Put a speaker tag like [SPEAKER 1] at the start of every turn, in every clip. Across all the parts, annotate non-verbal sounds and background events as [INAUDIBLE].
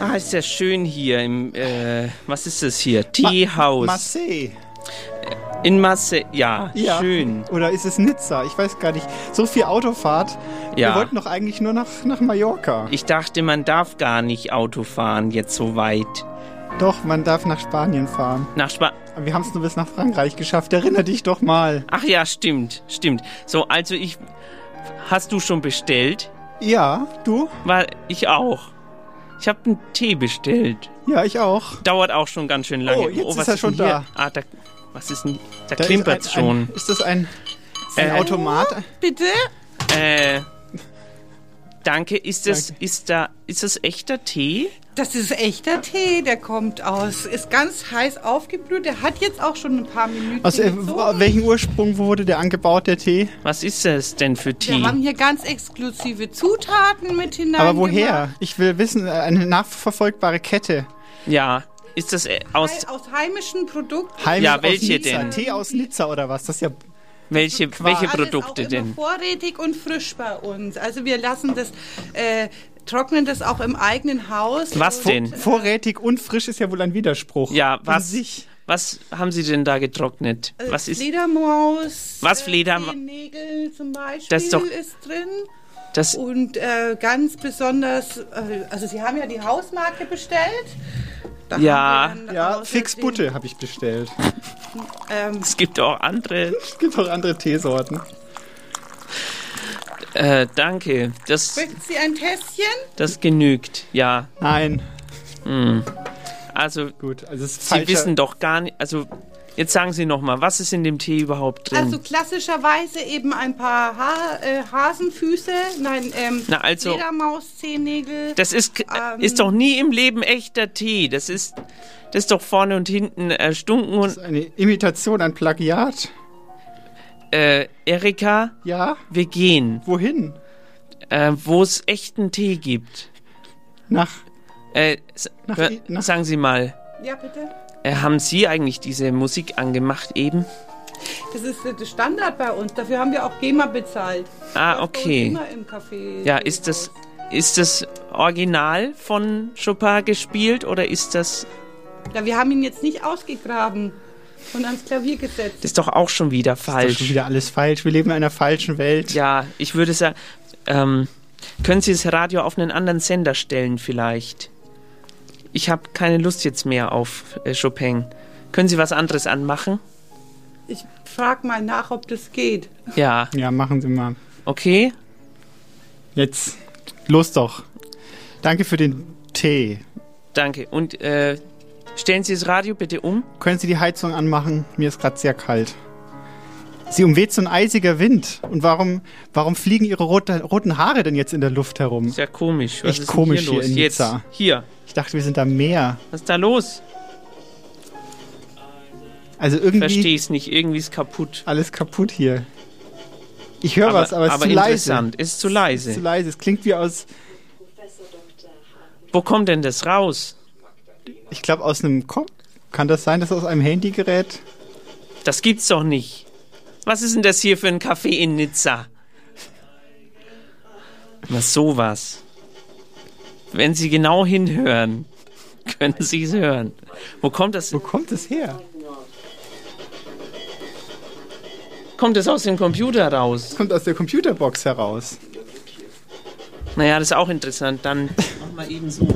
[SPEAKER 1] Ah, ist ja schön hier im, äh, was ist das hier? Teehaus.
[SPEAKER 2] Marseille.
[SPEAKER 1] In Marseille, ja, Ah, schön.
[SPEAKER 2] Oder ist es Nizza? Ich weiß gar nicht. So viel Autofahrt. Wir
[SPEAKER 1] Ja.
[SPEAKER 2] wollten doch eigentlich nur nach, nach Mallorca.
[SPEAKER 1] Ich dachte, man darf gar nicht Auto fahren jetzt so weit.
[SPEAKER 2] Doch, man darf nach Spanien fahren.
[SPEAKER 1] Nach Spa
[SPEAKER 2] Aber wir haben es nur bis nach Frankreich geschafft. Erinnere dich doch mal.
[SPEAKER 1] Ach ja, stimmt, stimmt. So, also ich, hast du schon bestellt?
[SPEAKER 2] Ja, du?
[SPEAKER 1] Weil ich auch. Ich habe einen Tee bestellt.
[SPEAKER 2] Ja, ich auch.
[SPEAKER 1] Dauert auch schon ganz schön lange.
[SPEAKER 2] Oh, jetzt ist
[SPEAKER 1] was
[SPEAKER 2] er schon
[SPEAKER 1] denn
[SPEAKER 2] da.
[SPEAKER 1] hier? Ah, da. Was ist denn? Da,
[SPEAKER 2] Da ist
[SPEAKER 1] klimpert's
[SPEAKER 2] ein,
[SPEAKER 1] schon.
[SPEAKER 2] Ein, ist das ein, ist ein
[SPEAKER 1] Äh.
[SPEAKER 2] Automat?
[SPEAKER 3] Bitte?
[SPEAKER 1] Äh. Danke, ist das, ist da, ist das echter Tee?
[SPEAKER 3] Das ist echter Tee, der kommt aus. Ist ganz heiß aufgeblüht. Der hat jetzt auch schon ein paar Minuten.
[SPEAKER 2] Aus äh,
[SPEAKER 3] gezogen.
[SPEAKER 2] welchem Ursprung wurde der angebaut, der Tee?
[SPEAKER 1] Was ist das denn für
[SPEAKER 3] wir
[SPEAKER 1] Tee?
[SPEAKER 3] haben hier ganz exklusive Zutaten mit hinein.
[SPEAKER 2] Aber woher? Ich will wissen, äh, eine nachverfolgbare Kette.
[SPEAKER 1] Ja, ist das äh, aus,
[SPEAKER 3] Aus heimischen Produkten.
[SPEAKER 2] Heimisch
[SPEAKER 1] Ja,
[SPEAKER 2] aus
[SPEAKER 1] welche
[SPEAKER 2] Nizza.
[SPEAKER 1] denn?
[SPEAKER 2] Tee aus Nizza oder was? Das ist ja
[SPEAKER 1] welche, welche
[SPEAKER 3] Alles auch
[SPEAKER 1] Produkte
[SPEAKER 3] immer
[SPEAKER 1] denn?
[SPEAKER 3] Vorrätig und frisch bei uns. Also wir lassen das, äh, trocknen das auch im eigenen Haus.
[SPEAKER 1] Was
[SPEAKER 3] Und
[SPEAKER 1] denn?
[SPEAKER 2] vorrätig und frisch ist ja wohl ein Widerspruch.
[SPEAKER 1] Ja,
[SPEAKER 2] An
[SPEAKER 1] was,
[SPEAKER 2] sich.
[SPEAKER 1] was haben Sie denn da getrocknet?
[SPEAKER 3] Äh,
[SPEAKER 1] Was ist
[SPEAKER 3] Fledermaus.
[SPEAKER 1] Was
[SPEAKER 3] äh,
[SPEAKER 1] Flederma-
[SPEAKER 3] Nägel zum Beispiel
[SPEAKER 1] Das ist doch-
[SPEAKER 3] ist drin.
[SPEAKER 1] das?
[SPEAKER 3] Und äh, ganz besonders, äh, also Sie haben ja die Hausmarke bestellt. Da
[SPEAKER 1] Ja.
[SPEAKER 3] haben wir dann
[SPEAKER 2] Ja,
[SPEAKER 3] außerdem,
[SPEAKER 2] fix Butte habe ich bestellt.
[SPEAKER 3] Ähm,
[SPEAKER 1] [LAUGHS] Es gibt auch andere.
[SPEAKER 2] Es gibt auch andere Teesorten.
[SPEAKER 1] Äh, danke. Das,
[SPEAKER 3] möchten Sie ein Tässchen?
[SPEAKER 1] das genügt. Ja.
[SPEAKER 2] Nein,
[SPEAKER 1] Also,
[SPEAKER 2] gut. Also es ist
[SPEAKER 1] Sie
[SPEAKER 2] falscher-
[SPEAKER 1] wissen doch gar nicht. Also, jetzt sagen Sie nochmal, was ist in dem Tee überhaupt drin?
[SPEAKER 3] Also klassischerweise eben ein paar ha äh, Hasenfüße, nein, ähm,
[SPEAKER 1] Na, also-
[SPEAKER 3] Fledermaus-Zehennägel.
[SPEAKER 1] das ist, k-
[SPEAKER 3] ähm,
[SPEAKER 1] ist doch nie im Leben echter Tee. Das ist, das ist doch vorne und hinten erstunken
[SPEAKER 2] Das
[SPEAKER 1] und.
[SPEAKER 2] ist eine Imitation, ein Plagiat.
[SPEAKER 1] Äh, Erika,
[SPEAKER 2] Ja,
[SPEAKER 1] wir gehen.
[SPEAKER 2] wohin?
[SPEAKER 1] Äh, Wo es echten Tee gibt.
[SPEAKER 2] Nach.
[SPEAKER 1] Äh, s-
[SPEAKER 2] Nach
[SPEAKER 1] hör-
[SPEAKER 2] I- nach-
[SPEAKER 1] sagen Sie mal.
[SPEAKER 3] Ja, bitte.
[SPEAKER 1] Äh, haben Sie eigentlich diese Musik angemacht eben?
[SPEAKER 3] Das ist äh, der Standard bei uns. Dafür haben wir auch GEMA bezahlt.
[SPEAKER 1] Ah,
[SPEAKER 3] Läuft bei uns
[SPEAKER 1] okay.
[SPEAKER 3] Immer im Café.
[SPEAKER 1] Ja, ist das, ist das Original von Chopin gespielt oder ist das.
[SPEAKER 3] Ja, wir haben ihn jetzt nicht ausgegraben und ans Klavier gesetzt.
[SPEAKER 1] Das ist doch auch schon wieder
[SPEAKER 2] Das
[SPEAKER 1] falsch.
[SPEAKER 2] ist schon wieder alles falsch. Wir leben in einer falschen Welt.
[SPEAKER 1] Ja, ich würde sagen. Ähm, können Sie das Radio auf einen anderen Sender stellen vielleicht? Ich habe keine Lust jetzt mehr auf äh, Chopin. Können Sie was anderes anmachen?
[SPEAKER 3] Ich frage mal nach, ob das geht.
[SPEAKER 1] Ja,
[SPEAKER 2] Ja, machen Sie mal.
[SPEAKER 1] okay.
[SPEAKER 2] Jetzt los doch. Danke für den Tee.
[SPEAKER 1] Danke. Und äh, stellen Sie das Radio bitte um?
[SPEAKER 2] Können Sie die Heizung anmachen? Mir ist gerade sehr kalt. Sie umweht so ein eisiger Wind. Und warum, warum fliegen Ihre rote, roten Haare denn jetzt in der Luft herum?
[SPEAKER 1] Ist ja komisch. Was
[SPEAKER 2] Echt
[SPEAKER 1] ist denn
[SPEAKER 2] komisch
[SPEAKER 1] hier
[SPEAKER 2] hier
[SPEAKER 1] los?
[SPEAKER 2] in
[SPEAKER 1] jetzt.
[SPEAKER 2] Nizza.
[SPEAKER 1] Hier.
[SPEAKER 2] Ich dachte, wir sind am Meer.
[SPEAKER 1] Was ist da los?
[SPEAKER 2] Also irgendwie
[SPEAKER 1] Verstehe ich's nicht. Irgendwie ist kaputt.
[SPEAKER 2] alles kaputt hier. Ich höre was, aber es ist zu leise.
[SPEAKER 1] interessant. Ist
[SPEAKER 2] Es ist zu
[SPEAKER 1] zu leise.
[SPEAKER 2] leise. Es klingt wie aus,
[SPEAKER 1] Wo kommt denn das raus?
[SPEAKER 2] ich glaube, aus einem Kopf. Kann das sein, dass aus einem Handygerät?
[SPEAKER 1] Das gibt's doch nicht. Was ist denn das hier für ein Café in Nizza? Was sowas? Wenn Sie genau hinhören, [LAUGHS] können Sie es hören. Wo kommt das?
[SPEAKER 2] Wo kommt es her?
[SPEAKER 1] Kommt das aus dem Computer raus?
[SPEAKER 2] Es kommt aus der Computerbox heraus.
[SPEAKER 1] Naja, das ist auch interessant. Dann mach mal eben so.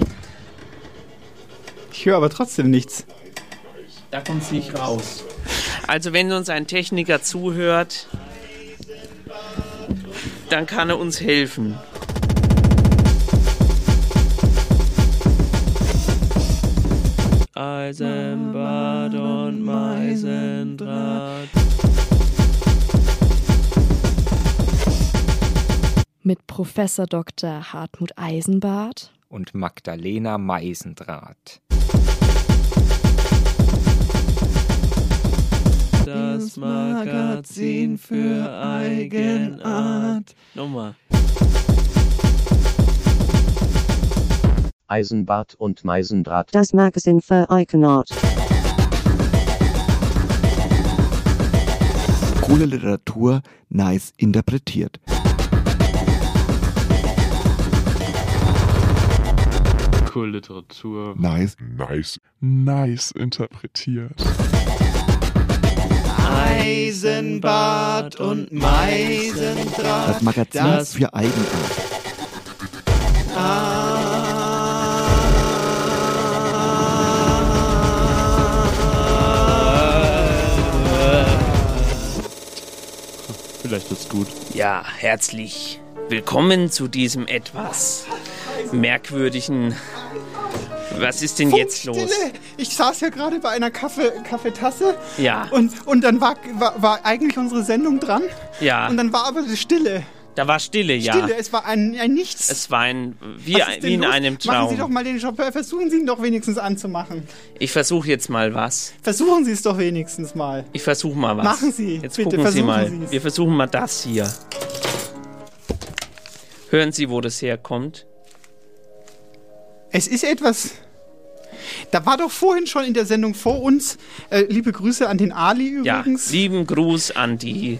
[SPEAKER 2] Ich höre aber trotzdem nichts.
[SPEAKER 1] Da kommt's nicht raus. Also wenn uns ein Techniker zuhört, dann kann er uns helfen. Eisenbad und Meisendraht.
[SPEAKER 4] mit Professor Dr. Hartmut Eisenbart
[SPEAKER 5] und Magdalena Meisendraht.
[SPEAKER 1] Das Magazin für Eigenart. Nochmal.
[SPEAKER 6] Eisenbart und Meisendraht.
[SPEAKER 7] Das Magazin für Eukenort.
[SPEAKER 8] Coole Literatur, nice interpretiert.
[SPEAKER 9] Literatur.
[SPEAKER 8] Nice.
[SPEAKER 10] Nice. Nice interpretiert.
[SPEAKER 2] Eisenbad und Meisendraht.
[SPEAKER 8] Das Magazin
[SPEAKER 2] Das-
[SPEAKER 8] für Eigenart.
[SPEAKER 9] Vielleicht wird's gut.
[SPEAKER 1] Ja, herzlich willkommen zu diesem etwas merkwürdigen. Was ist denn jetzt los?
[SPEAKER 2] Funkstille. Ich saß ja gerade bei einer Kaffee, Kaffeetasse
[SPEAKER 1] Ja,
[SPEAKER 2] und, und dann war, war, war eigentlich unsere Sendung dran
[SPEAKER 1] ja.
[SPEAKER 2] und dann war aber die Stille.
[SPEAKER 1] Da war Stille, ja.
[SPEAKER 2] Stille, es war ein, ein Nichts.
[SPEAKER 1] Es war ein, wie,
[SPEAKER 2] Was ist
[SPEAKER 1] ein,
[SPEAKER 2] denn
[SPEAKER 1] wie in
[SPEAKER 2] los?
[SPEAKER 1] einem
[SPEAKER 2] Machen Sie doch
[SPEAKER 1] Traum.
[SPEAKER 2] mal den Job, versuchen Sie ihn doch wenigstens anzumachen.
[SPEAKER 1] Ich versuche jetzt mal was.
[SPEAKER 2] Versuchen Sie es doch wenigstens mal.
[SPEAKER 1] Ich versuche mal was.
[SPEAKER 2] Machen Sie,
[SPEAKER 1] Jetzt
[SPEAKER 2] bitte,
[SPEAKER 1] gucken Sie
[SPEAKER 2] versuchen
[SPEAKER 1] mal.
[SPEAKER 2] Sie es.
[SPEAKER 1] Wir versuchen mal das hier. Hören Sie, wo das herkommt?
[SPEAKER 2] Es ist etwas. Da war doch vorhin schon in der Sendung vor uns, äh, liebe Grüße an den Ali
[SPEAKER 1] Ja,
[SPEAKER 2] übrigens.
[SPEAKER 1] lieben Gruß an
[SPEAKER 2] [LAUGHS]
[SPEAKER 1] die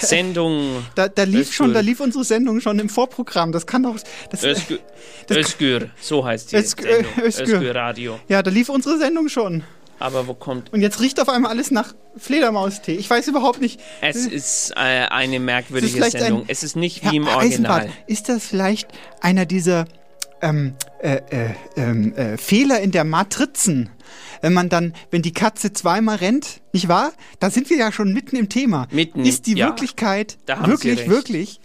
[SPEAKER 1] Sendung
[SPEAKER 2] da, da lief
[SPEAKER 1] Özgür.
[SPEAKER 2] schon, da lief unsere Sendung schon im Vorprogramm. Das kann doch. Das,
[SPEAKER 1] Özgür,
[SPEAKER 2] [LAUGHS] das-
[SPEAKER 1] Özgür so heißt die
[SPEAKER 2] Özgür-
[SPEAKER 1] Sendung.
[SPEAKER 2] Özgür.
[SPEAKER 1] Özgür Radio.
[SPEAKER 2] ja, da lief unsere Sendung schon.
[SPEAKER 1] Aber wo kommt...
[SPEAKER 2] Und jetzt riecht auf einmal alles nach Fledermaustee. Ich weiß überhaupt nicht.
[SPEAKER 1] Es ist äh, eine merkwürdige
[SPEAKER 2] Hm. vielleicht
[SPEAKER 1] Sendung.
[SPEAKER 2] ein-
[SPEAKER 1] es ist nicht wie
[SPEAKER 2] Herr
[SPEAKER 1] im Original.
[SPEAKER 2] Eisenbart, ist das vielleicht einer dieser ähm, äh, äh, ähm, äh, Fehler in der Matrizen? Wenn man dann, wenn die Katze zweimal rennt, nicht wahr? Da sind wir ja schon mitten im Thema.
[SPEAKER 1] Mitten,
[SPEAKER 2] ist die
[SPEAKER 1] ja.
[SPEAKER 2] Wirklichkeit
[SPEAKER 1] Da haben Sie
[SPEAKER 2] wirklich,
[SPEAKER 1] recht.
[SPEAKER 2] wirklich?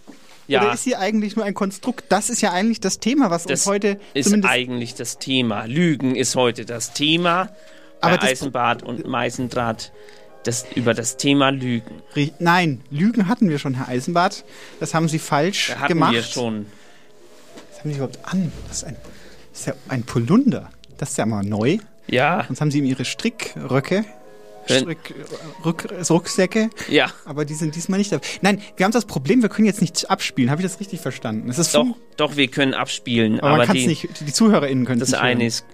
[SPEAKER 1] Ja.
[SPEAKER 2] Oder ist sie eigentlich nur ein Konstrukt? Das ist ja eigentlich das Thema, was uns
[SPEAKER 1] Das
[SPEAKER 2] heute
[SPEAKER 1] ist
[SPEAKER 2] zumindest.
[SPEAKER 1] eigentlich das Thema. Lügen ist heute das Thema. Bei
[SPEAKER 2] Aber das-
[SPEAKER 1] Eisenbart und Meisendraht das, über das Thema Lügen.
[SPEAKER 2] Ri- Nein, Lügen hatten wir schon, Herr Eisenbart. Das haben Sie falsch
[SPEAKER 1] Da hatten
[SPEAKER 2] gemacht.
[SPEAKER 1] wir schon.
[SPEAKER 2] Was haben Sie überhaupt an? Das ist, ein, das ist ja ein Polunder. Das ist ja mal neu.
[SPEAKER 1] Ja,
[SPEAKER 2] Sonst haben sie ihm ihre Strickröcke,
[SPEAKER 1] Wenn-
[SPEAKER 2] Strick, Rück, Rucksäcke,
[SPEAKER 1] ja.
[SPEAKER 2] aber die sind diesmal nicht dabei. Nein, wir haben das Problem, wir können jetzt nicht abspielen. Habe ich das richtig verstanden? Es ist
[SPEAKER 1] Doch,
[SPEAKER 2] fun-
[SPEAKER 1] doch, wir können abspielen.
[SPEAKER 2] aber,
[SPEAKER 1] Aber,
[SPEAKER 2] man kann es
[SPEAKER 1] die,
[SPEAKER 2] nicht, die ZuhörerInnen können es
[SPEAKER 1] das
[SPEAKER 2] nicht
[SPEAKER 1] eine
[SPEAKER 2] hören.
[SPEAKER 1] ist.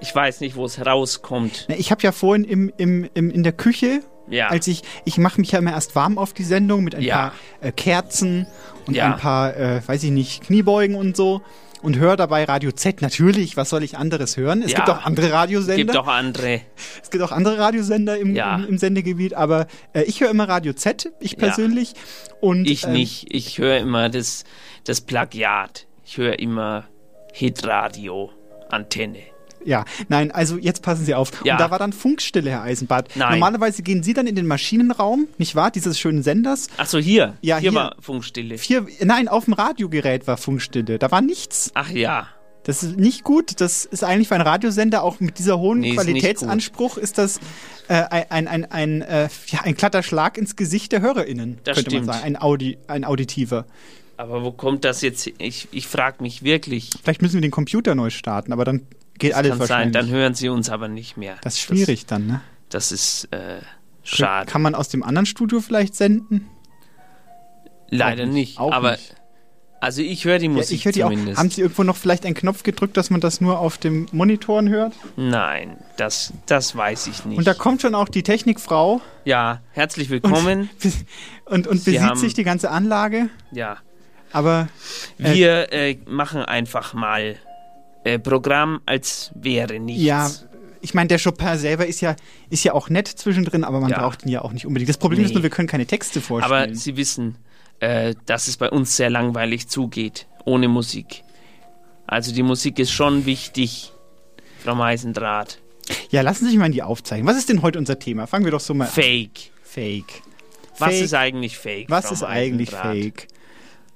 [SPEAKER 1] Ich weiß nicht, wo es rauskommt.
[SPEAKER 2] Na, Ich habe ja vorhin im, im, im, in der Küche,
[SPEAKER 1] Ja.
[SPEAKER 2] als ich, ich mache mich ja immer erst warm auf die Sendung mit ein
[SPEAKER 1] Ja.
[SPEAKER 2] paar äh, Kerzen und
[SPEAKER 1] Ja.
[SPEAKER 2] ein paar, äh, weiß ich nicht, Kniebeugen und so und höre dabei Radio Z. Natürlich, was soll ich anderes hören? Es
[SPEAKER 1] Ja.
[SPEAKER 2] gibt auch andere Radiosender.
[SPEAKER 1] Gibt auch andere.
[SPEAKER 2] Es gibt auch andere Radiosender im,
[SPEAKER 1] Ja.
[SPEAKER 2] im, im Sendegebiet, aber äh, ich höre immer Radio Z, ich persönlich. Und,
[SPEAKER 1] Ich
[SPEAKER 2] ähm,
[SPEAKER 1] nicht. Ich höre immer das, das Plagiat. Ich höre immer Hitradio. Antenne.
[SPEAKER 2] Ja, nein, also jetzt passen Sie auf.
[SPEAKER 1] Ja.
[SPEAKER 2] Und da war dann Funkstille, Herr Eisenbart.
[SPEAKER 1] Nein.
[SPEAKER 2] Normalerweise gehen Sie dann in den Maschinenraum, nicht wahr, dieses schönen Senders.
[SPEAKER 1] Ach so, hier.
[SPEAKER 2] Ja,
[SPEAKER 1] hier,
[SPEAKER 2] hier.
[SPEAKER 1] war Funkstille.
[SPEAKER 2] Vier, nein, auf dem Radiogerät war Funkstille. Da war nichts.
[SPEAKER 1] Ach ja.
[SPEAKER 2] Das ist nicht gut. Das ist eigentlich für einen Radiosender, auch mit dieser hohen
[SPEAKER 1] Nee, ist nicht
[SPEAKER 2] Qualitätsanspruch, ist das äh, ein, ein, ein, ein, äh, ja, ein glatter Schlag ins Gesicht der HörerInnen,
[SPEAKER 1] Das
[SPEAKER 2] könnte
[SPEAKER 1] stimmt.
[SPEAKER 2] man sagen. Ein, Audi, ein auditiver.
[SPEAKER 1] Aber wo kommt das jetzt? hin? Ich, ich frage mich wirklich.
[SPEAKER 2] Vielleicht müssen wir den Computer neu starten, aber dann geht
[SPEAKER 1] Das
[SPEAKER 2] alles
[SPEAKER 1] kann sein,
[SPEAKER 2] wahrscheinlich.
[SPEAKER 1] dann hören sie uns aber nicht mehr.
[SPEAKER 2] das ist schwierig dann, ne?
[SPEAKER 1] Das, das ist äh, schade.
[SPEAKER 2] Kann man aus dem anderen Studio vielleicht senden?
[SPEAKER 1] Leider
[SPEAKER 2] Auch
[SPEAKER 1] nicht.
[SPEAKER 2] Auch
[SPEAKER 1] aber
[SPEAKER 2] nicht.
[SPEAKER 1] also ich höre die
[SPEAKER 2] Ja,
[SPEAKER 1] Musik
[SPEAKER 2] ich höre die auch.
[SPEAKER 1] zumindest.
[SPEAKER 2] Haben Sie irgendwo noch vielleicht einen Knopf gedrückt, dass man das nur auf dem Monitoren hört?
[SPEAKER 1] Nein, das, das weiß ich nicht.
[SPEAKER 2] Und da kommt schon auch die Technikfrau
[SPEAKER 1] ja, herzlich willkommen.
[SPEAKER 2] [LAUGHS] und, und
[SPEAKER 1] Sie
[SPEAKER 2] besieht
[SPEAKER 1] haben-
[SPEAKER 2] sich die ganze Anlage.
[SPEAKER 1] ja,
[SPEAKER 2] Aber Äh,
[SPEAKER 1] wir äh, machen einfach mal äh, Programm, als wäre nichts.
[SPEAKER 2] ja, ich meine, der Chopin selber ist ja, ist ja auch nett zwischendrin, aber man
[SPEAKER 1] Ja.
[SPEAKER 2] braucht ihn ja auch nicht unbedingt. Das Problem ist
[SPEAKER 1] Nee.
[SPEAKER 2] nur, wir können keine Texte vorstellen.
[SPEAKER 1] aber Sie wissen, äh, dass es bei uns sehr langweilig zugeht ohne Musik. Also die Musik ist schon wichtig, Frau Meisendraht.
[SPEAKER 2] ja, lassen Sie sich mal in die aufzeigen. Was ist denn heute unser Thema? Fangen wir doch so mal an.
[SPEAKER 1] Fake.
[SPEAKER 2] Fake.
[SPEAKER 1] Was
[SPEAKER 2] Fake.
[SPEAKER 1] ist eigentlich fake?
[SPEAKER 2] Was
[SPEAKER 1] Frau
[SPEAKER 2] ist eigentlich
[SPEAKER 1] Meisendraht?
[SPEAKER 2] fake?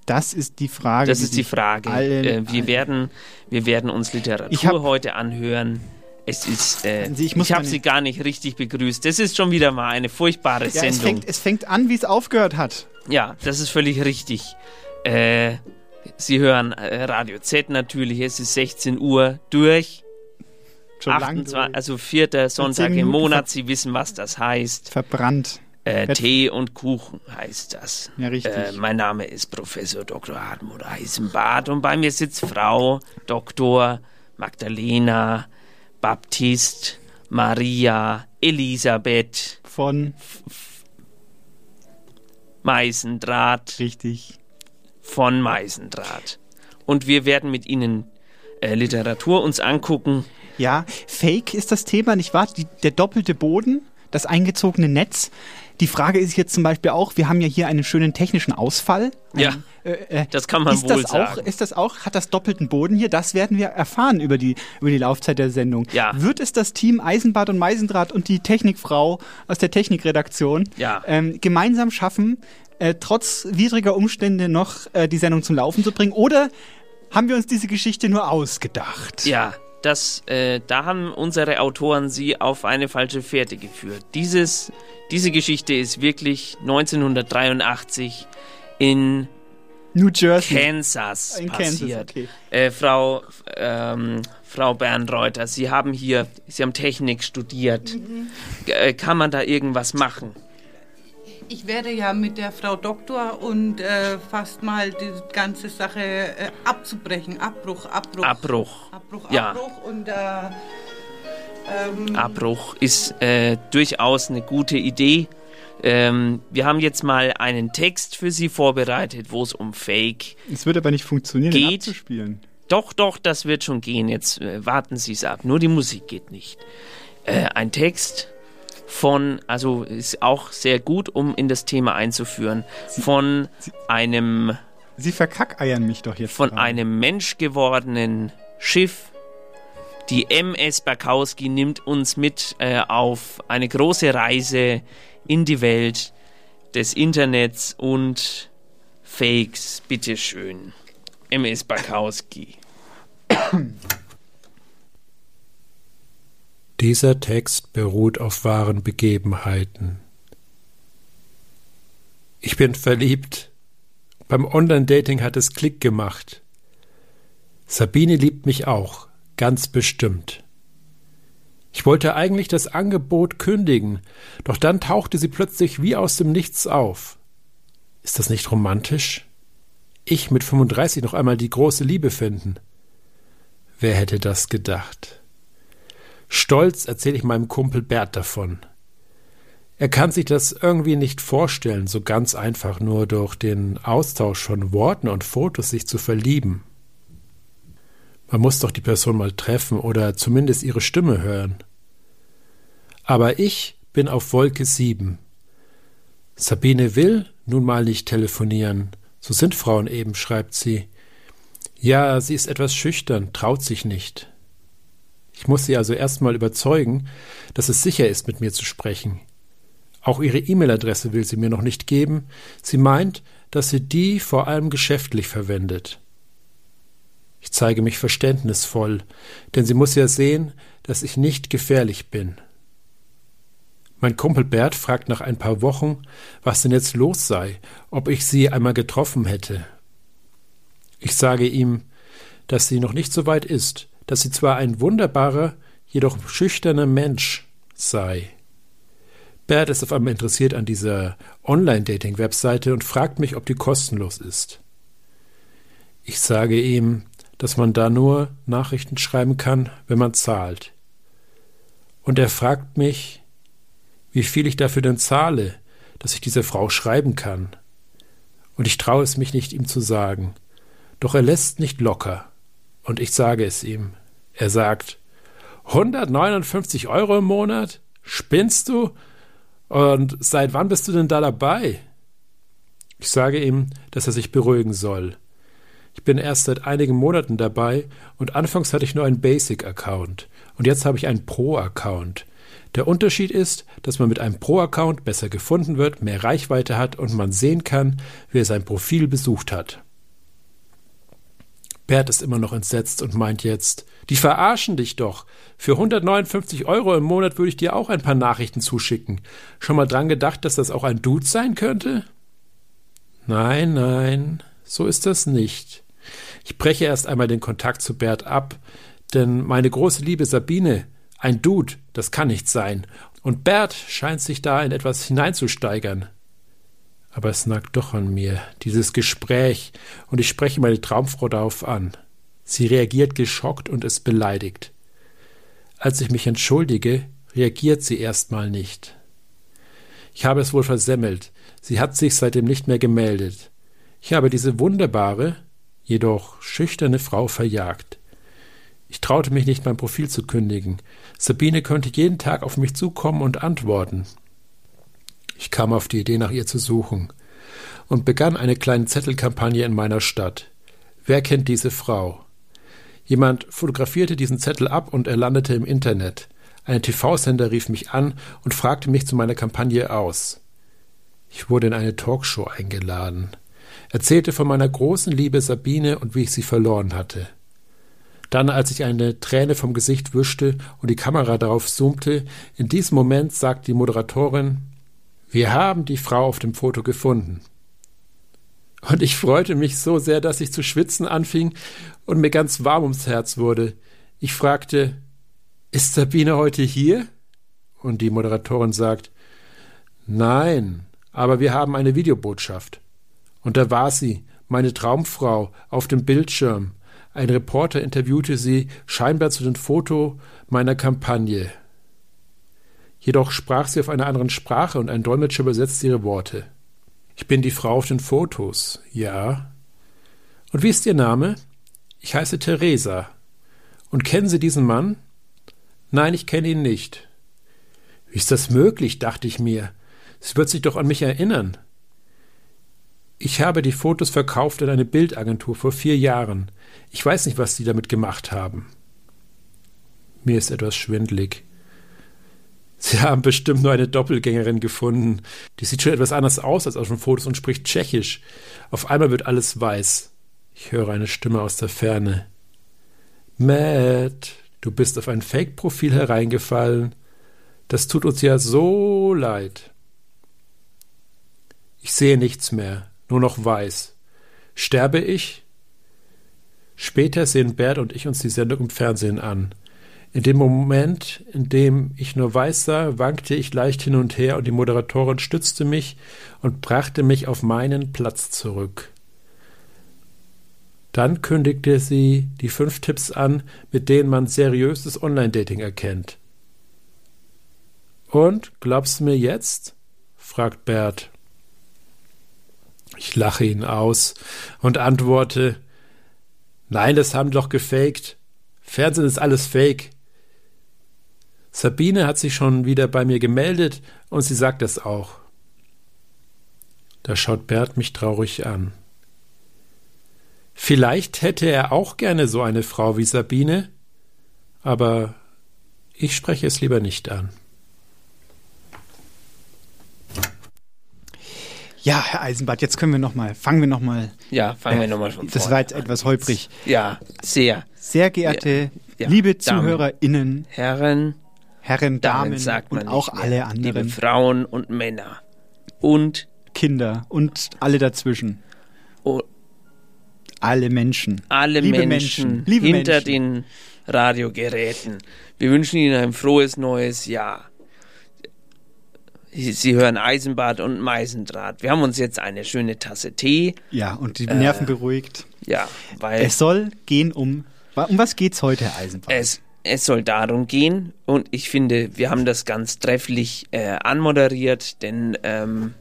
[SPEAKER 2] Das ist die Frage.
[SPEAKER 1] Das ist die Frage.
[SPEAKER 2] allen-
[SPEAKER 1] Äh, wir,
[SPEAKER 2] allen-
[SPEAKER 1] werden, wir werden uns Literatur
[SPEAKER 2] Ich hab-
[SPEAKER 1] heute anhören. Es ist, äh,
[SPEAKER 2] Sie, ich
[SPEAKER 1] ich,
[SPEAKER 2] muss
[SPEAKER 1] habe
[SPEAKER 2] meine-
[SPEAKER 1] sie gar nicht richtig begrüßt. Das ist schon wieder mal eine furchtbare
[SPEAKER 2] Ja, es,
[SPEAKER 1] Sendung.
[SPEAKER 2] fängt, es fängt an, wie es aufgehört hat.
[SPEAKER 1] Ja, das ist völlig richtig. Äh, sie hören äh, Radio Z natürlich. Es ist 16 Uhr durch.
[SPEAKER 2] Schon lang
[SPEAKER 1] 28 also vierter Sonntag im
[SPEAKER 2] Minuten
[SPEAKER 1] Monat. Sie wissen, was das heißt.
[SPEAKER 2] verbrannt.
[SPEAKER 1] Äh,
[SPEAKER 2] Jetzt-
[SPEAKER 1] Tee und Kuchen heißt das.
[SPEAKER 2] Ja, richtig.
[SPEAKER 1] Äh, mein Name ist Professor Dr. Hartmut Eisenbart und bei mir sitzt Frau Dr. Magdalena Baptist Maria Elisabeth
[SPEAKER 2] Von
[SPEAKER 1] Meisendraht
[SPEAKER 2] richtig.
[SPEAKER 1] von Meisendraht. Und wir werden mit Ihnen äh, Literatur uns angucken.
[SPEAKER 2] Ja, Fake ist das Thema, nicht wahr? Die, der doppelte Boden, das eingezogene Netz. Die Frage ist jetzt zum Beispiel auch, wir haben ja hier einen schönen technischen Ausfall.
[SPEAKER 1] Ja,
[SPEAKER 2] Äh, äh,
[SPEAKER 1] das kann man
[SPEAKER 2] ist
[SPEAKER 1] wohl
[SPEAKER 2] das auch,
[SPEAKER 1] sagen.
[SPEAKER 2] ist das auch, hat das doppelten Boden hier? Das werden wir erfahren über die, über die Laufzeit der Sendung.
[SPEAKER 1] Ja.
[SPEAKER 2] Wird es das Team Eisenbart und Meisendraht und die Technikfrau aus der Technikredaktion
[SPEAKER 1] Ja.
[SPEAKER 2] ähm, gemeinsam schaffen, äh, trotz widriger Umstände noch äh, die Sendung zum Laufen zu bringen? Oder haben wir uns diese Geschichte nur ausgedacht?
[SPEAKER 1] Ja, das, äh, da haben unsere Autoren sie auf eine falsche Fährte geführt. Dieses, diese Geschichte ist wirklich 1983 in
[SPEAKER 2] New Jersey.
[SPEAKER 1] Kansas
[SPEAKER 2] In Kansas,
[SPEAKER 1] passiert.
[SPEAKER 2] okay.
[SPEAKER 1] äh, Frau, ähm, Frau Bernreuter, Sie haben hier, Sie haben Technik studiert.
[SPEAKER 2] Mhm.
[SPEAKER 1] G- Äh, kann man da irgendwas machen?
[SPEAKER 3] Ich werde ja mit der Frau Doktor und äh, fast mal die ganze Sache äh, abzubrechen. Abbruch, Abbruch.
[SPEAKER 1] Abbruch.
[SPEAKER 3] Abbruch,
[SPEAKER 1] Ja.
[SPEAKER 3] Abbruch und äh,
[SPEAKER 2] Mhm.
[SPEAKER 3] ähm,
[SPEAKER 1] Abbruch ist äh, durchaus eine gute Idee. Ähm, wir haben jetzt mal einen Text für Sie vorbereitet, wo es um Fake.
[SPEAKER 2] Es wird aber nicht funktionieren,
[SPEAKER 1] den
[SPEAKER 2] den
[SPEAKER 1] Geht.
[SPEAKER 2] abzuspielen.
[SPEAKER 1] Doch, doch, das wird schon gehen. Jetzt äh, warten Sie es ab. Nur die Musik geht nicht. Äh, ein Text von, also ist auch sehr gut, um in das Thema einzuführen, von einem
[SPEAKER 2] Sie verkackeiern mich doch jetzt.
[SPEAKER 1] von
[SPEAKER 2] gerade.
[SPEAKER 1] einem menschgewordenen Schiff. Die MS Barkowski nimmt uns mit äh, auf eine große Reise in die Welt des Internets und Fakes. Bitteschön. MS Barkowski.
[SPEAKER 9] Dieser Text beruht auf wahren Begebenheiten. Ich bin verliebt. Beim Online-Dating hat es Klick gemacht. Sabine liebt mich auch, ganz bestimmt. Ich wollte eigentlich das Angebot kündigen, doch dann tauchte sie plötzlich wie aus dem Nichts auf. Ist das nicht romantisch? Ich mit 35 noch einmal die große Liebe finden. Wer hätte das gedacht? Stolz erzähle ich meinem Kumpel Bert davon. Er kann sich das irgendwie nicht vorstellen, so ganz einfach nur durch den Austausch von Worten und Fotos sich zu verlieben. Man muss doch die Person mal treffen oder zumindest ihre Stimme hören. Aber ich bin auf Wolke sieben. Sabine will nun mal nicht telefonieren. So sind Frauen eben, schreibt sie. Ja, sie ist etwas schüchtern, traut sich nicht. Ich muss sie also erstmal überzeugen, dass es sicher ist, mit mir zu sprechen. Auch ihre E-Mail-Adresse will sie mir noch nicht geben. Sie meint, dass sie die vor allem geschäftlich verwendet. Ich zeige mich verständnisvoll, denn sie muss ja sehen, dass ich nicht gefährlich bin. Mein Kumpel Bert fragt nach ein paar Wochen, was denn jetzt los sei, ob ich sie einmal getroffen hätte. Ich sage ihm, dass sie noch nicht so weit ist, dass sie zwar ein wunderbarer, jedoch schüchterner Mensch sei. Bert ist auf einmal interessiert an dieser Online-Dating-Webseite und fragt mich, ob die kostenlos ist. Ich sage ihm, dass man da nur Nachrichten schreiben kann, wenn man zahlt. Und er fragt mich, wie viel ich dafür denn zahle, dass ich dieser Frau schreiben kann. Und ich traue es mich nicht, ihm zu sagen. Doch er lässt nicht locker. Und ich sage es ihm. Er sagt, 159 Euro im Monat? Spinnst du? Und seit wann bist du denn da dabei? Ich sage ihm, dass er sich beruhigen soll. Ich bin erst seit einigen Monaten dabei und anfangs hatte ich nur einen Basic-Account und jetzt habe ich einen Pro-Account. Der Unterschied ist, dass man mit einem Pro-Account besser gefunden wird, mehr Reichweite hat und man sehen kann, wer sein Profil besucht hat. Bert ist immer noch entsetzt und meint jetzt, die verarschen dich doch. Für 159 Euro im Monat würde ich dir auch ein paar Nachrichten zuschicken. Schon mal dran gedacht, dass das auch ein Dude sein könnte? Nein, nein, so ist das nicht. Ich breche erst einmal den Kontakt zu Bert ab, denn meine große liebe Sabine, ein Dude, das kann nicht sein. Und Bert scheint sich da in etwas hineinzusteigern. Aber es nagt doch an mir, dieses Gespräch, und ich spreche meine Traumfrau darauf an. Sie reagiert geschockt und ist beleidigt. Als ich mich entschuldige, reagiert sie erstmal nicht. Ich habe es wohl versemmelt, sie hat sich seitdem nicht mehr gemeldet. Ich habe diese wunderbare, jedoch schüchterne Frau verjagt. Ich traute mich nicht, mein Profil zu kündigen. Sabine könnte jeden Tag auf mich zukommen und antworten. Ich kam auf die Idee, nach ihr zu suchen und begann eine kleine Zettelkampagne in meiner Stadt. Wer kennt diese Frau? Jemand fotografierte diesen Zettel ab und er landete im Internet. Ein TV-Sender rief mich an und fragte mich zu meiner Kampagne aus. Ich wurde in eine Talkshow eingeladen, erzählte von meiner großen Liebe Sabine und wie ich sie verloren hatte. Dann, als ich eine Träne vom Gesicht wischte und die Kamera darauf zoomte, in diesem Moment sagte die Moderatorin Wir haben die Frau auf dem Foto gefunden. Und ich freute mich so sehr, dass ich zu schwitzen anfing und mir ganz warm ums Herz wurde. Ich fragte Ist Sabine heute hier? Und die Moderatorin sagt Nein, aber wir haben eine Videobotschaft. Und da war sie, meine Traumfrau, auf dem Bildschirm. Ein Reporter interviewte sie scheinbar zu dem Foto meiner Kampagne. Jedoch sprach sie auf einer anderen Sprache und ein Dolmetscher übersetzte ihre Worte. Ich bin die Frau auf den Fotos, ja. Und wie ist Ihr Name? Ich heiße Theresa. Und kennen Sie diesen Mann? Nein, ich kenne ihn nicht. Wie ist das möglich? dachte ich mir. Sie wird sich doch an mich erinnern. Ich habe die Fotos verkauft an eine Bildagentur vor vier Jahren. Ich weiß nicht, was sie damit gemacht haben. Mir ist etwas schwindlig. Sie haben bestimmt nur eine Doppelgängerin gefunden. Die sieht schon etwas anders aus als auf den Fotos und spricht Tschechisch. Auf einmal wird alles weiß. Ich höre eine Stimme aus der Ferne. Matt, du bist auf ein Fake-Profil hereingefallen. Das tut uns ja so leid. Ich sehe nichts mehr, nur noch weiß. Sterbe ich? Später sehen Bert und ich uns die Sendung im Fernsehen an. In dem Moment, in dem ich nur weiß sah, wankte ich leicht hin und her und die Moderatorin stützte mich und brachte mich auf meinen Platz zurück. Dann kündigte sie die fünf Tipps an, mit denen man seriöses Online-Dating erkennt. Und glaubst du mir jetzt? fragt Bert. Ich lache ihn aus und antworte Nein, das haben die doch gefaked. Fernsehen ist alles fake. Sabine hat sich schon wieder bei mir gemeldet und sie sagt das auch. Da schaut Bert mich traurig an. Vielleicht hätte er auch gerne so eine Frau wie Sabine, aber ich spreche es lieber nicht an.
[SPEAKER 2] Ja, Herr Eisenbart, jetzt können wir noch mal, fangen wir noch mal. äh,
[SPEAKER 1] Ja, fangen wir noch mal von
[SPEAKER 2] Das
[SPEAKER 1] vorne
[SPEAKER 2] war jetzt
[SPEAKER 1] an.
[SPEAKER 2] etwas holprig.
[SPEAKER 1] Ja, sehr.
[SPEAKER 2] Sehr geehrte
[SPEAKER 1] Ja, ja,
[SPEAKER 2] liebe
[SPEAKER 1] Damen.
[SPEAKER 2] ZuhörerInnen,
[SPEAKER 1] Herren,
[SPEAKER 2] Herren,
[SPEAKER 1] Damen,
[SPEAKER 2] Damen,
[SPEAKER 1] sagt man
[SPEAKER 2] und auch
[SPEAKER 1] nicht mehr.
[SPEAKER 2] alle
[SPEAKER 1] liebe
[SPEAKER 2] anderen
[SPEAKER 1] Frauen und Männer und
[SPEAKER 2] Kinder und alle dazwischen,
[SPEAKER 1] oh,
[SPEAKER 2] alle Menschen.
[SPEAKER 1] alle
[SPEAKER 2] Liebe
[SPEAKER 1] Menschen,
[SPEAKER 2] Menschen, liebe
[SPEAKER 1] hinter den
[SPEAKER 2] Menschen.
[SPEAKER 1] Radiogeräten. Wir wünschen Ihnen ein frohes neues Jahr. Sie Sie hören Eisenbad und Meisendraht. Wir haben uns jetzt eine schöne Tasse Tee.
[SPEAKER 2] Ja, und
[SPEAKER 1] Äh,
[SPEAKER 2] die Nerven beruhigt.
[SPEAKER 1] Ja, weil
[SPEAKER 2] Es soll gehen um. wa- Um was geht's heute, Herr Eisenbart?
[SPEAKER 1] Es, es soll darum gehen und ich finde, wir haben das ganz trefflich äh, anmoderiert, denn ähm,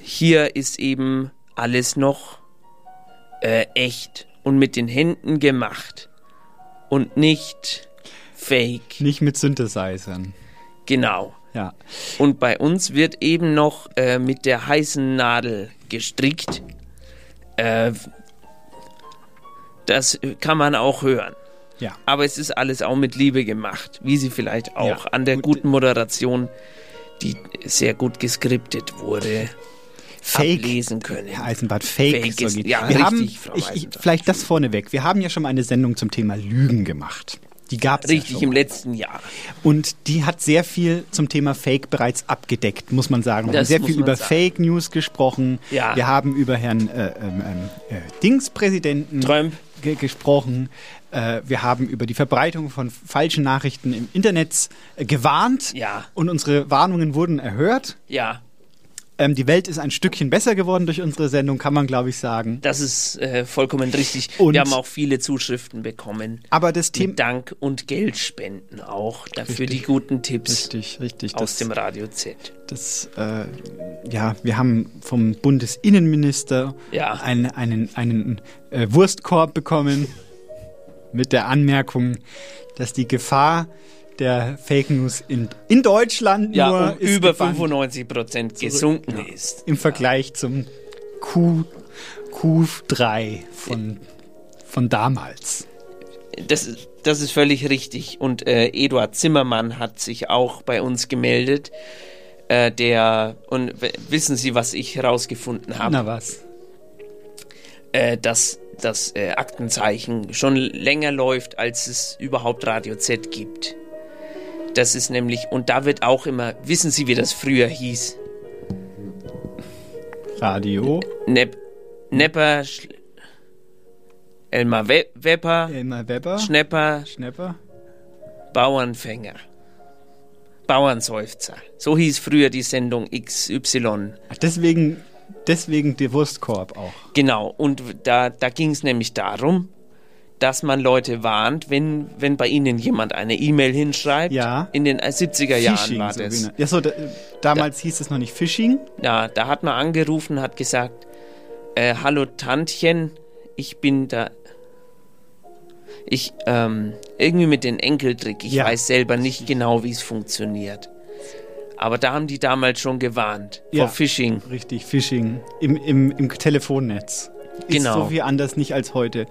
[SPEAKER 1] hier ist eben alles noch äh, echt und mit den Händen gemacht und nicht fake.
[SPEAKER 2] Nicht mit Synthesizern.
[SPEAKER 1] Genau.
[SPEAKER 2] Ja.
[SPEAKER 1] Und bei uns wird eben noch äh, mit der heißen Nadel gestrickt. Äh, das kann man auch hören.
[SPEAKER 2] Ja.
[SPEAKER 1] Aber es ist alles auch mit Liebe gemacht, wie sie vielleicht auch
[SPEAKER 2] Ja,
[SPEAKER 1] an der
[SPEAKER 2] gut.
[SPEAKER 1] guten Moderation, die sehr gut geskriptet wurde, ablesen können.
[SPEAKER 2] Herr Eisenbart, Fake,
[SPEAKER 1] Fake
[SPEAKER 2] ist so
[SPEAKER 1] ist-
[SPEAKER 2] geht.
[SPEAKER 1] ja,
[SPEAKER 2] wir
[SPEAKER 1] richtig,
[SPEAKER 2] haben,
[SPEAKER 1] Frau
[SPEAKER 2] ich, ich,
[SPEAKER 1] Eisenbart.
[SPEAKER 2] vielleicht das vorneweg. Wir haben ja schon mal eine Sendung zum Thema Lügen gemacht. Die gab es ja
[SPEAKER 1] Richtig,
[SPEAKER 2] schon.
[SPEAKER 1] im letzten Jahr.
[SPEAKER 2] Und die hat sehr viel zum Thema Fake bereits abgedeckt, muss man sagen. Wir
[SPEAKER 1] Das
[SPEAKER 2] haben sehr
[SPEAKER 1] muss
[SPEAKER 2] viel
[SPEAKER 1] man
[SPEAKER 2] über
[SPEAKER 1] sagen.
[SPEAKER 2] Fake News gesprochen.
[SPEAKER 1] Ja.
[SPEAKER 2] Wir haben über Herrn äh, ähm, ähm, äh, Dings Präsidenten
[SPEAKER 1] Trump.
[SPEAKER 2] ge gesprochen. Äh, wir haben über die Verbreitung von falschen Nachrichten im Internet äh, gewarnt.
[SPEAKER 1] Ja.
[SPEAKER 2] Und unsere Warnungen wurden erhört.
[SPEAKER 1] Ja,
[SPEAKER 2] Ähm, die Welt ist ein Stückchen besser geworden durch unsere Sendung, kann man glaube ich sagen.
[SPEAKER 1] das ist äh, vollkommen richtig.
[SPEAKER 2] Und-
[SPEAKER 1] Wir haben auch viele Zuschriften bekommen.
[SPEAKER 2] Aber das Thema.
[SPEAKER 1] Mit Dank und Geldspenden auch dafür die guten Tipps
[SPEAKER 2] Richtig, richtig.
[SPEAKER 1] aus
[SPEAKER 2] das-
[SPEAKER 1] dem Radio Z.
[SPEAKER 2] Das, äh, ja, wir haben vom Bundesinnenminister
[SPEAKER 1] Ja.
[SPEAKER 2] einen, einen, einen äh, Wurstkorb bekommen. Mit der Anmerkung, dass die Gefahr der Fake News in, in Deutschland
[SPEAKER 1] ja,
[SPEAKER 2] nur
[SPEAKER 1] um
[SPEAKER 2] ist
[SPEAKER 1] über
[SPEAKER 2] gebannt
[SPEAKER 1] 95 Prozent gesunken ist.
[SPEAKER 2] im Vergleich zum Q, Q3 von, von damals.
[SPEAKER 1] Das, ist- das ist völlig richtig. Und äh, Eduard Zimmermann hat sich auch bei uns gemeldet. Äh, der, und w- wissen Sie, was ich herausgefunden habe?
[SPEAKER 2] Na was?
[SPEAKER 1] äh, dass das äh, Aktenzeichen schon länger läuft, als es überhaupt Radio Z gibt. Das ist nämlich, und da wird auch immer, wissen Sie, wie das früher hieß?
[SPEAKER 2] Radio.
[SPEAKER 1] Nepp, Nepper, Schl- Elmar We Wepper,
[SPEAKER 2] Elmar Weber.
[SPEAKER 1] Schnepper,
[SPEAKER 2] Schnepper.
[SPEAKER 1] Bauernfänger, Bauernseufzer. So hieß früher die Sendung XY.
[SPEAKER 2] Ach, deswegen, deswegen der Wurstkorb auch.
[SPEAKER 1] Genau, und da, da ging es nämlich darum, dass man Leute warnt, wenn, wenn bei ihnen jemand eine E-Mail hinschreibt.
[SPEAKER 2] Ja.
[SPEAKER 1] In den 70er Jahren war
[SPEAKER 2] so
[SPEAKER 1] das.
[SPEAKER 2] genau. Ja, so, da, damals hieß es noch nicht Phishing.
[SPEAKER 1] Ja, da hat man angerufen, hat gesagt, äh, hallo Tantchen, ich bin da. Ich, ähm, irgendwie mit den Enkeltrick, ich
[SPEAKER 2] Ja.
[SPEAKER 1] weiß selber nicht genau, wie es funktioniert. Aber da haben die damals schon gewarnt
[SPEAKER 2] Ja.
[SPEAKER 1] vor Phishing.
[SPEAKER 2] Richtig, Phishing im, im, im Telefonnetz. Ist
[SPEAKER 1] Genau.
[SPEAKER 2] so viel anders nicht als heute.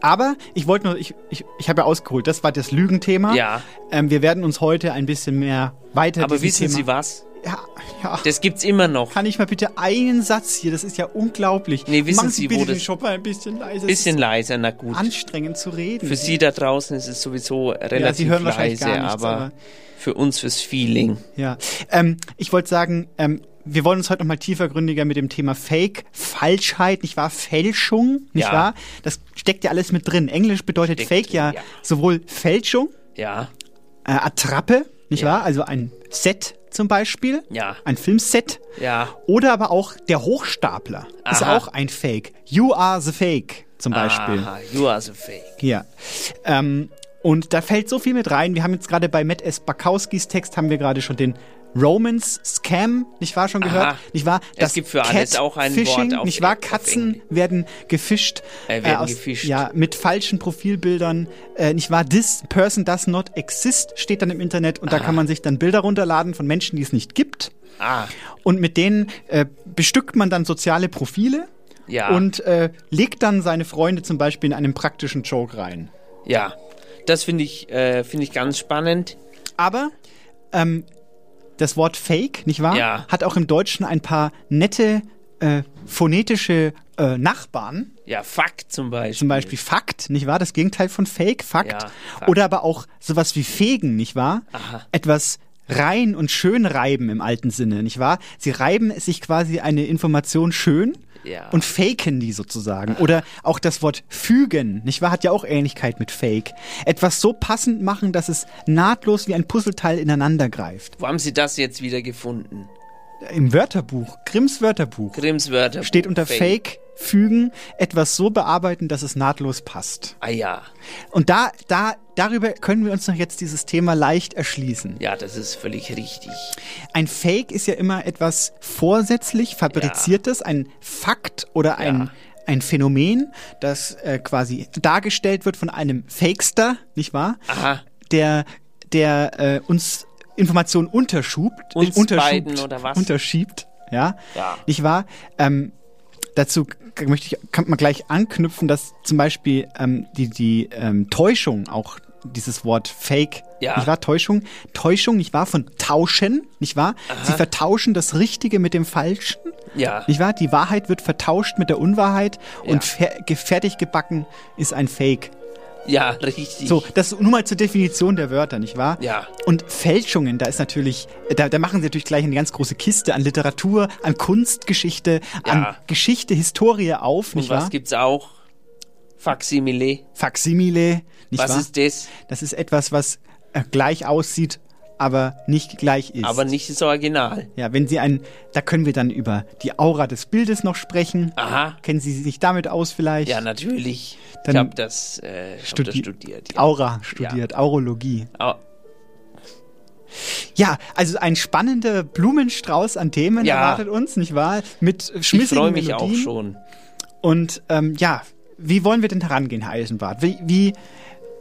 [SPEAKER 2] Aber ich wollte noch, ich, ich, ich habe ja ausgeholt, das war das Lügenthema.
[SPEAKER 1] Ja.
[SPEAKER 2] Ähm, wir werden uns heute ein bisschen mehr weiter
[SPEAKER 1] Aber
[SPEAKER 2] diesem
[SPEAKER 1] wissen
[SPEAKER 2] Thema.
[SPEAKER 1] Sie was?
[SPEAKER 2] Ja, ja.
[SPEAKER 1] Das gibt's immer noch.
[SPEAKER 2] Kann ich mal bitte einen Satz hier? Das ist ja unglaublich.
[SPEAKER 1] Nee, wissen
[SPEAKER 2] Machen
[SPEAKER 1] Sie,
[SPEAKER 2] bitte
[SPEAKER 1] wo
[SPEAKER 2] den
[SPEAKER 1] das-
[SPEAKER 2] Shop mal ein bisschen leiser. Es
[SPEAKER 1] Bisschen
[SPEAKER 2] ist
[SPEAKER 1] leiser, na gut.
[SPEAKER 2] anstrengend zu reden.
[SPEAKER 1] Für Sie da draußen ist es sowieso relativ
[SPEAKER 2] ja, Sie hören wahrscheinlich
[SPEAKER 1] leise,
[SPEAKER 2] gar nichts,
[SPEAKER 1] aber, für uns fürs Feeling.
[SPEAKER 2] Ja, ähm, ich wollte sagen, ähm, wir wollen uns heute nochmal tiefergründiger mit dem Thema Fake, Falschheit, nicht wahr? Fälschung, nicht
[SPEAKER 1] Ja.
[SPEAKER 2] wahr? Das steckt ja alles mit drin. Englisch bedeutet
[SPEAKER 1] Steckt
[SPEAKER 2] Fake
[SPEAKER 1] drin,
[SPEAKER 2] ja,
[SPEAKER 1] ja.
[SPEAKER 2] sowohl Fälschung,
[SPEAKER 1] Ja,
[SPEAKER 2] äh, Attrappe, nicht
[SPEAKER 1] Ja.
[SPEAKER 2] wahr? Also ein Set zum Beispiel,
[SPEAKER 1] ja,
[SPEAKER 2] ein Filmset.
[SPEAKER 1] ja.
[SPEAKER 2] Oder aber auch der Hochstapler ist
[SPEAKER 1] Aha.
[SPEAKER 2] auch ein Fake. You are the Fake zum Beispiel.
[SPEAKER 1] Aha, you are so fake.
[SPEAKER 2] Ja. Ähm, und da fällt so viel mit rein. Wir haben jetzt gerade bei Matt S. Bakowskis Text haben wir gerade schon den Romance Scam, nicht wahr, schon gehört?
[SPEAKER 1] Aha.
[SPEAKER 2] Nicht wahr?
[SPEAKER 1] Es gibt für alles auch ein
[SPEAKER 2] Catfishing,
[SPEAKER 1] Wort auf-
[SPEAKER 2] nicht wahr?
[SPEAKER 1] auf
[SPEAKER 2] Katzen
[SPEAKER 1] Englisch.
[SPEAKER 2] werden gefischt.
[SPEAKER 1] Äh, werden gefischt.
[SPEAKER 2] Ja, mit falschen Profilbildern. Äh, nicht wahr? This person does not exist steht dann im Internet und da kann man sich dann Bilder runterladen von Menschen, die es nicht gibt.
[SPEAKER 1] Ah,
[SPEAKER 2] Und mit denen äh, bestückt man dann soziale Profile
[SPEAKER 1] ja,
[SPEAKER 2] und äh, legt dann seine Freunde zum Beispiel in einen praktischen Joke rein.
[SPEAKER 1] ja. Das finde ich, äh, finde ich ganz spannend.
[SPEAKER 2] Aber ähm, das Wort Fake, nicht wahr?
[SPEAKER 1] Ja.
[SPEAKER 2] Hat auch im Deutschen ein paar nette äh, phonetische äh, Nachbarn.
[SPEAKER 1] Ja, Fakt zum Beispiel.
[SPEAKER 2] Zum Beispiel Fakt, nicht wahr? Das Gegenteil von Fake, Fakt.
[SPEAKER 1] Ja, Fakt.
[SPEAKER 2] Oder aber auch sowas wie Fegen, nicht wahr?
[SPEAKER 1] Aha.
[SPEAKER 2] Etwas rein und schön reiben im alten Sinne, nicht wahr? Sie reiben sich quasi eine Information schön.
[SPEAKER 1] Ja.
[SPEAKER 2] Und faken die sozusagen. Oder auch das Wort fügen, nicht wahr? Hat ja auch Ähnlichkeit mit fake. Etwas so passend machen, dass es nahtlos wie ein Puzzleteil ineinander greift.
[SPEAKER 1] Wo haben Sie das jetzt wieder gefunden?
[SPEAKER 2] Im Wörterbuch, Grimms Wörterbuch,
[SPEAKER 1] Grimms Wörter.
[SPEAKER 2] steht unter fake, fügen, etwas so bearbeiten, dass es nahtlos passt.
[SPEAKER 1] Ah ja,
[SPEAKER 2] Und da, da, darüber können wir uns noch jetzt dieses Thema leicht erschließen.
[SPEAKER 1] ja, das ist völlig richtig.
[SPEAKER 2] Ein Fake ist ja immer etwas vorsätzlich fabriziertes, ein Fakt oder ein,
[SPEAKER 1] Ja.
[SPEAKER 2] ein Phänomen, das äh, quasi dargestellt wird von einem Fakester, nicht wahr?
[SPEAKER 1] Aha,
[SPEAKER 2] Der, der äh, uns Informationen unterschubt,
[SPEAKER 1] Uns
[SPEAKER 2] äh, unterschiebt,
[SPEAKER 1] beiden oder was?
[SPEAKER 2] Unterschiebt, ja.
[SPEAKER 1] Ja.
[SPEAKER 2] Nicht wahr? Ähm, dazu k- möchte ich, kann man gleich anknüpfen, dass zum Beispiel ähm, die, die ähm, Täuschung auch dieses Wort Fake,
[SPEAKER 1] Ja.
[SPEAKER 2] nicht wahr? Täuschung, Täuschung, nicht wahr? Von tauschen, nicht wahr? Sie vertauschen das Richtige mit dem Falschen,
[SPEAKER 1] ja.
[SPEAKER 2] nicht wahr? Die Wahrheit wird vertauscht mit der Unwahrheit und
[SPEAKER 1] Ja.
[SPEAKER 2] fer ge- fertig gebacken ist ein Fake.
[SPEAKER 1] Ja, richtig.
[SPEAKER 2] So, das nur mal zur Definition der Wörter, nicht wahr?
[SPEAKER 1] Ja.
[SPEAKER 2] Und Fälschungen, da ist natürlich, da, da machen sie natürlich gleich eine ganz große Kiste an Literatur, an Kunstgeschichte, an
[SPEAKER 1] Ja.
[SPEAKER 2] Geschichte, Historie auf,
[SPEAKER 1] Und
[SPEAKER 2] nicht
[SPEAKER 1] was
[SPEAKER 2] wahr?
[SPEAKER 1] gibt's auch? Faksimile.
[SPEAKER 2] Faksimile, nicht
[SPEAKER 1] Was
[SPEAKER 2] wahr?
[SPEAKER 1] ist das?
[SPEAKER 2] das ist etwas, was äh, gleich aussieht, aber nicht gleich ist.
[SPEAKER 1] Aber nicht das Original.
[SPEAKER 2] ja, wenn Sie ein, da können wir dann über die Aura des Bildes noch sprechen.
[SPEAKER 1] Aha.
[SPEAKER 2] Kennen Sie sich damit aus vielleicht?
[SPEAKER 1] Ja, natürlich.
[SPEAKER 2] Dann
[SPEAKER 1] ich habe das, äh, ich hab das
[SPEAKER 2] Studi-
[SPEAKER 1] studiert. Ja.
[SPEAKER 2] Aura studiert, Aurologie.
[SPEAKER 1] Au-
[SPEAKER 2] Ja, also ein spannender Blumenstrauß an Themen
[SPEAKER 1] Ja.
[SPEAKER 2] erwartet uns, nicht wahr? Mit
[SPEAKER 1] Ich
[SPEAKER 2] schmissigen
[SPEAKER 1] freue mich
[SPEAKER 2] Melodien.
[SPEAKER 1] auch schon.
[SPEAKER 2] Und ähm, ja, Wie wollen wir denn herangehen, Herr Eisenbart? Wie, wie,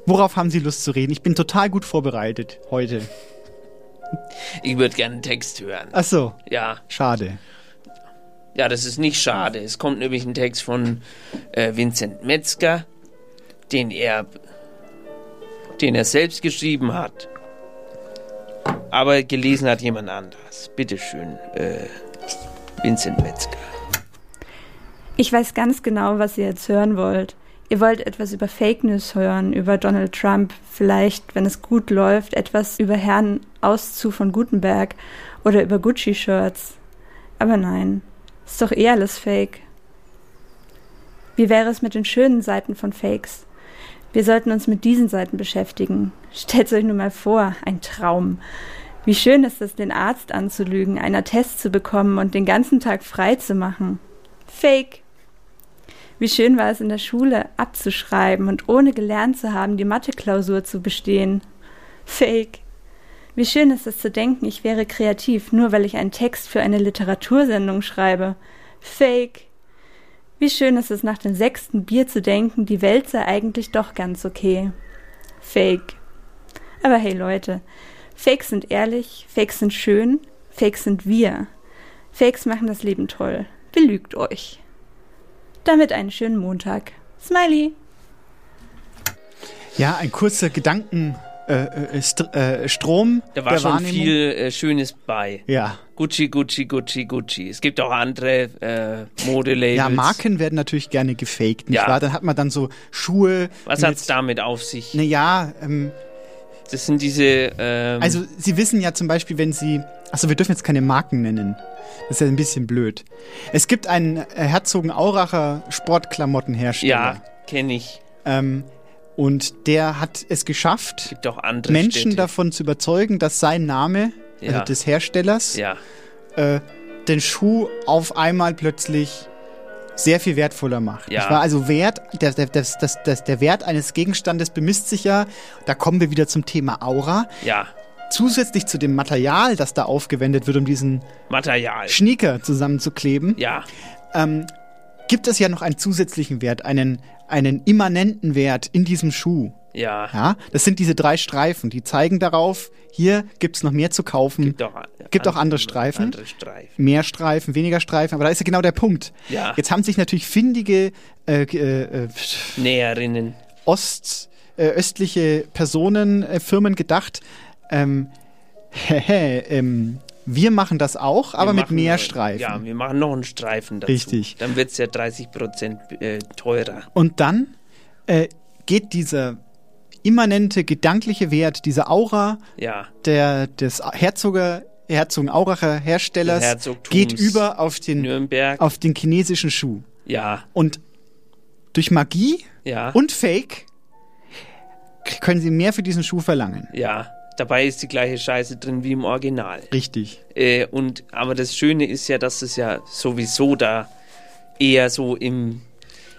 [SPEAKER 2] worauf haben Sie Lust zu reden? Ich bin total gut vorbereitet heute.
[SPEAKER 1] Ich würde gerne einen Text hören.
[SPEAKER 2] Ach so,
[SPEAKER 1] Ja,
[SPEAKER 2] schade.
[SPEAKER 1] ja, das ist nicht schade. Es kommt nämlich ein Text von äh, Vincent Metzger, den er, den er selbst geschrieben hat. Aber gelesen hat jemand anders. Bitteschön, äh, Vincent Metzger.
[SPEAKER 11] Ich weiß ganz genau, was ihr jetzt hören wollt. Ihr wollt etwas über Fake News hören, über Donald Trump, vielleicht, wenn es gut läuft, etwas über Herrn Auszu von Gutenberg oder über Gucci-Shirts. Aber nein, ist doch eh alles Fake. Wie wäre es mit den schönen Seiten von Fakes? Wir sollten uns mit diesen Seiten beschäftigen. Stellt euch nur mal vor, ein Traum. Wie schön ist es, den Arzt anzulügen, einen Attest zu bekommen und den ganzen Tag frei zu machen. Fake. Wie schön war es in der Schule abzuschreiben und ohne gelernt zu haben, die Mathe-Klausur zu bestehen. Fake. Wie schön ist es zu denken, ich wäre kreativ, nur weil ich einen Text für eine Literatursendung schreibe. Fake. Wie schön ist es nach dem sechsten Bier zu denken, die Welt sei eigentlich doch ganz okay. Fake. Aber hey Leute, Fakes sind ehrlich, Fakes sind schön, Fakes sind wir. Fakes machen das Leben toll. Belügt euch. Damit einen schönen Montag. Smiley.
[SPEAKER 2] Ja, ein kurzer Gedankenstrom äh, äh, Str- äh, Strom
[SPEAKER 1] Da war
[SPEAKER 2] der
[SPEAKER 1] schon
[SPEAKER 2] Wahrnehmung.
[SPEAKER 1] viel äh, Schönes bei.
[SPEAKER 2] Ja.
[SPEAKER 1] Gucci, Gucci, Gucci, Gucci. Es gibt auch andere äh, Modelabels.
[SPEAKER 2] ja, Marken werden natürlich gerne gefaked, nicht
[SPEAKER 1] Ja.
[SPEAKER 2] wahr? Dann hat man dann so Schuhe.
[SPEAKER 1] Was
[SPEAKER 2] mit-
[SPEAKER 1] hat's damit auf sich?
[SPEAKER 2] Naja, ähm,
[SPEAKER 1] Das sind diese. Ähm,
[SPEAKER 2] also Sie wissen ja zum Beispiel, wenn Sie. Achso, wir dürfen jetzt keine Marken nennen. Das ist ja ein bisschen blöd. Es gibt einen äh, Herzogenauracher Sportklamottenhersteller.
[SPEAKER 1] ja, kenne ich.
[SPEAKER 2] Ähm, und der hat es geschafft,
[SPEAKER 1] Gibt auch andere
[SPEAKER 2] Menschen
[SPEAKER 1] Städte.
[SPEAKER 2] davon zu überzeugen, dass sein Name
[SPEAKER 1] Ja.
[SPEAKER 2] also des Herstellers
[SPEAKER 1] Ja,
[SPEAKER 2] äh, den Schuh auf einmal plötzlich sehr viel wertvoller macht.
[SPEAKER 1] Ja.
[SPEAKER 2] nicht wahr? Also Wert, der, der, das, das, das, der Wert eines Gegenstandes bemisst sich ja, da kommen wir wieder zum Thema Aura,
[SPEAKER 1] ja.
[SPEAKER 2] zusätzlich zu dem Material, das da aufgewendet wird, um diesen
[SPEAKER 1] Material.
[SPEAKER 2] Schnieker zusammenzukleben,
[SPEAKER 1] Ja,
[SPEAKER 2] ähm, gibt es ja noch einen zusätzlichen Wert, einen, einen immanenten Wert in diesem Schuh.
[SPEAKER 1] ja.
[SPEAKER 2] Ja, das sind diese drei Streifen, die zeigen darauf, hier gibt es noch mehr zu kaufen.
[SPEAKER 1] Gibt auch,
[SPEAKER 2] Gibt auch andere Streifen.
[SPEAKER 1] Andere Streifen.
[SPEAKER 2] mehr Streifen, weniger Streifen, aber da ist ja genau der Punkt.
[SPEAKER 1] Ja.
[SPEAKER 2] Jetzt haben sich natürlich findige äh, äh, äh,
[SPEAKER 1] Näherinnen.
[SPEAKER 2] Ost, äh, östliche Personen, äh, Firmen gedacht, ähm, hehe, ähm, wir machen das auch, aber
[SPEAKER 1] Wir
[SPEAKER 2] mit
[SPEAKER 1] machen-
[SPEAKER 2] mehr Streifen.
[SPEAKER 1] Ja, wir machen noch einen Streifen dazu.
[SPEAKER 2] Richtig.
[SPEAKER 1] Dann wird's ja 30 Prozent äh, teurer.
[SPEAKER 2] Und dann äh, geht dieser immanente gedankliche Wert, diese Aura
[SPEAKER 1] Ja,
[SPEAKER 2] der, des Herzoger, Herzogenauracher Herstellers,
[SPEAKER 1] Des Herzogtums
[SPEAKER 2] geht über auf den,
[SPEAKER 1] Nürnberg.
[SPEAKER 2] auf den chinesischen Schuh.
[SPEAKER 1] Ja,
[SPEAKER 2] Und durch Magie
[SPEAKER 1] ja,
[SPEAKER 2] und Fake k- können sie mehr für diesen Schuh verlangen.
[SPEAKER 1] ja. Dabei ist die gleiche Scheiße drin wie im Original.
[SPEAKER 2] Richtig.
[SPEAKER 1] Äh, und aber das Schöne ist ja, dass es ja sowieso da eher so im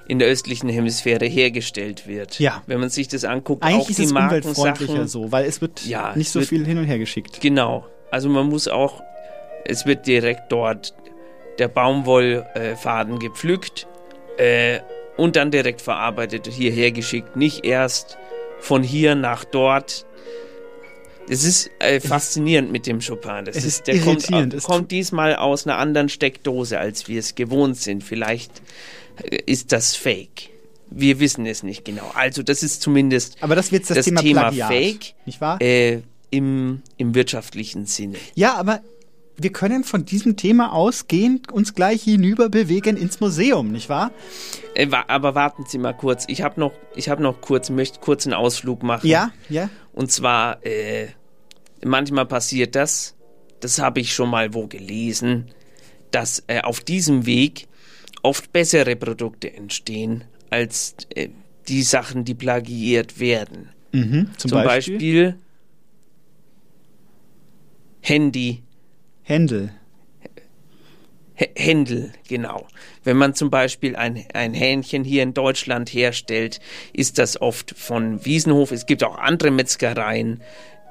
[SPEAKER 1] in der östlichen Hemisphäre hergestellt wird.
[SPEAKER 2] Ja.
[SPEAKER 1] Wenn man sich das anguckt, auch
[SPEAKER 2] Eigentlich ist
[SPEAKER 1] die
[SPEAKER 2] es umweltfreundlicher
[SPEAKER 1] Markensachen.
[SPEAKER 2] so, weil es wird
[SPEAKER 1] Ja,
[SPEAKER 2] nicht
[SPEAKER 1] es
[SPEAKER 2] so
[SPEAKER 1] wird-
[SPEAKER 2] viel hin und her geschickt.
[SPEAKER 1] Genau. Also man muss auch, es wird direkt dort der Baumwollfaden gepflückt äh, und dann direkt verarbeitet hierher geschickt. Nicht erst von hier nach dort. Es ist äh, faszinierend mit dem Chopin. Das
[SPEAKER 2] es
[SPEAKER 1] ist,
[SPEAKER 2] ist
[SPEAKER 1] der kommt,
[SPEAKER 2] irritierend. Es
[SPEAKER 1] kommt diesmal aus einer anderen Steckdose, als wir es gewohnt sind. Vielleicht äh, ist das Fake. Wir wissen es nicht genau. Also das ist zumindest
[SPEAKER 2] Aber das wird jetzt das,
[SPEAKER 1] das
[SPEAKER 2] Thema,
[SPEAKER 1] Thema
[SPEAKER 2] Plagiat,
[SPEAKER 1] Fake,
[SPEAKER 2] nicht wahr?
[SPEAKER 1] äh, im, im wirtschaftlichen Sinne.
[SPEAKER 2] ja, aber wir können von diesem Thema ausgehend uns gleich hinüber bewegen ins Museum, nicht wahr?
[SPEAKER 1] Äh, wa- aber warten Sie mal kurz. Ich habe noch, ich habe noch kurz, möchte kurz einen Ausflug machen.
[SPEAKER 2] Ja, ja.
[SPEAKER 1] Und zwar äh, manchmal passiert das. Das habe ich schon mal wo gelesen, dass äh, auf diesem Weg oft bessere Produkte entstehen als äh, die Sachen, die plagiiert werden.
[SPEAKER 2] Mhm, zum,
[SPEAKER 1] Zum
[SPEAKER 2] Beispiel,
[SPEAKER 1] Beispiel Handy.
[SPEAKER 2] Händel.
[SPEAKER 1] H- Händel, genau. Wenn man zum Beispiel ein, ein Hähnchen hier in Deutschland herstellt, ist das oft von Wiesenhof. Es gibt auch andere Metzgereien,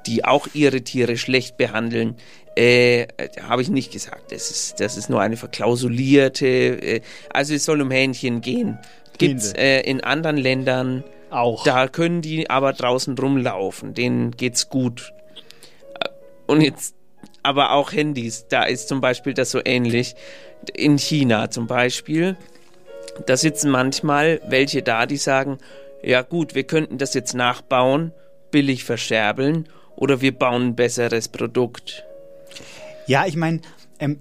[SPEAKER 1] die auch ihre Tiere schlecht behandeln. Äh, äh, Habe ich nicht gesagt. Das ist, das ist nur eine verklausulierte. Äh, also es soll um Hähnchen gehen. Gibt es äh, in anderen Ländern
[SPEAKER 12] auch.
[SPEAKER 1] Da können die aber draußen rumlaufen, denen geht's gut. Und jetzt, aber auch Handys, da ist zum Beispiel das so ähnlich. In China zum Beispiel, da sitzen manchmal welche da, die sagen, ja gut, wir könnten das jetzt nachbauen, billig verscherbeln oder wir bauen ein besseres Produkt.
[SPEAKER 2] Ja, ich meine, ähm,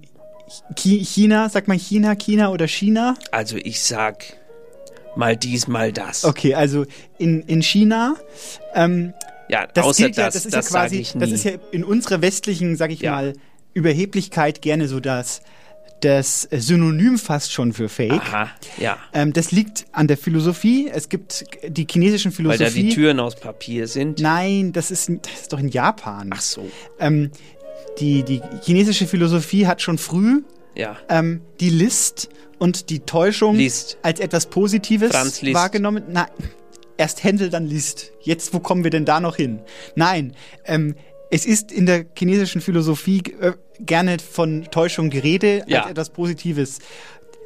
[SPEAKER 2] Chi- China, sagt man China, China oder China?
[SPEAKER 1] Also ich sag mal dies, mal das.
[SPEAKER 2] Okay, also in, in China. Ähm,
[SPEAKER 1] Ja,
[SPEAKER 2] das
[SPEAKER 1] außer
[SPEAKER 2] gilt ja,
[SPEAKER 1] das,
[SPEAKER 2] das ist
[SPEAKER 1] das
[SPEAKER 2] ja
[SPEAKER 1] sag
[SPEAKER 2] quasi,
[SPEAKER 1] ich nie.
[SPEAKER 2] das ist ja in unserer westlichen, sag ich
[SPEAKER 1] Ja.
[SPEAKER 2] mal, Überheblichkeit gerne so das, das Synonym fast schon für Fake.
[SPEAKER 1] Aha, ja.
[SPEAKER 2] Ähm, das liegt an der Philosophie. Es gibt die chinesischen
[SPEAKER 1] Weil da die
[SPEAKER 2] Philosophie.
[SPEAKER 1] Türen aus Papier sind.
[SPEAKER 2] Nein, das ist, das ist doch in Japan. Ach
[SPEAKER 1] so.
[SPEAKER 2] Ähm, die, die chinesische Philosophie hat schon früh
[SPEAKER 1] Ja.
[SPEAKER 2] ähm, die List und die Täuschung als etwas Positives
[SPEAKER 1] Franz Liszt.
[SPEAKER 2] wahrgenommen. Na, erst Händel, dann Liszt. Jetzt, wo kommen wir denn da noch hin? Nein, ähm, es ist in der chinesischen Philosophie äh, gerne von Täuschung die Rede
[SPEAKER 1] Ja.
[SPEAKER 2] als etwas Positives.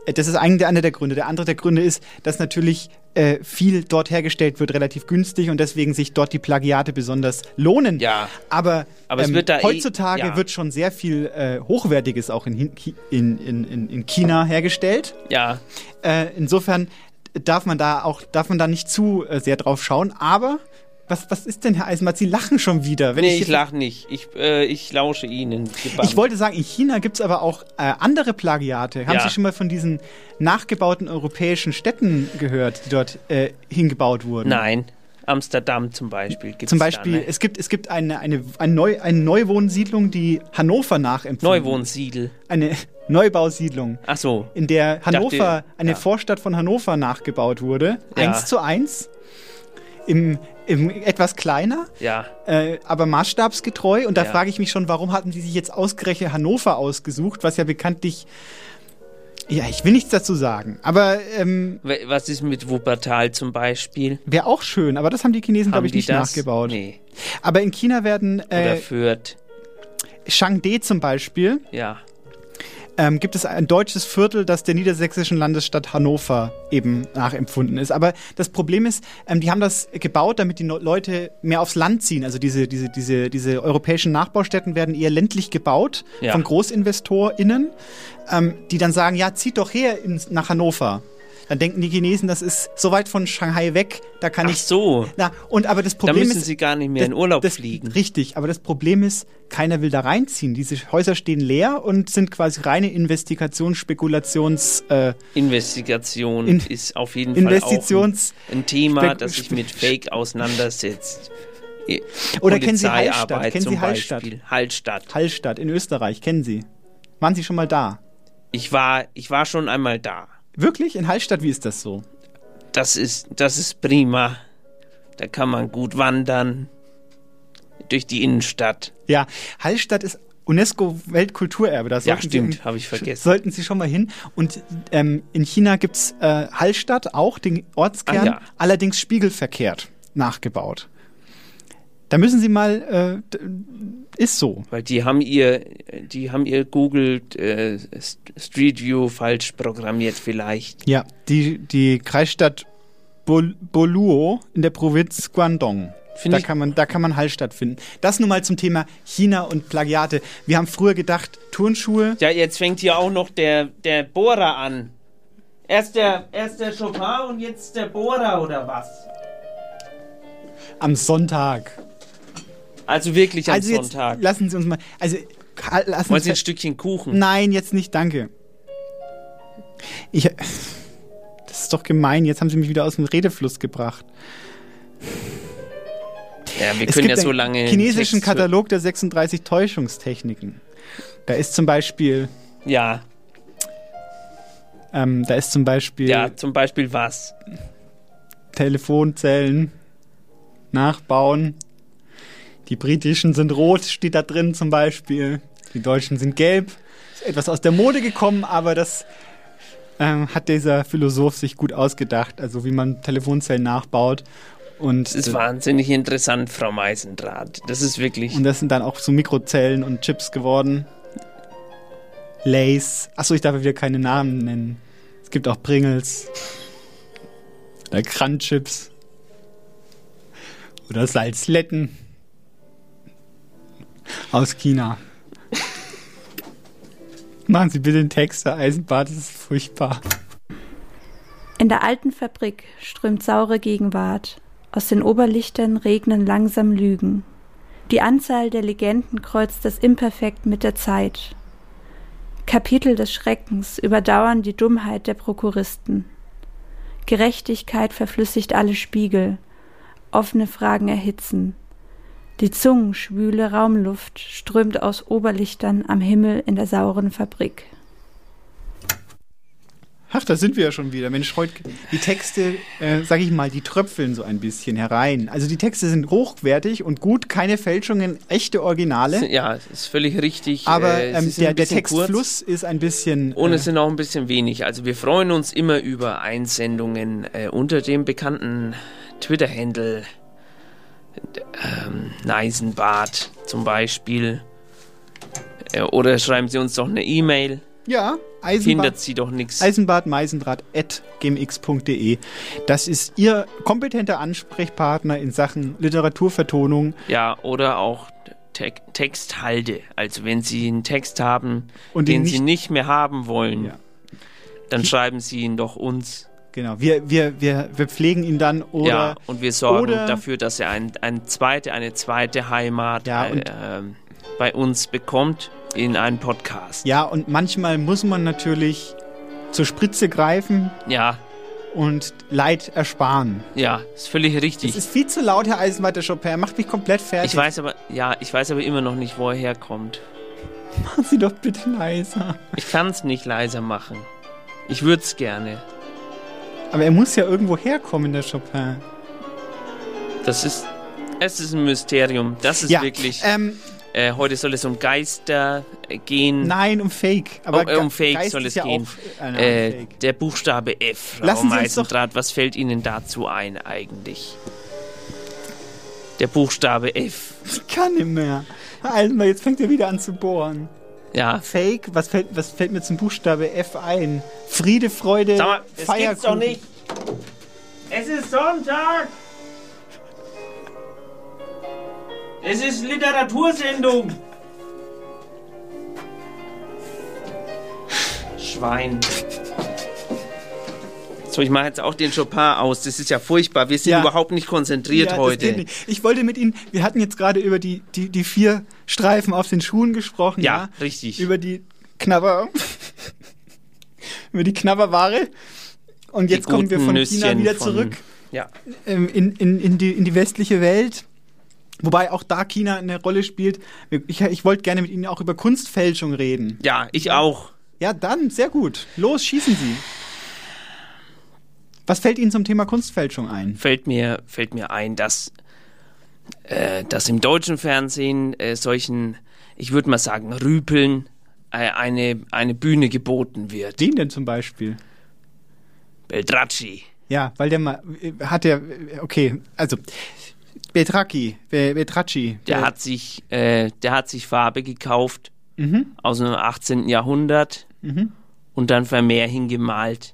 [SPEAKER 2] Äh, Das ist eigentlich einer der Gründe. Der andere der Gründe ist, dass natürlich äh, viel dort hergestellt wird, relativ günstig und deswegen sich dort die Plagiate besonders lohnen.
[SPEAKER 1] Ja.
[SPEAKER 2] Aber, ähm,
[SPEAKER 1] Aber es wird da eh-
[SPEAKER 2] heutzutage
[SPEAKER 1] ja.
[SPEAKER 2] wird schon sehr viel äh, Hochwertiges auch in, Hin- Chi- in, in, in, in China hergestellt.
[SPEAKER 1] Ja.
[SPEAKER 2] Äh, insofern darf man da auch darf man da nicht zu äh, sehr drauf schauen. Aber was, was ist denn, Herr Eisenbart? Sie lachen schon wieder.
[SPEAKER 1] nee, ich,
[SPEAKER 2] jetzt-
[SPEAKER 1] lache nicht. Ich, äh, ich lausche Ihnen. gebannt.
[SPEAKER 2] ich wollte sagen, in China gibt es aber auch äh, andere Plagiate. Haben
[SPEAKER 1] Ja.
[SPEAKER 2] Sie schon mal von diesen nachgebauten europäischen Städten gehört, die dort äh, hingebaut wurden?
[SPEAKER 1] Nein, Amsterdam zum Beispiel gibt's
[SPEAKER 2] Zum Beispiel,
[SPEAKER 1] da, ne?
[SPEAKER 2] es gibt, es gibt eine, eine, eine, Neu, eine Neuwohnsiedlung, die Hannover nachempfunden
[SPEAKER 1] Neuwohnsiedel.
[SPEAKER 2] Eine Neubausiedlung,
[SPEAKER 1] Ach so.
[SPEAKER 2] in der Hannover,
[SPEAKER 1] Dachte,
[SPEAKER 2] eine
[SPEAKER 1] ja.
[SPEAKER 2] Vorstadt von Hannover nachgebaut wurde.
[SPEAKER 1] Ja.
[SPEAKER 2] Eins zu eins. Im, im etwas kleiner,
[SPEAKER 1] Ja.
[SPEAKER 2] äh, aber maßstabsgetreu. Und da
[SPEAKER 1] Ja.
[SPEAKER 2] frage ich mich schon, warum hatten sie sich jetzt ausgerechnet Hannover ausgesucht, was ja bekanntlich. Ja, ich will nichts dazu sagen. Aber ähm,
[SPEAKER 1] W- Was ist mit Wuppertal zum Beispiel?
[SPEAKER 2] wäre auch schön. Aber das haben die Chinesen,
[SPEAKER 1] Haben
[SPEAKER 2] glaube ich,
[SPEAKER 1] die
[SPEAKER 2] nicht
[SPEAKER 1] das?
[SPEAKER 2] nachgebaut.
[SPEAKER 1] Nee.
[SPEAKER 2] Aber in China werden
[SPEAKER 1] Oder
[SPEAKER 2] äh,
[SPEAKER 1] Fürth?
[SPEAKER 2] Changde zum Beispiel,
[SPEAKER 1] Ja.
[SPEAKER 2] ähm, gibt es ein deutsches Viertel, das der niedersächsischen Landesstadt Hannover eben nachempfunden ist. Aber das Problem ist, ähm, die haben das gebaut, damit die no Leute mehr aufs Land ziehen. Also diese, diese, diese, diese europäischen Nachbaustätten werden eher ländlich gebaut
[SPEAKER 1] Ja.
[SPEAKER 2] von GroßinvestorInnen, ähm, die dann sagen, ja, zieht doch her ins, nach Hannover. Dann denken die Chinesen, das ist so weit von Shanghai weg, da kann
[SPEAKER 1] Ach
[SPEAKER 2] ich.
[SPEAKER 1] so.
[SPEAKER 2] Na, und aber das
[SPEAKER 1] Da
[SPEAKER 2] Problem
[SPEAKER 1] müssen
[SPEAKER 2] ist,
[SPEAKER 1] Sie gar nicht mehr in Urlaub fliegen.
[SPEAKER 2] Richtig, aber das Problem ist, keiner will da reinziehen. Diese Häuser stehen leer und sind quasi reine Investigations-Spekulations- äh,
[SPEAKER 1] Investigation
[SPEAKER 2] In-
[SPEAKER 1] ist auf jeden
[SPEAKER 2] Investitions-
[SPEAKER 1] Fall auch ein, ein Thema,
[SPEAKER 2] Spek-
[SPEAKER 1] das sich mit Fake auseinandersetzt. Eh,
[SPEAKER 2] Oder kennen Sie Hallstatt?
[SPEAKER 1] Polizeiarbeit
[SPEAKER 2] Kennen Sie
[SPEAKER 1] zum
[SPEAKER 2] Hallstatt?
[SPEAKER 1] Beispiel. Hallstatt.
[SPEAKER 2] Hallstatt in Österreich. Kennen Sie? Waren Sie schon mal da?
[SPEAKER 1] Ich war, ich war schon einmal da.
[SPEAKER 2] Wirklich? In Hallstatt, wie ist das so?
[SPEAKER 1] Das ist, das ist prima. Da kann man gut wandern. Durch die Innenstadt.
[SPEAKER 2] Ja, Hallstatt ist UNESCO-Weltkulturerbe. Da
[SPEAKER 1] Ja,
[SPEAKER 2] sollten Sie-
[SPEAKER 1] stimmt, habe ich vergessen.
[SPEAKER 2] Sollten Sie schon mal hin. Und ähm, in China gibt es äh, Hallstatt, auch den Ortskern,
[SPEAKER 1] Ah, ja.
[SPEAKER 2] allerdings spiegelverkehrt nachgebaut. Da müssen Sie mal, äh, d- ist so.
[SPEAKER 1] Weil die haben ihr, die haben ihr Google äh, Street View falsch programmiert vielleicht.
[SPEAKER 2] Ja, die, die Kreisstadt Bol Boluo in der Provinz Guangdong.
[SPEAKER 1] Find
[SPEAKER 2] Da
[SPEAKER 1] ich-
[SPEAKER 2] kann, man, da kann man Hallstatt finden. Das nun mal zum Thema China und Plagiate. Wir haben früher gedacht, Turnschuhe.
[SPEAKER 1] Ja, jetzt fängt hier auch noch der, der Bohrer an. Erst der, erst der Chopin und jetzt der Bohrer oder was?
[SPEAKER 2] am Sonntag.
[SPEAKER 1] Also wirklich am
[SPEAKER 2] also jetzt
[SPEAKER 1] Sonntag.
[SPEAKER 2] lassen Sie uns mal. Also ka- lassen
[SPEAKER 1] Wollen Sie ein
[SPEAKER 2] ver-
[SPEAKER 1] Stückchen Kuchen?
[SPEAKER 2] Nein, jetzt nicht, danke. Ich, das ist doch gemein. Jetzt haben Sie mich wieder aus dem Redefluss gebracht.
[SPEAKER 1] Ja, wir
[SPEAKER 2] Es
[SPEAKER 1] können
[SPEAKER 2] gibt
[SPEAKER 1] ja so
[SPEAKER 2] einen
[SPEAKER 1] lange. den
[SPEAKER 2] chinesischen
[SPEAKER 1] Text hören.
[SPEAKER 2] Katalog der 36 Täuschungstechniken. Da ist zum Beispiel,
[SPEAKER 1] Ja,
[SPEAKER 2] ähm, da ist zum Beispiel
[SPEAKER 1] ja, zum Beispiel was?
[SPEAKER 2] Telefonzellen nachbauen. Die britischen sind rot, steht da drin zum Beispiel. Die deutschen sind gelb. Ist etwas aus der Mode gekommen, aber das ähm, hat dieser Philosoph sich gut ausgedacht. Also wie man Telefonzellen nachbaut. Und
[SPEAKER 1] Das ist wahnsinnig interessant, Frau Meisendraht. Das ist wirklich.
[SPEAKER 2] Und das sind dann auch so Mikrozellen und Chips geworden. Lays. Achso, ich darf ja wieder keine Namen nennen. Es gibt auch Pringles. Na, Crunchips. Oder Salzletten. Aus China. Machen Sie bitte den Text, der Eisenbad, das ist furchtbar.
[SPEAKER 11] In der alten Fabrik strömt saure Gegenwart. Aus den Oberlichtern regnen langsam Lügen. Die Anzahl der Legenden kreuzt das Imperfekt mit der Zeit. Kapitel des Schreckens überdauern die Dummheit der Prokuristen. Gerechtigkeit verflüssigt alle Spiegel. Offene Fragen erhitzen. Die zungenschwüle Raumluft strömt aus Oberlichtern am Himmel in der sauren Fabrik.
[SPEAKER 2] Ach, da sind wir ja schon wieder. Mensch, heute die Texte, äh, sag ich mal, die tröpfeln so ein bisschen herein. Also die Texte sind hochwertig und gut, keine Fälschungen, echte Originale.
[SPEAKER 1] Ja, es ist völlig richtig.
[SPEAKER 2] Aber
[SPEAKER 1] Äh, sie
[SPEAKER 2] ähm,
[SPEAKER 1] sind
[SPEAKER 2] der,
[SPEAKER 1] ein
[SPEAKER 2] der
[SPEAKER 1] bisschen kurz.
[SPEAKER 2] Textfluss ist ein bisschen.
[SPEAKER 1] Und
[SPEAKER 2] äh,
[SPEAKER 1] es sind auch ein bisschen wenig. Also wir freuen uns immer über Einsendungen äh, unter dem bekannten äh, Twitter-Handle d- ähm, Neisenbart zum Beispiel. Äh, oder schreiben Sie uns doch eine E-Mail.
[SPEAKER 2] ja,
[SPEAKER 1] Hindert
[SPEAKER 2] Eisenbad.
[SPEAKER 1] Sie doch nichts.
[SPEAKER 2] Eisenbad-meisendraht.gmx.de. Das ist Ihr kompetenter Ansprechpartner in Sachen Literaturvertonung.
[SPEAKER 1] Ja, oder auch Te Texthalde. Also wenn Sie einen Text haben,
[SPEAKER 2] Und ihn
[SPEAKER 1] den Sie
[SPEAKER 2] nicht-
[SPEAKER 1] nicht mehr haben wollen,
[SPEAKER 2] Ja.
[SPEAKER 1] dann schreiben Sie ihn doch uns.
[SPEAKER 2] Genau, wir, wir, wir, wir pflegen ihn dann oder.
[SPEAKER 1] ja, und wir sorgen
[SPEAKER 2] oder-
[SPEAKER 1] dafür, dass er ein, ein zweite, eine zweite Heimat
[SPEAKER 2] Ja,
[SPEAKER 1] äh,
[SPEAKER 2] und-
[SPEAKER 1] ähm, bei uns bekommt in einem Podcast.
[SPEAKER 2] Ja, und manchmal muss man natürlich zur Spritze greifen
[SPEAKER 1] Ja,
[SPEAKER 2] und Leid ersparen.
[SPEAKER 1] ja, ist völlig richtig.
[SPEAKER 2] Es ist viel zu laut, Herr Eisenbart, der Chopin. Er macht mich komplett fertig.
[SPEAKER 1] ich weiß aber, ja, ich weiß aber immer noch nicht, wo er herkommt.
[SPEAKER 2] Machen Sie doch bitte leiser.
[SPEAKER 1] Ich kann es nicht leiser machen. Ich würde es gerne.
[SPEAKER 2] Aber er muss ja irgendwo herkommen, der Chopin.
[SPEAKER 1] Das ist, es ist ein Mysterium. Das ist
[SPEAKER 2] ja,
[SPEAKER 1] wirklich.
[SPEAKER 2] Ähm,
[SPEAKER 1] Äh, heute soll es um Geister äh, gehen.
[SPEAKER 2] nein, um Fake. Aber
[SPEAKER 1] Oh, äh, um
[SPEAKER 2] Ge-
[SPEAKER 1] Fake
[SPEAKER 2] Geist
[SPEAKER 1] soll
[SPEAKER 2] ist
[SPEAKER 1] es
[SPEAKER 2] ja
[SPEAKER 1] gehen.
[SPEAKER 2] Auch, äh, nein, um
[SPEAKER 1] Äh,
[SPEAKER 2] Fake.
[SPEAKER 1] der Buchstabe F, Frau
[SPEAKER 2] Lassen Sie uns doch-
[SPEAKER 1] Meisendraht, was fällt Ihnen dazu ein eigentlich? Der Buchstabe F.
[SPEAKER 2] Ich kann nicht mehr. Herr Eisenbart, jetzt fängt er wieder an zu bohren.
[SPEAKER 1] Ja.
[SPEAKER 2] Fake? Was fällt, was fällt mir zum Buchstabe F ein? Friede, Freude,
[SPEAKER 1] Sag mal, das
[SPEAKER 2] Feierkuchen.
[SPEAKER 1] gibt's doch nicht. Es ist Sonntag. Es ist Literatursendung. Schwein. So, ich mache jetzt auch den Chopin aus. Das ist ja furchtbar. Wir sind
[SPEAKER 2] Ja.
[SPEAKER 1] überhaupt nicht konzentriert
[SPEAKER 2] Ja, das
[SPEAKER 1] heute.
[SPEAKER 2] geht nicht. Ich wollte mit Ihnen, wir hatten jetzt gerade über die, die, die vier Streifen auf den Schuhen gesprochen.
[SPEAKER 1] Ja,
[SPEAKER 2] Ja,
[SPEAKER 1] richtig.
[SPEAKER 2] Über die Knabber. über die Knabberware. Und
[SPEAKER 1] Die
[SPEAKER 2] jetzt kommen wir
[SPEAKER 1] guten
[SPEAKER 2] von China
[SPEAKER 1] Nüsschen
[SPEAKER 2] wieder
[SPEAKER 1] von-
[SPEAKER 2] zurück
[SPEAKER 1] Ja.
[SPEAKER 2] ähm, in, in, in, die, in die westliche Welt. Wobei auch da China eine Rolle spielt. Ich, ich wollte gerne mit Ihnen auch über Kunstfälschung reden.
[SPEAKER 1] ja, ich auch.
[SPEAKER 2] Ja, dann, sehr gut. Los, schießen Sie. Was fällt Ihnen zum Thema Kunstfälschung ein?
[SPEAKER 1] fällt mir, fällt mir ein, dass, äh, dass im deutschen Fernsehen äh, solchen, ich würde mal sagen, Rüpeln äh, eine, eine Bühne geboten wird.
[SPEAKER 2] Den denn zum Beispiel?
[SPEAKER 1] Beltracci.
[SPEAKER 2] Ja, weil der mal hat der okay, also Betraki, Be- Betracci,
[SPEAKER 1] Der hat sich, äh, der hat sich Farbe gekauft
[SPEAKER 2] Mhm.
[SPEAKER 1] aus dem 18. Jahrhundert und dann Vermeer hingemalt.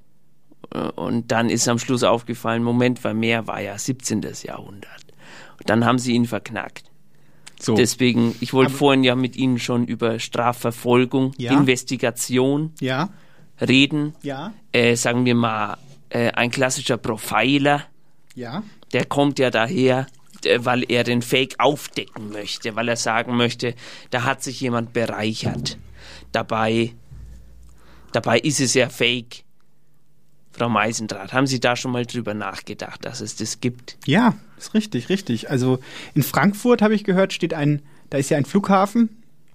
[SPEAKER 1] Äh, Und dann ist am Schluss aufgefallen, Moment, Vermeer war ja 17. Jahrhundert. Und dann haben sie ihn verknackt.
[SPEAKER 2] so
[SPEAKER 1] Deswegen, ich wollte
[SPEAKER 2] Aber-
[SPEAKER 1] vorhin ja mit Ihnen schon über Strafverfolgung,
[SPEAKER 2] Ja.
[SPEAKER 1] Investigation
[SPEAKER 2] ja,
[SPEAKER 1] reden.
[SPEAKER 2] ja,
[SPEAKER 1] Äh, sagen wir mal, äh, ein klassischer Profiler,
[SPEAKER 2] ja.
[SPEAKER 1] der kommt ja daher, äh, weil er den Fake aufdecken möchte, weil er sagen möchte, da hat sich jemand bereichert. Dabei, dabei ist es ja Fake. Frau Meisendrath, haben Sie da schon mal drüber nachgedacht, dass es das gibt?
[SPEAKER 2] Ja, ist richtig, richtig. Also in Frankfurt habe ich gehört, steht ein da ist ja ein Flughafen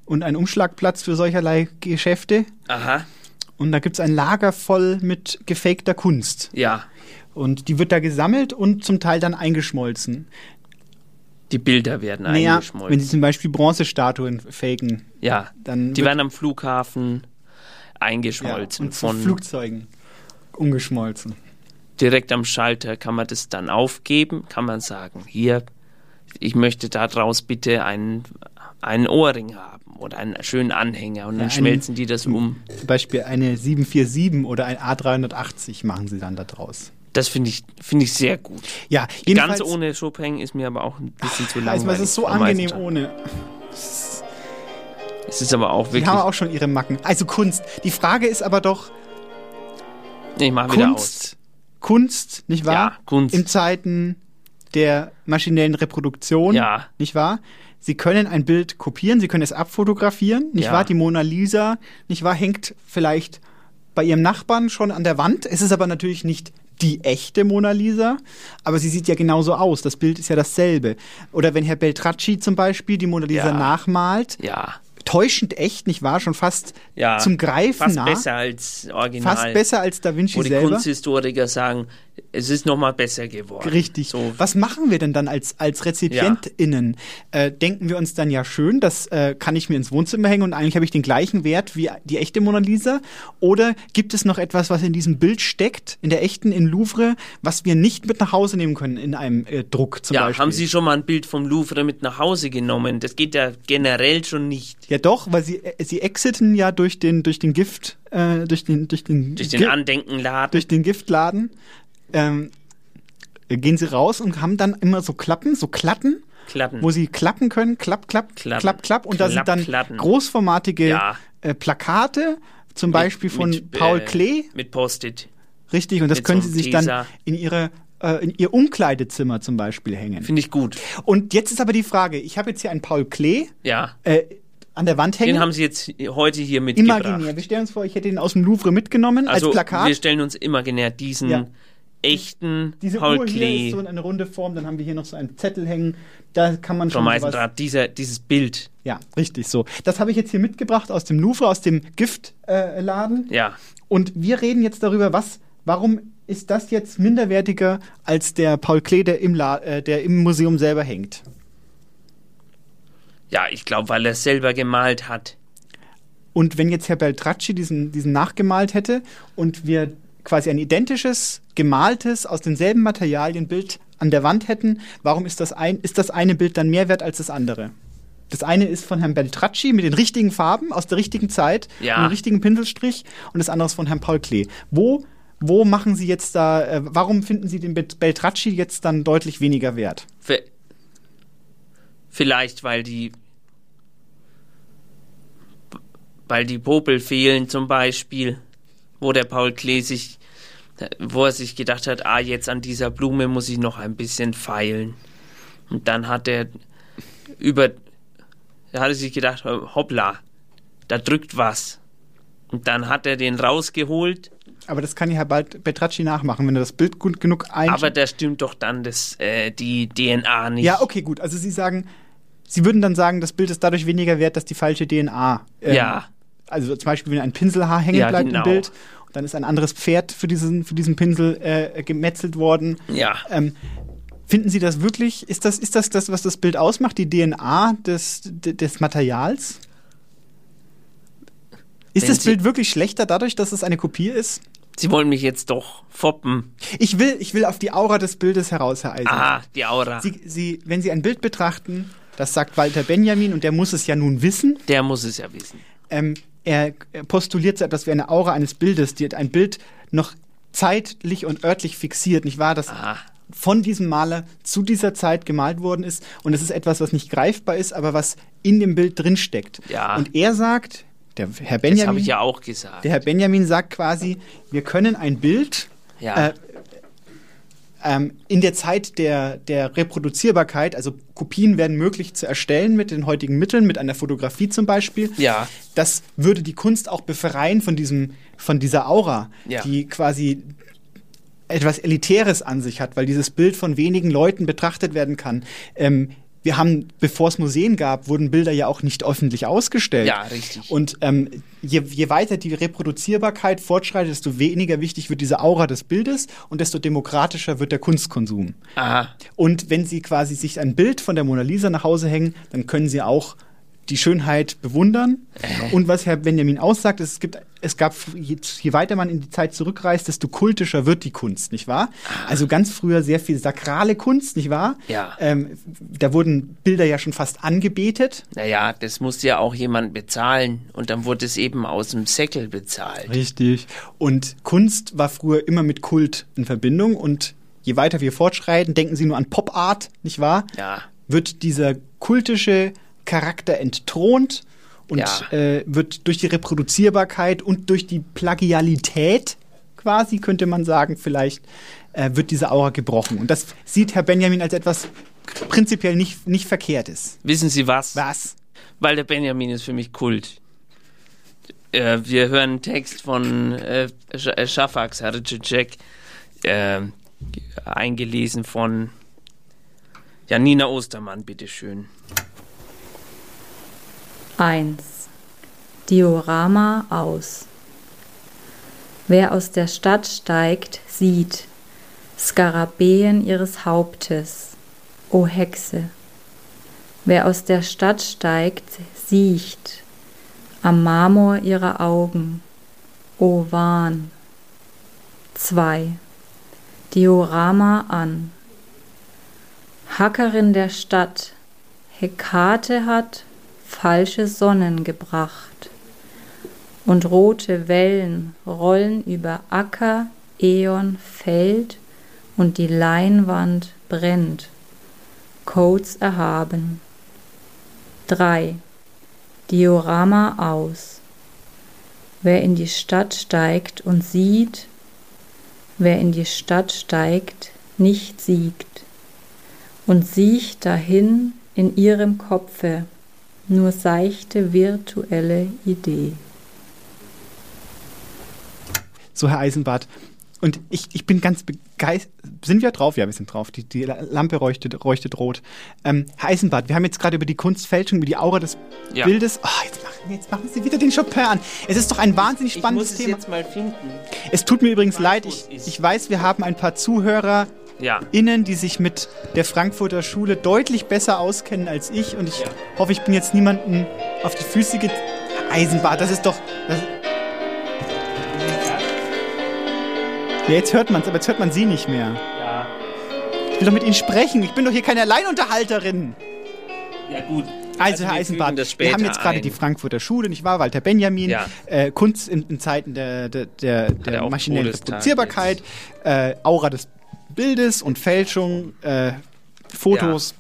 [SPEAKER 2] und ein Umschlagplatz für solcherlei Geschäfte
[SPEAKER 1] Aha,
[SPEAKER 2] und da gibt's ein Lager voll mit gefakter Kunst
[SPEAKER 1] ja.
[SPEAKER 2] und die wird da gesammelt und zum Teil dann eingeschmolzen.
[SPEAKER 1] Die Bilder werden
[SPEAKER 2] Naja,
[SPEAKER 1] eingeschmolzen.
[SPEAKER 2] wenn sie zum Beispiel Bronzestatuen faken,
[SPEAKER 1] Ja,
[SPEAKER 2] Dann
[SPEAKER 1] die
[SPEAKER 2] wird-
[SPEAKER 1] werden am Flughafen
[SPEAKER 2] ja,
[SPEAKER 1] eingeschmolzen.
[SPEAKER 2] und zu
[SPEAKER 1] von
[SPEAKER 2] Flugzeugen umgeschmolzen.
[SPEAKER 1] direkt am Schalter kann man das dann aufgeben, kann man sagen, hier, ich möchte daraus bitte einen, einen Ohrring haben oder einen schönen Anhänger und dann
[SPEAKER 2] einen-
[SPEAKER 1] schmelzen die das um.
[SPEAKER 2] Zum Beispiel eine 747 oder ein A380 machen sie dann da draus.
[SPEAKER 1] Das finde ich, finde ich sehr gut.
[SPEAKER 2] Ja,
[SPEAKER 1] Ganz
[SPEAKER 2] jedenfalls-
[SPEAKER 1] ohne Chopin ist mir aber auch ein bisschen zu
[SPEAKER 2] Also,
[SPEAKER 1] langweilig.
[SPEAKER 2] es ist so
[SPEAKER 1] am
[SPEAKER 2] angenehm
[SPEAKER 1] Eisendraht.
[SPEAKER 2] ohne.
[SPEAKER 1] Es ist aber auch
[SPEAKER 2] Die
[SPEAKER 1] wirklich.
[SPEAKER 2] haben auch schon ihre Macken. Also Kunst. Die Frage ist aber doch
[SPEAKER 1] ich mach wieder aus.
[SPEAKER 2] Kunst. Kunst, nicht wahr?
[SPEAKER 1] Ja, Kunst.
[SPEAKER 2] In Zeiten der maschinellen Reproduktion,
[SPEAKER 1] Ja.
[SPEAKER 2] nicht wahr? Sie können ein Bild kopieren, sie können es abfotografieren, nicht
[SPEAKER 1] Ja.
[SPEAKER 2] wahr? Die Mona Lisa, nicht wahr, hängt vielleicht bei ihrem Nachbarn schon an der Wand. Es ist aber natürlich nicht die echte Mona Lisa, aber sie sieht ja genauso aus. Das Bild ist ja dasselbe. Oder wenn Herr Beltracci zum Beispiel die Mona Lisa
[SPEAKER 1] Ja.
[SPEAKER 2] nachmalt,
[SPEAKER 1] Ja.
[SPEAKER 2] täuschend echt, nicht wahr? Schon fast
[SPEAKER 1] Ja.
[SPEAKER 2] zum Greifen
[SPEAKER 1] Fast
[SPEAKER 2] nah.
[SPEAKER 1] besser als original.
[SPEAKER 2] Fast besser als Da Vinci
[SPEAKER 1] Wo die
[SPEAKER 2] selber.
[SPEAKER 1] Kunsthistoriker sagen, es ist nochmal besser geworden.
[SPEAKER 2] Richtig. Was machen wir denn dann als, als RezipientInnen? Äh, denken wir uns dann ja schön, das äh, kann ich mir ins Wohnzimmer hängen und eigentlich habe ich den gleichen Wert wie die echte Mona Lisa? Oder gibt es noch etwas, was in diesem Bild steckt, in der echten, in Louvre, was wir nicht mit nach Hause nehmen können in einem äh, Druck zum
[SPEAKER 1] ja,
[SPEAKER 2] Beispiel?
[SPEAKER 1] haben Sie schon mal ein Bild vom Louvre mit nach Hause genommen? Das geht ja generell schon nicht.
[SPEAKER 2] ja doch, weil sie, äh, sie exiten ja durch den, durch den Gift, äh, durch den, durch den,
[SPEAKER 1] Durch den
[SPEAKER 2] Gi-
[SPEAKER 1] Andenkenladen.
[SPEAKER 2] durch den Giftladen. Ähm, gehen sie raus und haben dann immer so Klappen, so Klatten,
[SPEAKER 1] Klappen.
[SPEAKER 2] wo sie klappen können, klapp, klapp,
[SPEAKER 1] Klappen.
[SPEAKER 2] klapp, klapp. Und da sind dann
[SPEAKER 1] Klappklatten.
[SPEAKER 2] großformatige
[SPEAKER 1] Ja.
[SPEAKER 2] äh, Plakate, zum Beispiel von
[SPEAKER 1] mit,
[SPEAKER 2] Paul
[SPEAKER 1] äh,
[SPEAKER 2] Klee,
[SPEAKER 1] Mit Post-it.
[SPEAKER 2] richtig, und das
[SPEAKER 1] mit
[SPEAKER 2] können
[SPEAKER 1] so
[SPEAKER 2] sie
[SPEAKER 1] einem
[SPEAKER 2] sich dann
[SPEAKER 1] Teser.
[SPEAKER 2] in ihre äh, in ihr Umkleidezimmer zum Beispiel hängen.
[SPEAKER 1] Finde ich gut.
[SPEAKER 2] Und jetzt ist aber die Frage, ich habe jetzt hier einen Paul Klee
[SPEAKER 1] Ja.
[SPEAKER 2] äh, an der Wand hängen,
[SPEAKER 1] Den haben Sie jetzt heute hier mitgebracht.
[SPEAKER 2] imaginär. Wir stellen uns vor, ich hätte ihn aus dem Louvre mitgenommen
[SPEAKER 1] Also
[SPEAKER 2] als Plakat.
[SPEAKER 1] wir stellen uns imaginär diesen
[SPEAKER 2] Ja.
[SPEAKER 1] echten
[SPEAKER 2] Diese
[SPEAKER 1] Paul
[SPEAKER 2] Uhr hier
[SPEAKER 1] Klee
[SPEAKER 2] ist so in eine runde Form, dann haben wir hier noch so einen Zettel hängen. Da kann man schon
[SPEAKER 1] vom
[SPEAKER 2] sowas,
[SPEAKER 1] Eisendraht, dieser, dieses Bild.
[SPEAKER 2] Ja, richtig so. Das habe ich jetzt hier mitgebracht aus dem Louvre, aus dem Giftladen. Äh, Laden.
[SPEAKER 1] Ja,
[SPEAKER 2] Und wir reden jetzt darüber, was, warum ist das jetzt minderwertiger als der Paul Klee, der im, La äh, der im Museum selber hängt?
[SPEAKER 1] ja ich glaube, weil er es selber gemalt hat.
[SPEAKER 2] Und wenn jetzt Herr Beltracci diesen, diesen nachgemalt hätte und wir quasi ein identisches, gemaltes, aus denselben Materialien Bild an der Wand hätten, warum ist das, ein, ist das eine Bild dann mehr wert als das andere? Das eine ist von Herrn Beltracci mit den richtigen Farben, aus der richtigen Zeit,
[SPEAKER 1] Ja.
[SPEAKER 2] mit dem richtigen Pinselstrich und das andere ist von Herrn Paul Klee. Wo, wo machen Sie jetzt da, äh, warum finden Sie den Bet- Beltracci jetzt dann deutlich weniger wert?
[SPEAKER 1] Ve- Vielleicht, weil die weil die Popel fehlen zum Beispiel, wo der Paul Klee sich, wo er sich gedacht hat, ah, jetzt an dieser Blume muss ich noch ein bisschen feilen. Und dann hat er über, da hat er sich gedacht, hoppla, da drückt was. Und dann hat er den rausgeholt,
[SPEAKER 2] Aber das kann ja Herr Belt- Beltracci nachmachen, wenn er das Bild gut genug ein
[SPEAKER 1] aber da stimmt doch dann das, äh, die DNA nicht.
[SPEAKER 2] Ja, okay, gut. Also Sie sagen, Sie würden dann sagen, das Bild ist dadurch weniger wert, dass die falsche DNA. ähm,
[SPEAKER 1] Ja.
[SPEAKER 2] Also zum Beispiel, wenn ein Pinselhaar hängen
[SPEAKER 1] Ja,
[SPEAKER 2] bleibt
[SPEAKER 1] genau.
[SPEAKER 2] im Bild, und dann ist ein anderes Pferd für diesen, für diesen Pinsel äh, gemetzelt worden.
[SPEAKER 1] Ja.
[SPEAKER 2] Ähm, finden Sie das wirklich? Ist das, ist das das, was das Bild ausmacht, die DNA des, de- des Materials? Ist
[SPEAKER 1] Wenn
[SPEAKER 2] das
[SPEAKER 1] Sie-
[SPEAKER 2] Bild wirklich schlechter dadurch, dass es eine Kopie ist?
[SPEAKER 1] Sie wollen mich jetzt doch foppen.
[SPEAKER 2] Ich will, ich will auf die Aura des Bildes heraus, Herr Eisen.
[SPEAKER 1] Ah, die Aura.
[SPEAKER 2] Sie, Sie, wenn Sie ein Bild betrachten, das sagt Walter Benjamin und der muss es ja nun wissen.
[SPEAKER 1] Der muss es ja wissen.
[SPEAKER 2] Ähm, er postuliert so etwas wie eine Aura eines Bildes, die ein Bild noch zeitlich und örtlich fixiert, nicht wahr? Das
[SPEAKER 1] Ah.
[SPEAKER 2] von diesem Maler zu dieser Zeit gemalt worden ist und es ist etwas, was nicht greifbar ist, aber was in dem Bild drin steckt.
[SPEAKER 1] Ja.
[SPEAKER 2] Und er sagt, der Herr
[SPEAKER 1] Das habe
[SPEAKER 2] Benjamin,
[SPEAKER 1] ich ja auch gesagt.
[SPEAKER 2] der Herr Benjamin sagt quasi, wir können ein Bild
[SPEAKER 1] ja.
[SPEAKER 2] äh, ähm, in der Zeit der, der Reproduzierbarkeit, also Kopien werden möglich zu erstellen mit den heutigen Mitteln, mit einer Fotografie zum Beispiel.
[SPEAKER 1] Ja.
[SPEAKER 2] Das würde die Kunst auch befreien von, diesem, von dieser Aura,
[SPEAKER 1] Ja.
[SPEAKER 2] die quasi etwas Elitäres an sich hat, weil dieses Bild von wenigen Leuten betrachtet werden kann. Ähm, wir haben, bevor es Museen gab, wurden Bilder ja auch nicht öffentlich ausgestellt.
[SPEAKER 1] Ja, richtig.
[SPEAKER 2] Und ähm, je, je weiter die Reproduzierbarkeit fortschreitet, desto weniger wichtig wird diese Aura des Bildes und desto demokratischer wird der Kunstkonsum.
[SPEAKER 1] Aha.
[SPEAKER 2] Und wenn Sie quasi sich ein Bild von der Mona Lisa nach Hause hängen, dann können Sie auch die Schönheit bewundern. Und was Herr Benjamin aussagt, ist, es gibt es gab, je, je weiter man in die Zeit zurückreist, desto kultischer wird die Kunst, nicht wahr? Also ganz früher sehr viel sakrale Kunst, nicht wahr?
[SPEAKER 1] Ja.
[SPEAKER 2] Ähm, da wurden Bilder ja schon fast angebetet.
[SPEAKER 1] Naja, das musste ja auch jemand bezahlen und dann wurde es eben aus dem Säckel bezahlt.
[SPEAKER 2] Richtig. Und Kunst war früher immer mit Kult in Verbindung und je weiter wir fortschreiten, denken Sie nur an Pop Art, nicht wahr?
[SPEAKER 1] Ja.
[SPEAKER 2] Wird dieser kultische Charakter entthront und
[SPEAKER 1] Ja.
[SPEAKER 2] äh, wird durch die Reproduzierbarkeit und durch die Plagialität quasi, könnte man sagen, vielleicht äh, wird diese Aura gebrochen. Und das sieht Herr Benjamin als etwas prinzipiell nicht, nicht verkehrtes.
[SPEAKER 1] Wissen Sie was?
[SPEAKER 2] Was?
[SPEAKER 1] Weil der Benjamin ist für mich Kult. Äh, wir hören einen Text von äh, Sch- äh, Schafax, Haritschek, äh, eingelesen von Janina Ostermann, bitteschön.
[SPEAKER 12] 1. Diorama aus. Wer aus der Stadt steigt, sieht Skarabäen ihres Hauptes, o Hexe. Wer aus der Stadt steigt, siecht am Marmor ihrer Augen, o Wahn. 2. Diorama an. Hackerin der Stadt, Hekate hat falsche Sonnen gebracht. Und rote Wellen rollen über Acker, Äon, Feld und die Leinwand brennt. Codes erhaben. 3. Diorama aus. Wer in die Stadt steigt und sieht, wer in die Stadt steigt, nicht siegt und sieht dahin in ihrem Kopfe nur seichte virtuelle Idee.
[SPEAKER 2] So, Herr Eisenbart. Und ich, ich bin ganz begeistert. Sind wir drauf? Ja, wir sind drauf. Die, die Lampe leuchtet, leuchtet rot. Ähm, Herr Eisenbart, wir haben jetzt gerade über die Kunstfälschung, über die Aura des
[SPEAKER 1] Ja.
[SPEAKER 2] Bildes. Oh, jetzt, machen, jetzt machen Sie wieder den Chopin an. Es ist doch ein wahnsinnig spannendes Thema.
[SPEAKER 1] jetzt mal finden.
[SPEAKER 2] Es tut mir übrigens leid. Ich, ich weiß, wir haben ein paar Zuhörer.
[SPEAKER 1] Ja.
[SPEAKER 2] Innen, die sich mit der Frankfurter Schule deutlich besser auskennen als ich. Und ich hoffe, ich bin jetzt niemanden auf die Füße get... Eisenbart, das ist doch... Das, Ja, jetzt hört man es, aber jetzt hört man sie nicht mehr.
[SPEAKER 1] Ja.
[SPEAKER 2] Ich will doch mit Ihnen sprechen. Ich bin doch hier keine Alleinunterhalterin.
[SPEAKER 1] Ja, gut.
[SPEAKER 2] Also, Herr
[SPEAKER 1] wir
[SPEAKER 2] Eisenbahn,
[SPEAKER 1] fügen das
[SPEAKER 2] wir haben
[SPEAKER 1] später
[SPEAKER 2] jetzt gerade
[SPEAKER 1] ein.
[SPEAKER 2] die Frankfurter Schule, nicht wahr? Walter Benjamin,
[SPEAKER 1] Ja.
[SPEAKER 2] äh, Kunst in, in Zeiten der, der, der,
[SPEAKER 1] er
[SPEAKER 2] der
[SPEAKER 1] auch
[SPEAKER 2] maschinellen
[SPEAKER 1] Todestag
[SPEAKER 2] Reproduzierbarkeit, äh, Aura des Bildes und Fälschung, äh, Fotos.
[SPEAKER 1] Ja.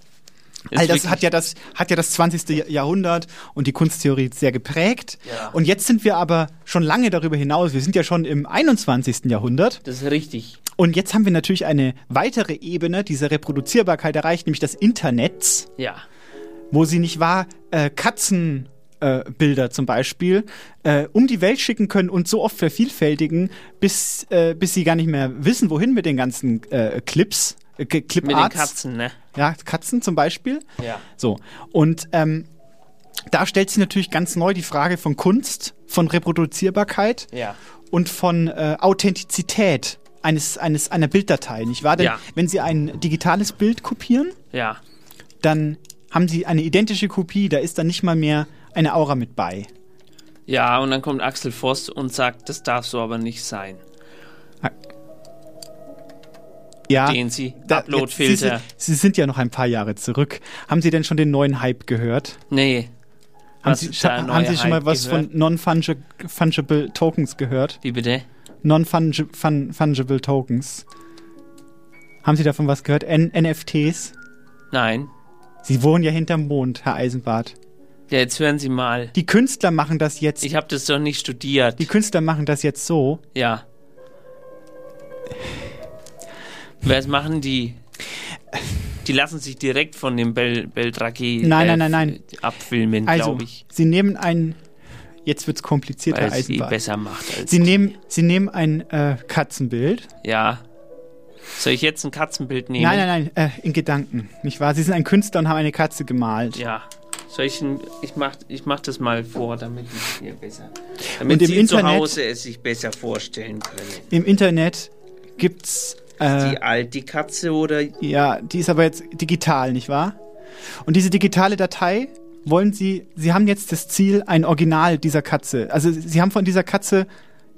[SPEAKER 2] All
[SPEAKER 1] Ist
[SPEAKER 2] das
[SPEAKER 1] wirklich-
[SPEAKER 2] hat ja das, hat ja das 20. Jahr- Jahrhundert und die Kunsttheorie sehr geprägt.
[SPEAKER 1] Ja.
[SPEAKER 2] Und jetzt sind wir aber schon lange darüber hinaus. Wir sind ja schon im 21. Jahrhundert.
[SPEAKER 1] Das ist richtig.
[SPEAKER 2] Und jetzt haben wir natürlich eine weitere Ebene dieser Reproduzierbarkeit erreicht, nämlich das Internet,
[SPEAKER 1] Ja.
[SPEAKER 2] wo sie nicht wahr äh, Katzenbilder äh, Bilder zum Beispiel äh, um die Welt schicken können und so oft vervielfältigen, bis, äh, bis sie gar nicht mehr wissen, wohin mit den ganzen äh, Clips, äh, Clip
[SPEAKER 1] Mit
[SPEAKER 2] Arts.
[SPEAKER 1] den Katzen, ne?
[SPEAKER 2] Ja, Katzen zum Beispiel.
[SPEAKER 1] Ja.
[SPEAKER 2] So. Und ähm, da stellt sich natürlich ganz neu die Frage von Kunst, von Reproduzierbarkeit
[SPEAKER 1] Ja.
[SPEAKER 2] und von äh, Authentizität eines, eines, einer Bilddatei, nicht wahr? Denn
[SPEAKER 1] Ja.
[SPEAKER 2] wenn Sie ein digitales Bild kopieren,
[SPEAKER 1] Ja.
[SPEAKER 2] dann haben Sie eine identische Kopie, da ist dann nicht mal mehr eine Aura mit bei.
[SPEAKER 1] Ja, und dann kommt Axel Voss und sagt, das darf so aber nicht sein.
[SPEAKER 2] Ja,
[SPEAKER 1] Den Sie,
[SPEAKER 2] da-
[SPEAKER 1] Uploadfilter.
[SPEAKER 2] jetzt- Sie, sind- Sie sind ja noch ein paar Jahre zurück. Haben Sie denn schon den neuen Hype gehört?
[SPEAKER 1] Nee.
[SPEAKER 2] Haben
[SPEAKER 1] Was
[SPEAKER 2] Sie,
[SPEAKER 1] ist da
[SPEAKER 2] scha-
[SPEAKER 1] neue
[SPEAKER 2] haben Sie schon mal
[SPEAKER 1] Hype
[SPEAKER 2] was
[SPEAKER 1] gehört?
[SPEAKER 2] von Non-Fungible Tokens gehört?
[SPEAKER 1] Wie bitte?
[SPEAKER 2] Non-Fungible Tokens. Haben Sie davon was gehört? N NFTs?
[SPEAKER 1] Nein.
[SPEAKER 2] Sie wohnen ja hinterm Mond, Herr Eisenbart.
[SPEAKER 1] Ja, jetzt hören Sie mal.
[SPEAKER 2] Die Künstler machen das jetzt.
[SPEAKER 1] Ich habe das doch nicht studiert.
[SPEAKER 2] Die Künstler machen das jetzt so.
[SPEAKER 1] Ja. Was machen die? Die lassen sich direkt von dem Bel Beltraki
[SPEAKER 2] Nein, nein, nein, nein.
[SPEAKER 1] abfilmen,
[SPEAKER 2] Also,
[SPEAKER 1] glaube ich.
[SPEAKER 2] sie nehmen ein. Jetzt wird's kompliziert,
[SPEAKER 1] Weil
[SPEAKER 2] Herr
[SPEAKER 1] es sie
[SPEAKER 2] Eisenbart.
[SPEAKER 1] besser macht als
[SPEAKER 2] sie nehmen, sie nehmen ein äh, Katzenbild.
[SPEAKER 1] Ja. Soll ich jetzt ein Katzenbild nehmen?
[SPEAKER 2] Nein, nein, nein, äh, in Gedanken, nicht wahr? Sie sind ein Künstler und haben eine Katze gemalt.
[SPEAKER 1] Ja. Soll ich, ein, ich, mach, ich mach das mal vor, damit ich mir besser.
[SPEAKER 2] Und
[SPEAKER 1] Damit
[SPEAKER 2] im
[SPEAKER 1] Sie zu
[SPEAKER 2] Internet-
[SPEAKER 1] Hause es sich besser vorstellen können.
[SPEAKER 2] Im Internet gibt's äh,
[SPEAKER 1] Die alt, die Katze oder.
[SPEAKER 2] ja, die ist aber jetzt digital, nicht wahr? Und diese digitale Datei wollen Sie, Sie haben jetzt das Ziel, ein Original dieser Katze. Also Sie haben von dieser Katze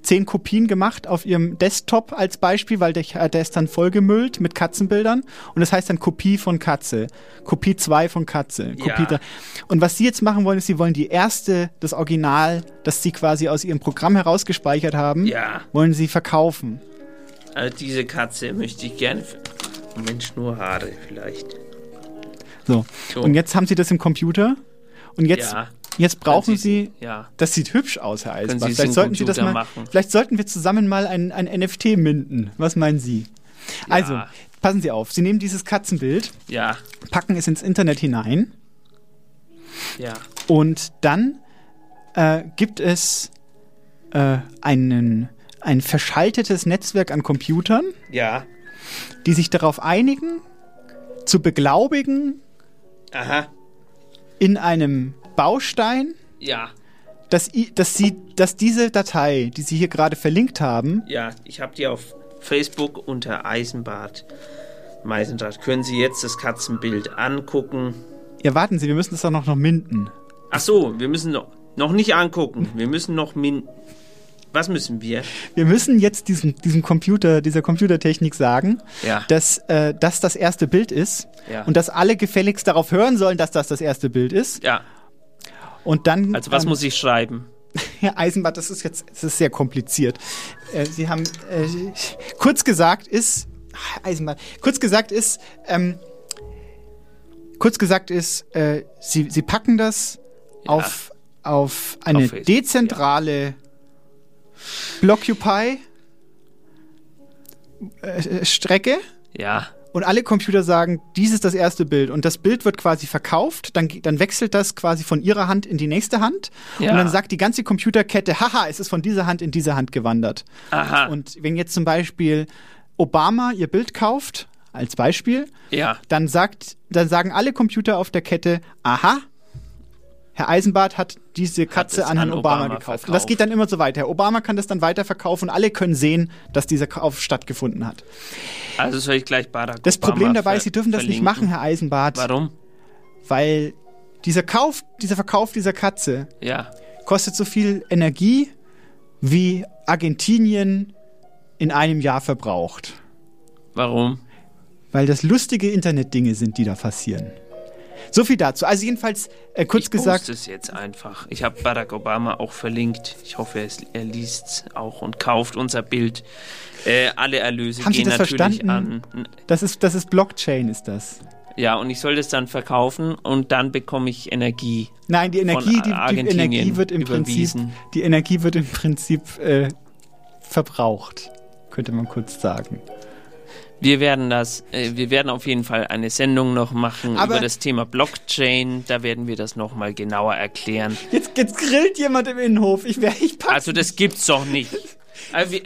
[SPEAKER 2] zehn Kopien gemacht auf Ihrem Desktop als Beispiel, weil der, äh, der ist dann vollgemüllt mit Katzenbildern. Und das heißt dann Kopie von Katze. Kopie 2 von Katze.
[SPEAKER 1] Ja.
[SPEAKER 2] Kopie drei. Und was Sie jetzt machen wollen, ist, Sie wollen die erste, das Original, das Sie quasi aus Ihrem Programm herausgespeichert haben,
[SPEAKER 1] Ja.
[SPEAKER 2] wollen Sie verkaufen.
[SPEAKER 1] Also diese Katze möchte ich gerne. Für Mensch, nur Haare vielleicht.
[SPEAKER 2] So.
[SPEAKER 1] So.
[SPEAKER 2] Und jetzt haben Sie das im Computer. Und jetzt,
[SPEAKER 1] Ja.
[SPEAKER 2] jetzt brauchen
[SPEAKER 1] Können
[SPEAKER 2] Sie,
[SPEAKER 1] ja.
[SPEAKER 2] das sieht hübsch aus, Herr
[SPEAKER 1] Können
[SPEAKER 2] Eisbach.
[SPEAKER 1] Sie es
[SPEAKER 2] Vielleicht
[SPEAKER 1] im
[SPEAKER 2] sollten Sie das
[SPEAKER 1] Computer
[SPEAKER 2] mal,
[SPEAKER 1] machen?
[SPEAKER 2] vielleicht sollten wir zusammen mal ein, ein NFT minden. Was meinen Sie? Also, passen Sie auf. Sie nehmen dieses Katzenbild,
[SPEAKER 1] Ja,
[SPEAKER 2] packen es ins Internet hinein
[SPEAKER 1] ja.
[SPEAKER 2] und dann äh, gibt es äh, einen, ein verschaltetes Netzwerk an Computern,
[SPEAKER 1] Ja.
[SPEAKER 2] die sich darauf einigen, zu beglaubigen
[SPEAKER 1] Aha.
[SPEAKER 2] in einem Baustein,
[SPEAKER 1] Ja.
[SPEAKER 2] dass, i- dass, sie, dass diese Datei, die Sie hier gerade verlinkt haben,
[SPEAKER 1] Ja. Ich habe die auf Facebook unter Eisenbart. Meisendraht. Können Sie jetzt das Katzenbild angucken?
[SPEAKER 2] ja, warten Sie, wir müssen das doch noch, noch minden.
[SPEAKER 1] Ach so, wir müssen noch, noch nicht angucken. Wir müssen noch min. Was müssen wir?
[SPEAKER 2] Wir müssen jetzt diesem, diesem Computer, dieser Computertechnik sagen,
[SPEAKER 1] Ja.
[SPEAKER 2] dass äh, das das erste Bild ist
[SPEAKER 1] Ja.
[SPEAKER 2] und dass alle gefälligst darauf hören sollen, dass das das erste Bild ist.
[SPEAKER 1] Ja.
[SPEAKER 2] Und dann.
[SPEAKER 1] Also was
[SPEAKER 2] ähm,
[SPEAKER 1] muss ich schreiben?
[SPEAKER 2] Herr Eisenbart, das ist jetzt das ist sehr kompliziert. Äh, Sie haben äh, kurz gesagt ist Ach, Eisenbart. Kurz gesagt ist ähm, kurz gesagt ist äh, Sie Sie packen das auf auf eine
[SPEAKER 1] Auf Facebook,
[SPEAKER 2] dezentrale Blockupy äh, Strecke
[SPEAKER 1] Ja.
[SPEAKER 2] und alle Computer sagen, dies ist das erste Bild und das Bild wird quasi verkauft, dann, dann wechselt das quasi von ihrer Hand in die nächste Hand
[SPEAKER 1] Ja.
[SPEAKER 2] und dann sagt die ganze Computerkette, haha, es ist von dieser Hand in diese Hand gewandert.
[SPEAKER 1] Aha.
[SPEAKER 2] Und wenn jetzt zum Beispiel Obama ihr Bild kauft, als Beispiel,
[SPEAKER 1] Ja.
[SPEAKER 2] dann, sagt, dann sagen alle Computer auf der Kette, aha, Herr Eisenbart hat diese Katze
[SPEAKER 1] es
[SPEAKER 2] an Herrn
[SPEAKER 1] an
[SPEAKER 2] Obama,
[SPEAKER 1] Obama
[SPEAKER 2] gekauft. Und
[SPEAKER 1] verkauft.
[SPEAKER 2] das geht dann immer so weiter. Herr Obama kann das dann weiterverkaufen und alle können sehen, dass dieser Kauf stattgefunden hat.
[SPEAKER 1] Also soll ich gleich Barack
[SPEAKER 2] Das
[SPEAKER 1] Obama
[SPEAKER 2] Problem dabei ist,
[SPEAKER 1] ver-
[SPEAKER 2] Sie dürfen das nicht
[SPEAKER 1] verlinken?
[SPEAKER 2] machen, Herr Eisenbart.
[SPEAKER 1] Warum?
[SPEAKER 2] Weil dieser Kauf, dieser Verkauf dieser Katze
[SPEAKER 1] Ja.
[SPEAKER 2] kostet so viel Energie, wie Argentinien in einem Jahr verbraucht.
[SPEAKER 1] Warum?
[SPEAKER 2] Weil das lustige Internetdinge sind, die da passieren. So viel dazu. Also jedenfalls, äh, kurz
[SPEAKER 1] ich
[SPEAKER 2] gesagt,
[SPEAKER 1] poste es jetzt einfach. Ich habe Barack Obama auch verlinkt. Ich hoffe, er, ist- er liest es auch und kauft unser Bild. Äh, alle Erlöse
[SPEAKER 2] Haben Sie
[SPEAKER 1] gehen
[SPEAKER 2] das
[SPEAKER 1] natürlich
[SPEAKER 2] verstanden?
[SPEAKER 1] an.
[SPEAKER 2] das ist, das ist Blockchain, ist das.
[SPEAKER 1] Ja, und ich soll das dann verkaufen und dann bekomme ich Energie.
[SPEAKER 2] Nein, die
[SPEAKER 1] von
[SPEAKER 2] Energie, die, die
[SPEAKER 1] Argentinien
[SPEAKER 2] Energie wird im Prinzip,
[SPEAKER 1] überwiesen.
[SPEAKER 2] die Energie wird im Prinzip äh, verbraucht, könnte man kurz sagen.
[SPEAKER 1] Wir werden das, äh, wir werden auf jeden Fall eine Sendung noch machen
[SPEAKER 2] Aber-
[SPEAKER 1] über das Thema Blockchain. Da werden wir das nochmal genauer erklären.
[SPEAKER 2] Jetzt, jetzt grillt jemand im Innenhof. Ich, wär- ich pack's
[SPEAKER 1] Also das gibt's doch nicht. Äh, wir,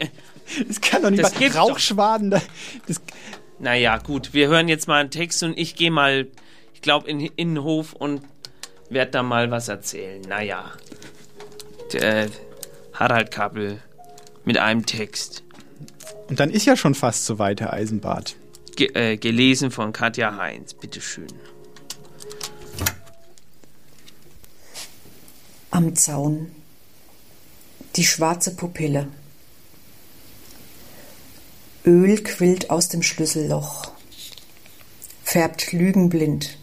[SPEAKER 2] Das kann doch nicht
[SPEAKER 1] Das
[SPEAKER 2] wahr-
[SPEAKER 1] gibt's doch.
[SPEAKER 2] Rauchschwaden. Da, das,
[SPEAKER 1] naja, gut, wir hören jetzt mal einen Text und ich gehe mal, ich glaube, in den Innenhof und werde da mal was erzählen. Naja. Der, äh, Harald Kappel mit einem Text.
[SPEAKER 2] und dann ist ja schon fast so weit, Herr Eisenbart.
[SPEAKER 1] Ge äh, gelesen von Katja Heinz, bitteschön.
[SPEAKER 13] Am Zaun. Die schwarze Pupille. Öl quillt aus dem Schlüsselloch. Färbt Lügen blind.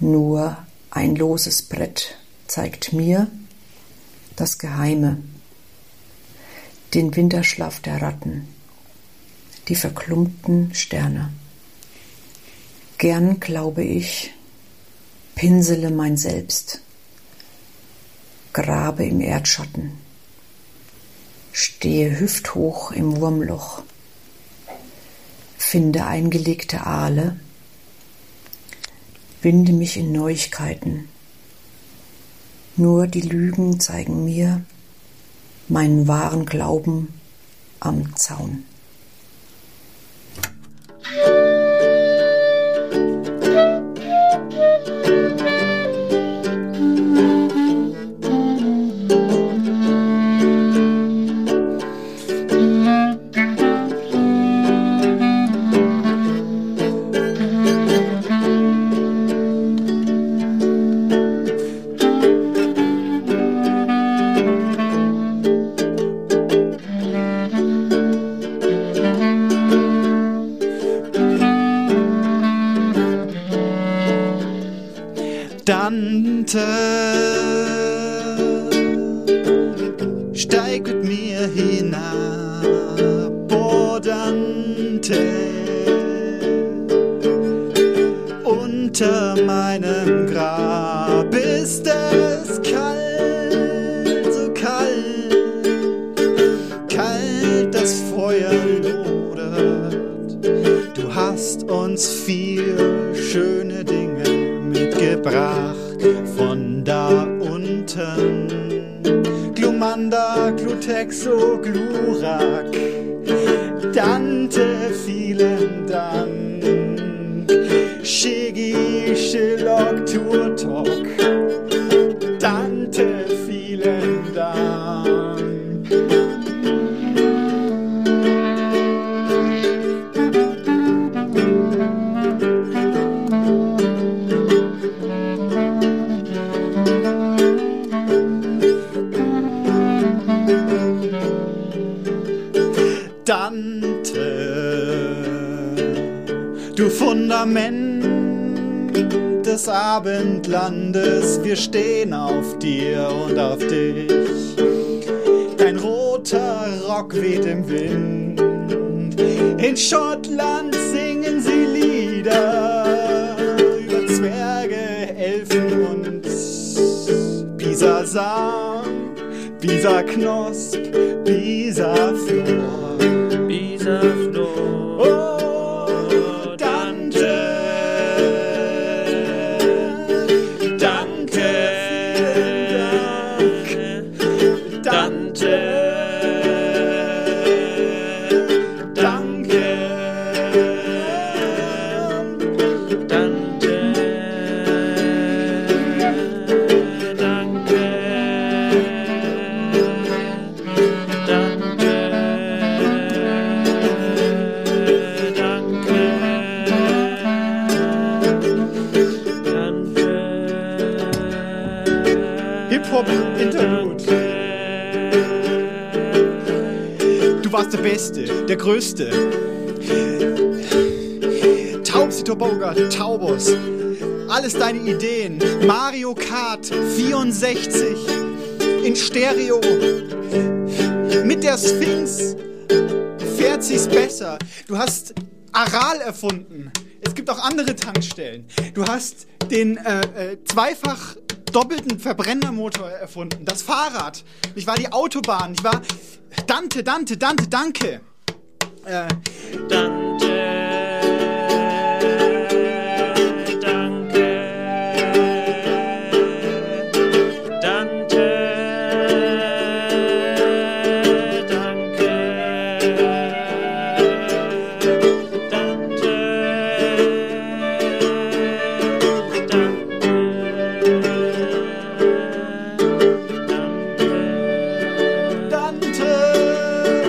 [SPEAKER 13] Nur ein loses Brett zeigt mir das Geheime. Den Winterschlaf der Ratten. Die verklumpten Sterne. Gern glaube ich, pinsele mein Selbst grabe im Erdschatten, stehe hüfthoch im Wurmloch, finde eingelegte Aale, binde mich in Neuigkeiten. Nur die Lügen zeigen mir meinen wahren Glauben am Zaun.
[SPEAKER 2] Dante. Steig mit mir hinab, oh Dante. Unter meinem Grab ist es kalt, so kalt, kalt das Feuer lodert. Du hast uns viel schöne Dinge mitgebracht von da unten. Glumanda, Glutexo, Glurak, Dante, vielen Dank. Shigi, Shilok, Turtok, Dante, vielen Dank. Dante, du Fundament des Abendlandes, wir stehen auf dir und auf dich. Dein roter Rock weht im Wind, in Schottland singen sie Lieder über Zwerge, Elfen und Pisasam, Pisa-Knosp, Pisa-Flor. Oh, Dante, Dante, Danke, Dante, Danke, Dante, Danke, Dante. Hip-Hop-Interlude. Du warst der Beste, der Größte. Taubsi Toboga, Taubos. Alles deine Ideen. Mario Kart 64. In Stereo. Mit der Sphinx fährt sich's besser. Du hast Aral erfunden. Es gibt auch andere Tankstellen. Du hast den äh, äh, zweifach doppelten Verbrennermotor erfunden. Das Fahrrad. Ich war die Autobahn. Ich war Dante, Dante, Dante, danke. Äh,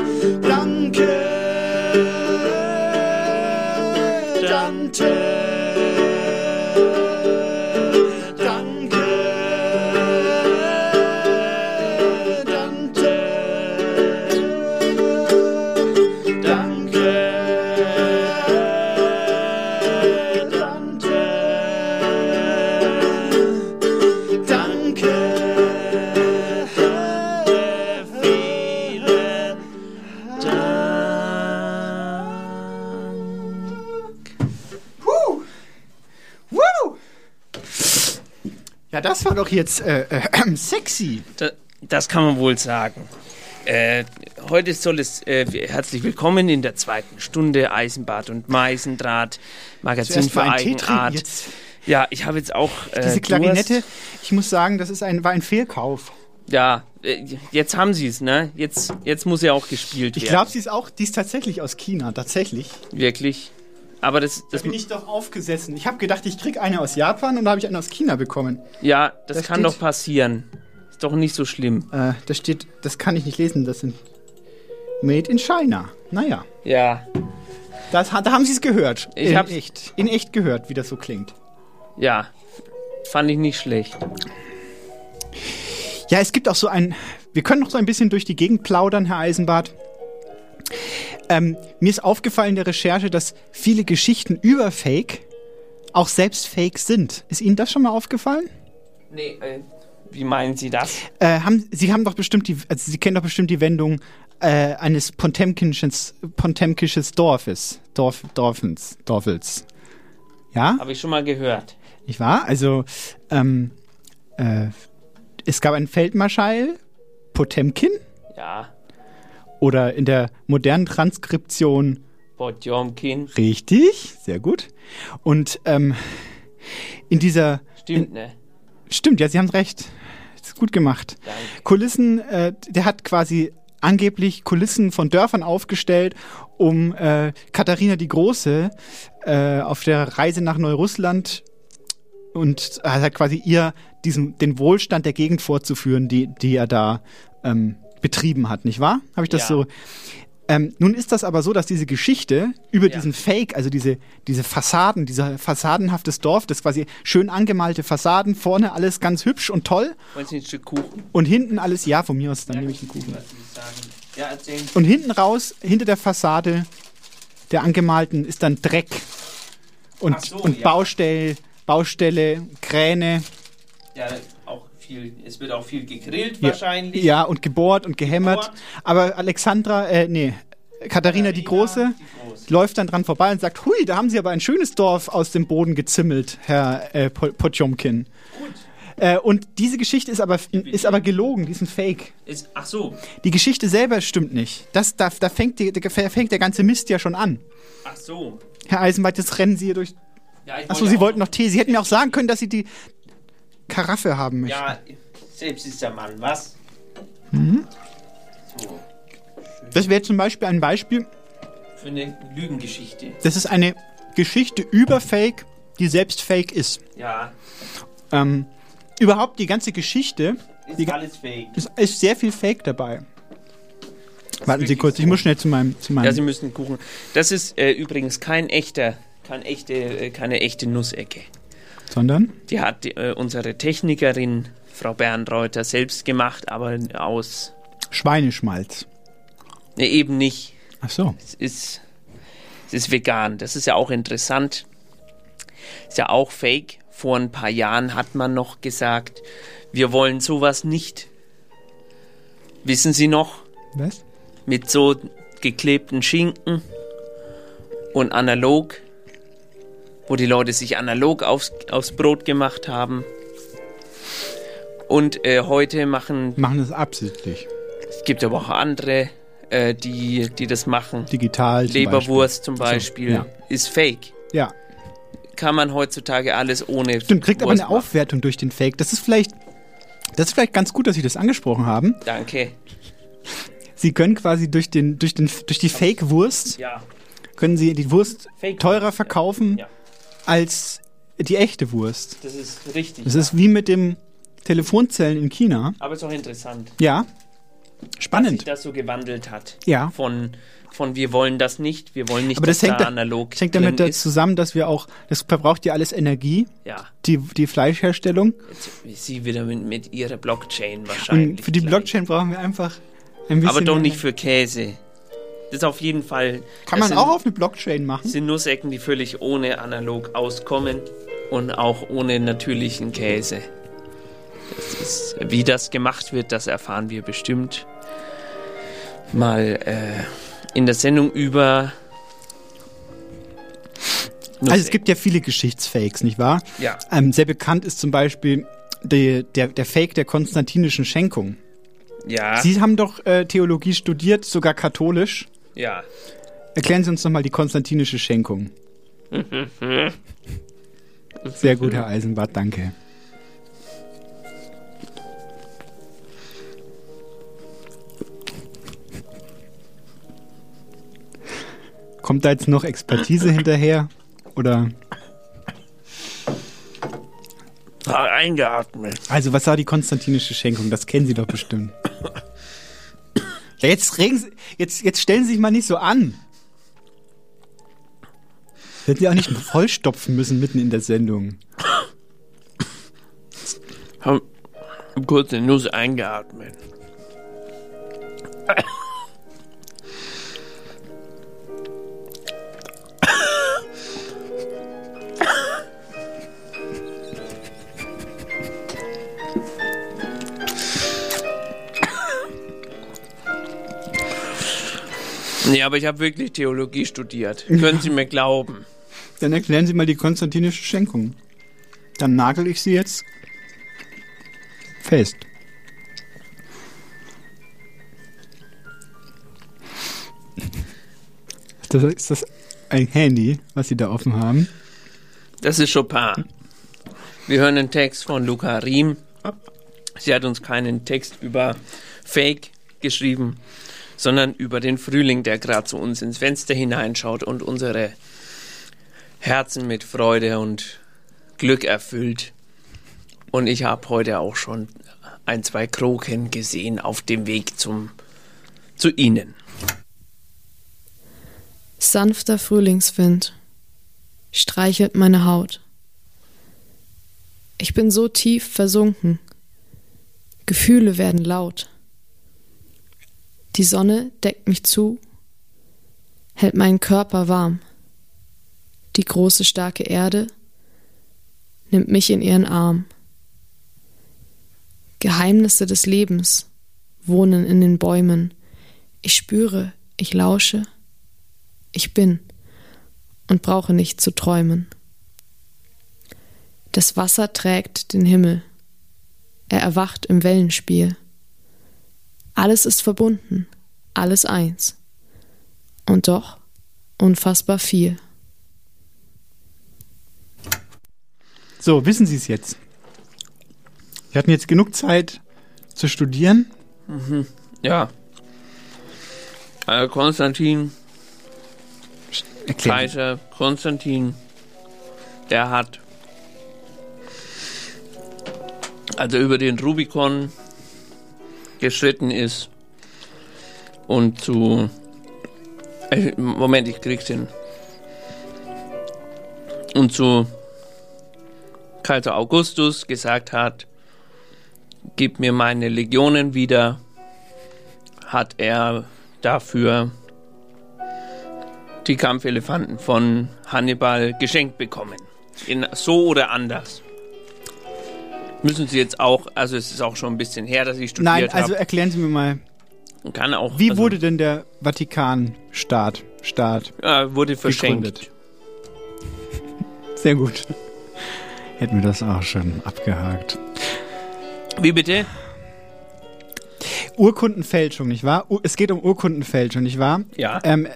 [SPEAKER 2] Dante, danke. Dante, danke. Dante, danke. Dante, danke. Huh. Woo. Ja, das war doch jetzt äh, äh, [CLEARS THROAT] sexy.
[SPEAKER 1] Da, das kann man wohl sagen. Äh, heute soll es äh, herzlich willkommen in der zweiten Stunde Eisenbad und Meisendraht, Magazin
[SPEAKER 2] Zuerst
[SPEAKER 1] für
[SPEAKER 2] mal einen Tee
[SPEAKER 1] Eigenart.
[SPEAKER 2] trinken, jetzt-
[SPEAKER 1] Ja, ich habe jetzt auch äh,
[SPEAKER 2] Diese Klarinette,
[SPEAKER 1] Durst.
[SPEAKER 2] ich muss sagen, das ist ein, war ein Fehlkauf.
[SPEAKER 1] Ja, äh, jetzt haben sie es, ne? Jetzt, jetzt muss ja auch gespielt
[SPEAKER 2] Ich
[SPEAKER 1] werden.
[SPEAKER 2] glaube, sie ist auch, die ist tatsächlich aus China, tatsächlich.
[SPEAKER 1] Wirklich. Aber das,
[SPEAKER 2] Da
[SPEAKER 1] das
[SPEAKER 2] bin ich doch aufgesessen. Ich habe gedacht, ich krieg eine aus Japan und da habe ich eine aus China bekommen.
[SPEAKER 1] ja, das,
[SPEAKER 2] Da
[SPEAKER 1] kann
[SPEAKER 2] steht-
[SPEAKER 1] doch passieren. Ist doch nicht so schlimm.
[SPEAKER 2] Äh, da steht, das kann ich nicht lesen, das sind Made in China. Naja,
[SPEAKER 1] Ja,
[SPEAKER 2] das, hat- da haben sie es gehört.
[SPEAKER 1] Ich
[SPEAKER 2] in
[SPEAKER 1] hab's-
[SPEAKER 2] echt. In echt gehört, wie das so klingt.
[SPEAKER 1] ja. Fand ich nicht schlecht.
[SPEAKER 2] Ja, es gibt auch so ein. Wir können noch so ein bisschen durch die Gegend plaudern, Herr Eisenbart. Ähm, mir ist aufgefallen in der Recherche, dass viele Geschichten über Fake auch selbst fake sind. Ist Ihnen das schon mal aufgefallen?
[SPEAKER 1] Nee, äh, wie meinen Sie das?
[SPEAKER 2] Äh, haben, Sie haben doch bestimmt die, also Sie kennen doch bestimmt die Wendung äh, eines Pontemkinsches, Pontemkisches Dorfes, Dorf, Dorfens, Dorfels. Ja?
[SPEAKER 1] Habe ich schon mal gehört.
[SPEAKER 2] Nicht wahr? Also, ähm, äh, es gab einen Feldmarschall Potemkin
[SPEAKER 1] Ja,
[SPEAKER 2] oder in der modernen Transkription
[SPEAKER 1] Potjomkin.
[SPEAKER 2] richtig, sehr gut. Und ähm, in dieser
[SPEAKER 1] Stimmt, ne?
[SPEAKER 2] Stimmt, ja, Sie haben recht. Ist gut gemacht. Kulissen, äh, der hat quasi angeblich Kulissen von Dörfern aufgestellt, um äh, Katharina die Große äh, auf der Reise nach Neurussland und hat halt quasi ihr diesen, den Wohlstand der Gegend vorzuführen, die, die er da ähm, betrieben hat, nicht wahr? Habe ich das
[SPEAKER 1] Ja.
[SPEAKER 2] so? Ähm, nun ist das aber so, dass diese Geschichte über diesen Fake, also diese, diese Fassaden, dieser fassadenhaftes Dorf, das quasi schön angemalte Fassaden, vorne alles ganz hübsch und toll
[SPEAKER 1] Wollen Sie ein Stück Kuchen?
[SPEAKER 2] und hinten alles, ja, von mir aus, dann nehme ich einen Kuchen.
[SPEAKER 1] Sagen. Ja, erzählen Sie.
[SPEAKER 2] Und hinten raus, hinter der Fassade der angemalten, ist dann Dreck und,
[SPEAKER 1] Ach so,
[SPEAKER 2] und
[SPEAKER 1] ja.
[SPEAKER 2] Baustelle, Baustelle, Kräne.
[SPEAKER 1] Ja, auch viel, es wird auch viel gegrillt
[SPEAKER 2] Ja,
[SPEAKER 1] wahrscheinlich.
[SPEAKER 2] Ja, und gebohrt und gehämmert. Aber Alexandra, äh, nee, Katharina die Große, läuft dann dran vorbei und sagt, hui, da haben Sie aber ein schönes Dorf aus dem Boden gezimmelt, Herr äh, Po- Potjomkin. Äh, und diese Geschichte ist aber, ist aber gelogen, die ist ein Fake.
[SPEAKER 1] Ist, ach so,
[SPEAKER 2] Die Geschichte selber stimmt nicht. Das, da, da, fängt die, da fängt der ganze Mist ja schon an.
[SPEAKER 1] ach so.
[SPEAKER 2] Herr Eisenbart, jetzt rennen Sie hier durch.
[SPEAKER 1] Ja, ich
[SPEAKER 2] Achso,
[SPEAKER 1] wollte
[SPEAKER 2] Sie
[SPEAKER 1] auch
[SPEAKER 2] wollten noch Tee. Sie hätten mir auch sagen können, dass Sie die Karaffe haben möchten.
[SPEAKER 1] Ja, selbst ist der Mann, was?
[SPEAKER 2] Mhm.
[SPEAKER 1] So,
[SPEAKER 2] Das wäre zum Beispiel ein Beispiel.
[SPEAKER 1] für eine Lügengeschichte.
[SPEAKER 2] Das ist eine Geschichte über Fake, die selbst Fake ist.
[SPEAKER 1] Ja,
[SPEAKER 2] Ähm, überhaupt die ganze Geschichte
[SPEAKER 1] ist
[SPEAKER 2] die, ga-
[SPEAKER 1] alles fake.
[SPEAKER 2] es ist sehr viel Fake dabei. Warten Sie kurz, ich muss schnell zu meinem. Zu meinem
[SPEAKER 1] Ja, Sie müssen Kuchen. Das ist äh, übrigens kein echter, kein echte, äh, keine echte Nussecke.
[SPEAKER 2] sondern?
[SPEAKER 1] Die hat äh, unsere Technikerin, Frau Bernreuter, selbst gemacht, aber aus.
[SPEAKER 2] Schweineschmalz.
[SPEAKER 1] Ne, eben nicht.
[SPEAKER 2] Ach so.
[SPEAKER 1] Es ist, es ist vegan. Das ist ja auch interessant. Ist ja auch fake. Vor ein paar Jahren hat man noch gesagt, wir wollen sowas nicht. Wissen Sie noch?
[SPEAKER 2] Was?
[SPEAKER 1] Mit so geklebten Schinken und analog, wo die Leute sich analog aufs, aufs Brot gemacht haben. Und äh, heute machen
[SPEAKER 2] Machen das absichtlich.
[SPEAKER 1] es gibt aber auch andere, äh, die, die das machen.
[SPEAKER 2] Digital. zum
[SPEAKER 1] Leberwurst zum
[SPEAKER 2] Beispiel.
[SPEAKER 1] Beispiel
[SPEAKER 2] Ja.
[SPEAKER 1] ist fake.
[SPEAKER 2] Ja.
[SPEAKER 1] Kann man heutzutage alles ohne.
[SPEAKER 2] Stimmt, kriegt aber
[SPEAKER 1] Wurst
[SPEAKER 2] eine Aufwertung durch den Fake. Das ist vielleicht. Das ist vielleicht ganz gut, dass Sie das angesprochen haben.
[SPEAKER 1] machen. Danke.
[SPEAKER 2] Sie können quasi durch, den, durch, den, durch die Fake-Wurst,
[SPEAKER 1] Ja.
[SPEAKER 2] können Sie die Wurst teurer verkaufen als die echte Wurst.
[SPEAKER 1] Das ist richtig.
[SPEAKER 2] Das ist wie mit dem Telefonzellen in China.
[SPEAKER 1] aber ist auch interessant,
[SPEAKER 2] Ja,
[SPEAKER 1] dass
[SPEAKER 2] spannend.
[SPEAKER 1] sich das so gewandelt hat.
[SPEAKER 2] Ja.
[SPEAKER 1] Von, von wir wollen das nicht, wir wollen nicht,
[SPEAKER 2] Aber das
[SPEAKER 1] dass
[SPEAKER 2] hängt,
[SPEAKER 1] da
[SPEAKER 2] da,
[SPEAKER 1] analog
[SPEAKER 2] das hängt
[SPEAKER 1] drin
[SPEAKER 2] damit da
[SPEAKER 1] ist.
[SPEAKER 2] zusammen, dass wir auch, das verbraucht ja alles Energie,
[SPEAKER 1] Ja.
[SPEAKER 2] die, die Fleischherstellung.
[SPEAKER 1] Jetzt, sie wieder mit, mit ihrer Blockchain
[SPEAKER 2] Und
[SPEAKER 1] wahrscheinlich.
[SPEAKER 2] für die Blockchain brauchen wir einfach ein bisschen.
[SPEAKER 1] aber doch
[SPEAKER 2] mehr.
[SPEAKER 1] nicht für Käse. Das ist auf jeden Fall.
[SPEAKER 2] Kann
[SPEAKER 1] das
[SPEAKER 2] man
[SPEAKER 1] sind-
[SPEAKER 2] auch auf eine Blockchain machen?
[SPEAKER 1] sind Nussecken, die völlig ohne analog auskommen und auch ohne natürlichen Käse. Das ist, wie das gemacht wird, das erfahren wir bestimmt mal äh, in der Sendung über.
[SPEAKER 2] Also es gibt ja viele Geschichtsfakes, nicht wahr?
[SPEAKER 1] Ja.
[SPEAKER 2] Ähm, sehr bekannt ist zum Beispiel die, der, der Fake der konstantinischen Schenkung.
[SPEAKER 1] Ja.
[SPEAKER 2] Sie haben doch äh, Theologie studiert, sogar katholisch.
[SPEAKER 1] ja. [LAUGHS]
[SPEAKER 2] Erklären Sie uns nochmal die konstantinische Schenkung. Sehr gut, Herr Eisenbart, danke. Kommt da jetzt noch Expertise hinterher? Oder
[SPEAKER 1] Eingeatmet.
[SPEAKER 2] also was war die konstantinische Schenkung? Das kennen Sie doch bestimmt. Ja, Jetzt, regen Sie, jetzt, jetzt stellen Sie sich mal nicht so an. Hätten Sie auch nicht vollstopfen müssen mitten in der Sendung.
[SPEAKER 1] Hab, hab kurz eine Nuss eingeatmet. Nee, aber ich habe wirklich Theologie studiert. Können Sie mir glauben?
[SPEAKER 2] Dann erklären Sie mal die konstantinische Schenkung. Dann nagel ich sie jetzt fest. Ist das, ist das ein Handy, was Sie da offen haben?
[SPEAKER 1] Das ist Chopin. Wir hören einen Text von Luca Riem. Sie hat uns keinen Text über Fake geschrieben, sondern über den Frühling, der gerade zu uns ins Fenster hineinschaut und unsere Herzen mit Freude und Glück erfüllt. Und ich habe heute auch schon ein, zwei Kroken gesehen auf dem Weg zum, zu Ihnen.
[SPEAKER 14] Sanfter Frühlingswind streichelt meine Haut. Ich bin so tief versunken. Gefühle werden laut. Die Sonne deckt mich zu, hält meinen Körper warm. Die große, starke Erde nimmt mich in ihren Arm. Geheimnisse des Lebens wohnen in den Bäumen. Ich spüre, ich lausche, ich bin und brauche nicht zu träumen. Das Wasser trägt den Himmel. Er erwacht im Wellenspiel. Alles ist verbunden, alles eins. Und doch unfassbar viel.
[SPEAKER 2] So, wissen Sie es jetzt? Wir hatten jetzt genug Zeit zu studieren.
[SPEAKER 1] Mhm. Ja. Äh, Konstantin,
[SPEAKER 2] Erklären.
[SPEAKER 1] Kaiser Konstantin, der hat also über den Rubikon geschritten ist und zu äh, Moment, ich krieg's hin. Und zu Kaiser Augustus gesagt hat, gib mir meine Legionen wieder, hat er dafür die Kampfelefanten von Hannibal geschenkt bekommen. In, so oder anders. Müssen Sie jetzt auch, also es ist auch schon ein bisschen her, dass ich studiert habe.
[SPEAKER 2] Nein, also erklären Sie mir mal,
[SPEAKER 1] Kann auch.
[SPEAKER 2] wie
[SPEAKER 1] also,
[SPEAKER 2] wurde denn der Vatikanstaat Staat
[SPEAKER 1] äh, wurde verschenkt.
[SPEAKER 2] gegründet? [LAUGHS] Sehr gut. Hätten wir das auch schon abgehakt.
[SPEAKER 1] Wie bitte?
[SPEAKER 2] Urkundenfälschung, nicht wahr? U- Es geht um Urkundenfälschung, nicht wahr?
[SPEAKER 1] Ja.
[SPEAKER 2] Ähm,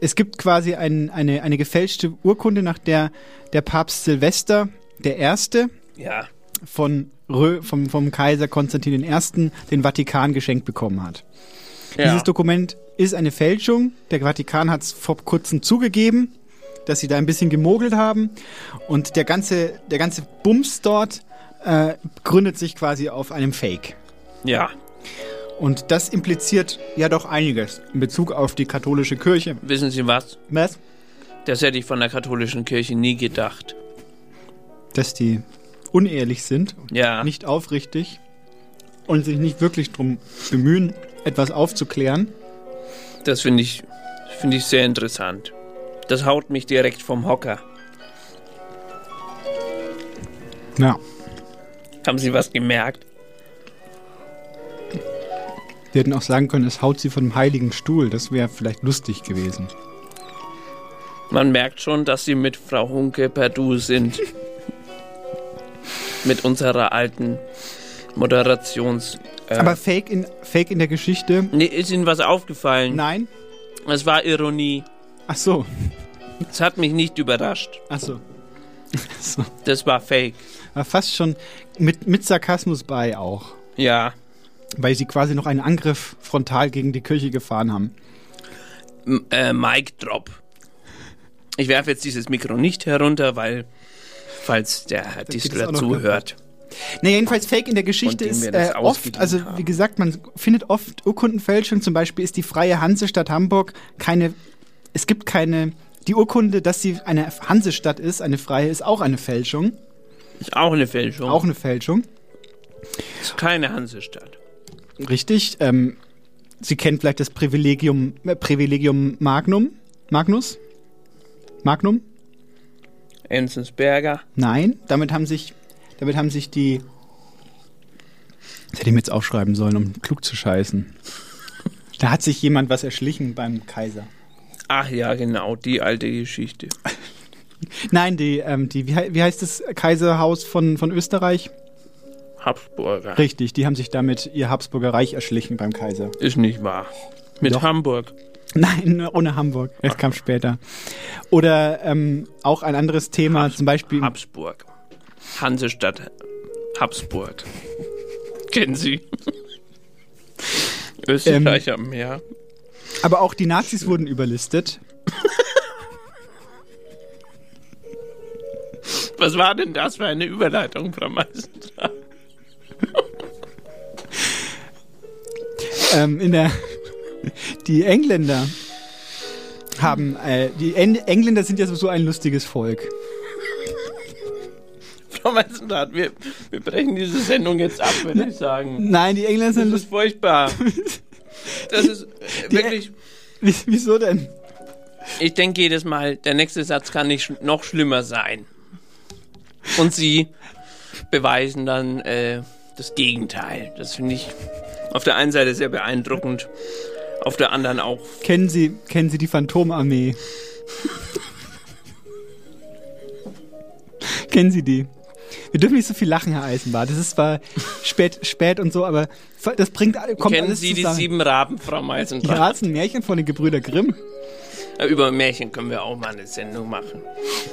[SPEAKER 2] es gibt quasi ein, eine, eine gefälschte Urkunde, nach der der Papst Silvester der Erste
[SPEAKER 1] Ja.
[SPEAKER 2] von Rö, vom, vom Kaiser Konstantin I. den Vatikan geschenkt bekommen hat.
[SPEAKER 1] Ja.
[SPEAKER 2] Dieses Dokument ist eine Fälschung. Der Vatikan hat es vor kurzem zugegeben, dass sie da ein bisschen gemogelt haben. Und der ganze, der ganze Bums dort äh, gründet sich quasi auf einem Fake.
[SPEAKER 1] Ja.
[SPEAKER 2] Und das impliziert ja doch einiges in Bezug auf die katholische Kirche.
[SPEAKER 1] Wissen Sie was?
[SPEAKER 2] Was?
[SPEAKER 1] Das hätte ich von der katholischen Kirche nie gedacht.
[SPEAKER 2] Dass die unehrlich sind,
[SPEAKER 1] Ja.
[SPEAKER 2] nicht aufrichtig und sich nicht wirklich drum bemühen, etwas aufzuklären.
[SPEAKER 1] Das finde ich, finde ich sehr interessant. Das haut mich direkt vom Hocker.
[SPEAKER 2] Ja.
[SPEAKER 1] Haben Sie was gemerkt?
[SPEAKER 2] Wir hätten auch sagen können, es haut sie von dem heiligen Stuhl. Das wäre vielleicht lustig gewesen.
[SPEAKER 1] Man merkt schon, dass Sie mit Frau Hunke per Du sind. mit unserer alten Moderations. äh,
[SPEAKER 2] Aber Fake in, Fake in der Geschichte?
[SPEAKER 1] Nee, ist Ihnen was aufgefallen?
[SPEAKER 2] Nein.
[SPEAKER 1] Es war Ironie.
[SPEAKER 2] Ach so.
[SPEAKER 1] Es hat mich nicht überrascht.
[SPEAKER 2] Ach so.
[SPEAKER 1] Das war fake.
[SPEAKER 2] War fast schon mit, mit Sarkasmus bei auch.
[SPEAKER 1] Ja.
[SPEAKER 2] Weil sie quasi noch einen Angriff frontal gegen die Kirche gefahren haben.
[SPEAKER 1] M äh, Mic Drop. Ich werfe jetzt dieses Mikro nicht herunter, weil, falls der Herr
[SPEAKER 2] geht es
[SPEAKER 1] Distler
[SPEAKER 2] auch noch
[SPEAKER 1] zuhört.
[SPEAKER 2] Na, jedenfalls Fake in der Geschichte
[SPEAKER 1] Und dem
[SPEAKER 2] ist
[SPEAKER 1] wir das
[SPEAKER 2] äh, oft,
[SPEAKER 1] ausgeliehen
[SPEAKER 2] also wie gesagt, man findet oft Urkundenfälschung. Zum Beispiel ist die Freie Hansestadt Hamburg keine, es gibt keine, die Urkunde, dass sie eine Hansestadt ist, eine Freie, ist auch eine Fälschung.
[SPEAKER 1] Ist auch eine Fälschung.
[SPEAKER 2] Auch eine Fälschung.
[SPEAKER 1] Ist keine Hansestadt.
[SPEAKER 2] Richtig. Ähm, Sie kennen vielleicht das Privilegium, äh, Privilegium Magnum? Magnus? Magnum?
[SPEAKER 1] Enzensberger.
[SPEAKER 2] Nein. Damit haben sich, damit haben sich die. Das hätte ich mir jetzt aufschreiben sollen, um klug zu scheißen. Da hat sich jemand was erschlichen beim Kaiser.
[SPEAKER 1] Ach ja, genau, die alte Geschichte.
[SPEAKER 2] Nein, die, ähm, die wie, hei- wie heißt das Kaiserhaus von, von Österreich?
[SPEAKER 1] Habsburger.
[SPEAKER 2] Richtig, die haben sich damit ihr Habsburger Reich erschlichen beim Kaiser.
[SPEAKER 1] Ist nicht wahr. Mit
[SPEAKER 2] Doch.
[SPEAKER 1] Hamburg. Ah.
[SPEAKER 2] Nein, ohne Hamburg. Es kam später. Oder ähm, auch ein anderes Thema, zum Beispiel.
[SPEAKER 1] Habsburg. Hansestadt Habsburg. Kennen Sie? [LAUGHS] Österreich
[SPEAKER 2] Ähm.
[SPEAKER 1] am Meer.
[SPEAKER 2] Aber auch die Nazis wurden überlistet.
[SPEAKER 1] Was war denn das für eine Überleitung, Frau Meisendrath?
[SPEAKER 2] ähm, in der die Engländer haben äh, die en Engländer sind ja so ein lustiges Volk.
[SPEAKER 1] [LAUGHS] Frau Meisendrath, wir, wir brechen diese Sendung jetzt ab, würde
[SPEAKER 2] [LAUGHS]
[SPEAKER 1] ich sagen.
[SPEAKER 2] Nein, die Engländer sind
[SPEAKER 1] Das ist furchtbar. Das ist äh, wirklich.
[SPEAKER 2] Wies- Wieso denn?
[SPEAKER 1] Ich denke jedes Mal, der nächste Satz kann nicht sch- noch schlimmer sein. Und sie beweisen dann äh, das Gegenteil. Das finde ich auf der einen Seite sehr beeindruckend, auf der anderen auch.
[SPEAKER 2] Kennen Sie kennen Sie die Phantomarmee? [LAUGHS] kennen Sie die? Wir dürfen nicht so viel lachen, Herr Eisenbart. Das ist zwar spät, spät und so, aber das bringt kommt
[SPEAKER 1] Kennen
[SPEAKER 2] alles
[SPEAKER 1] Sie
[SPEAKER 2] zusammen.
[SPEAKER 1] die sieben Raben, Frau
[SPEAKER 2] ja,
[SPEAKER 1] Meisendrath?
[SPEAKER 2] das ist ein Märchen von den Gebrüder Grimm.
[SPEAKER 1] Über Märchen können wir auch mal eine Sendung machen.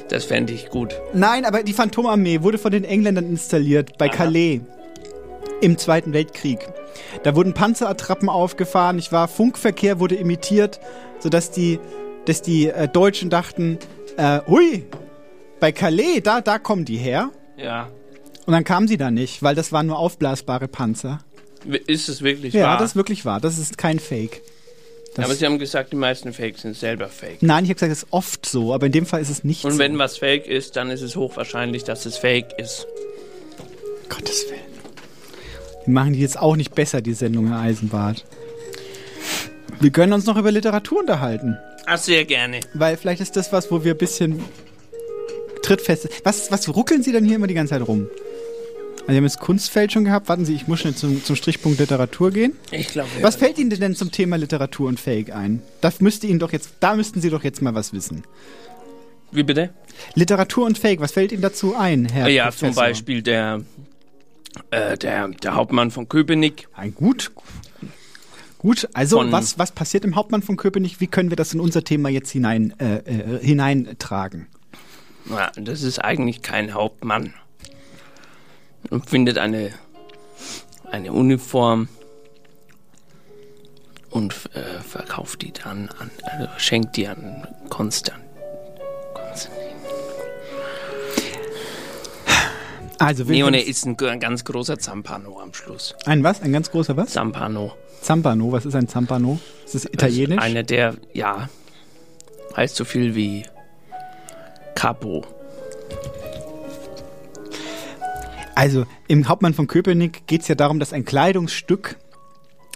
[SPEAKER 1] Das fände ich gut.
[SPEAKER 2] Nein, aber die Phantomarmee wurde von den Engländern installiert bei Calais im Zweiten Weltkrieg. Da wurden Panzerattrappen aufgefahren, ich war, Funkverkehr wurde imitiert, sodass die, dass die äh, Deutschen dachten, äh, hui, bei Calais, da, da kommen die her.
[SPEAKER 1] Ja.
[SPEAKER 2] Und dann kamen sie da nicht, weil das waren nur aufblasbare Panzer.
[SPEAKER 1] W- Ist es wirklich
[SPEAKER 2] ja,
[SPEAKER 1] wahr?
[SPEAKER 2] das ist wirklich wahr, das ist kein Fake. das-
[SPEAKER 1] Aber Sie haben gesagt, die meisten Fakes sind selber Fake.
[SPEAKER 2] Nein, ich habe gesagt, es ist oft so, aber in dem Fall ist es nicht
[SPEAKER 1] Und
[SPEAKER 2] so.
[SPEAKER 1] wenn was Fake ist, dann ist es hochwahrscheinlich, dass es Fake ist.
[SPEAKER 2] Gottes Willen. Wir machen die jetzt auch nicht besser, die Sendung, Herr Eisenbart. Wir können uns noch über Literatur unterhalten,
[SPEAKER 1] Ach, Ah, sehr gerne.
[SPEAKER 2] weil vielleicht ist das was, wo wir ein bisschen trittfest Was, was ruckeln Sie denn hier immer die ganze Zeit rum? Also wir haben jetzt Kunstfeld schon gehabt. Warten Sie, ich muss schnell zum, zum Strichpunkt Literatur gehen.
[SPEAKER 1] Ich glaube, wir
[SPEAKER 2] Was fällt Ihnen denn zum Thema Literatur und Fake ein? Das müsste Ihnen doch jetzt, da müssten Sie doch jetzt mal was wissen.
[SPEAKER 1] Wie bitte?
[SPEAKER 2] Literatur und Fake, was fällt Ihnen dazu ein, Herr
[SPEAKER 1] ja,
[SPEAKER 2] Professor?
[SPEAKER 1] zum Beispiel der, äh, der, der Hauptmann von Köpenick.
[SPEAKER 2] Ein gut. Gut, also
[SPEAKER 1] Von-
[SPEAKER 2] was, was passiert im Hauptmann von Köpenick? Wie können wir das in unser Thema jetzt hinein, äh, äh, hineintragen?
[SPEAKER 1] Ja, das ist eigentlich kein Hauptmann. Und findet eine, eine Uniform und äh, verkauft die dann an, also schenkt die an Konstant. Konstantin.
[SPEAKER 2] Also wir-
[SPEAKER 1] Neone ist ein, ein ganz großer Zampano am Schluss.
[SPEAKER 2] Ein was? Ein ganz großer was?
[SPEAKER 1] Zampano.
[SPEAKER 2] Zampano, was ist ein Zampano? Ist das italienisch?
[SPEAKER 1] Einer der, ja, heißt so viel wie Capo.
[SPEAKER 2] Also im Hauptmann von Köpenick geht es ja darum, dass ein Kleidungsstück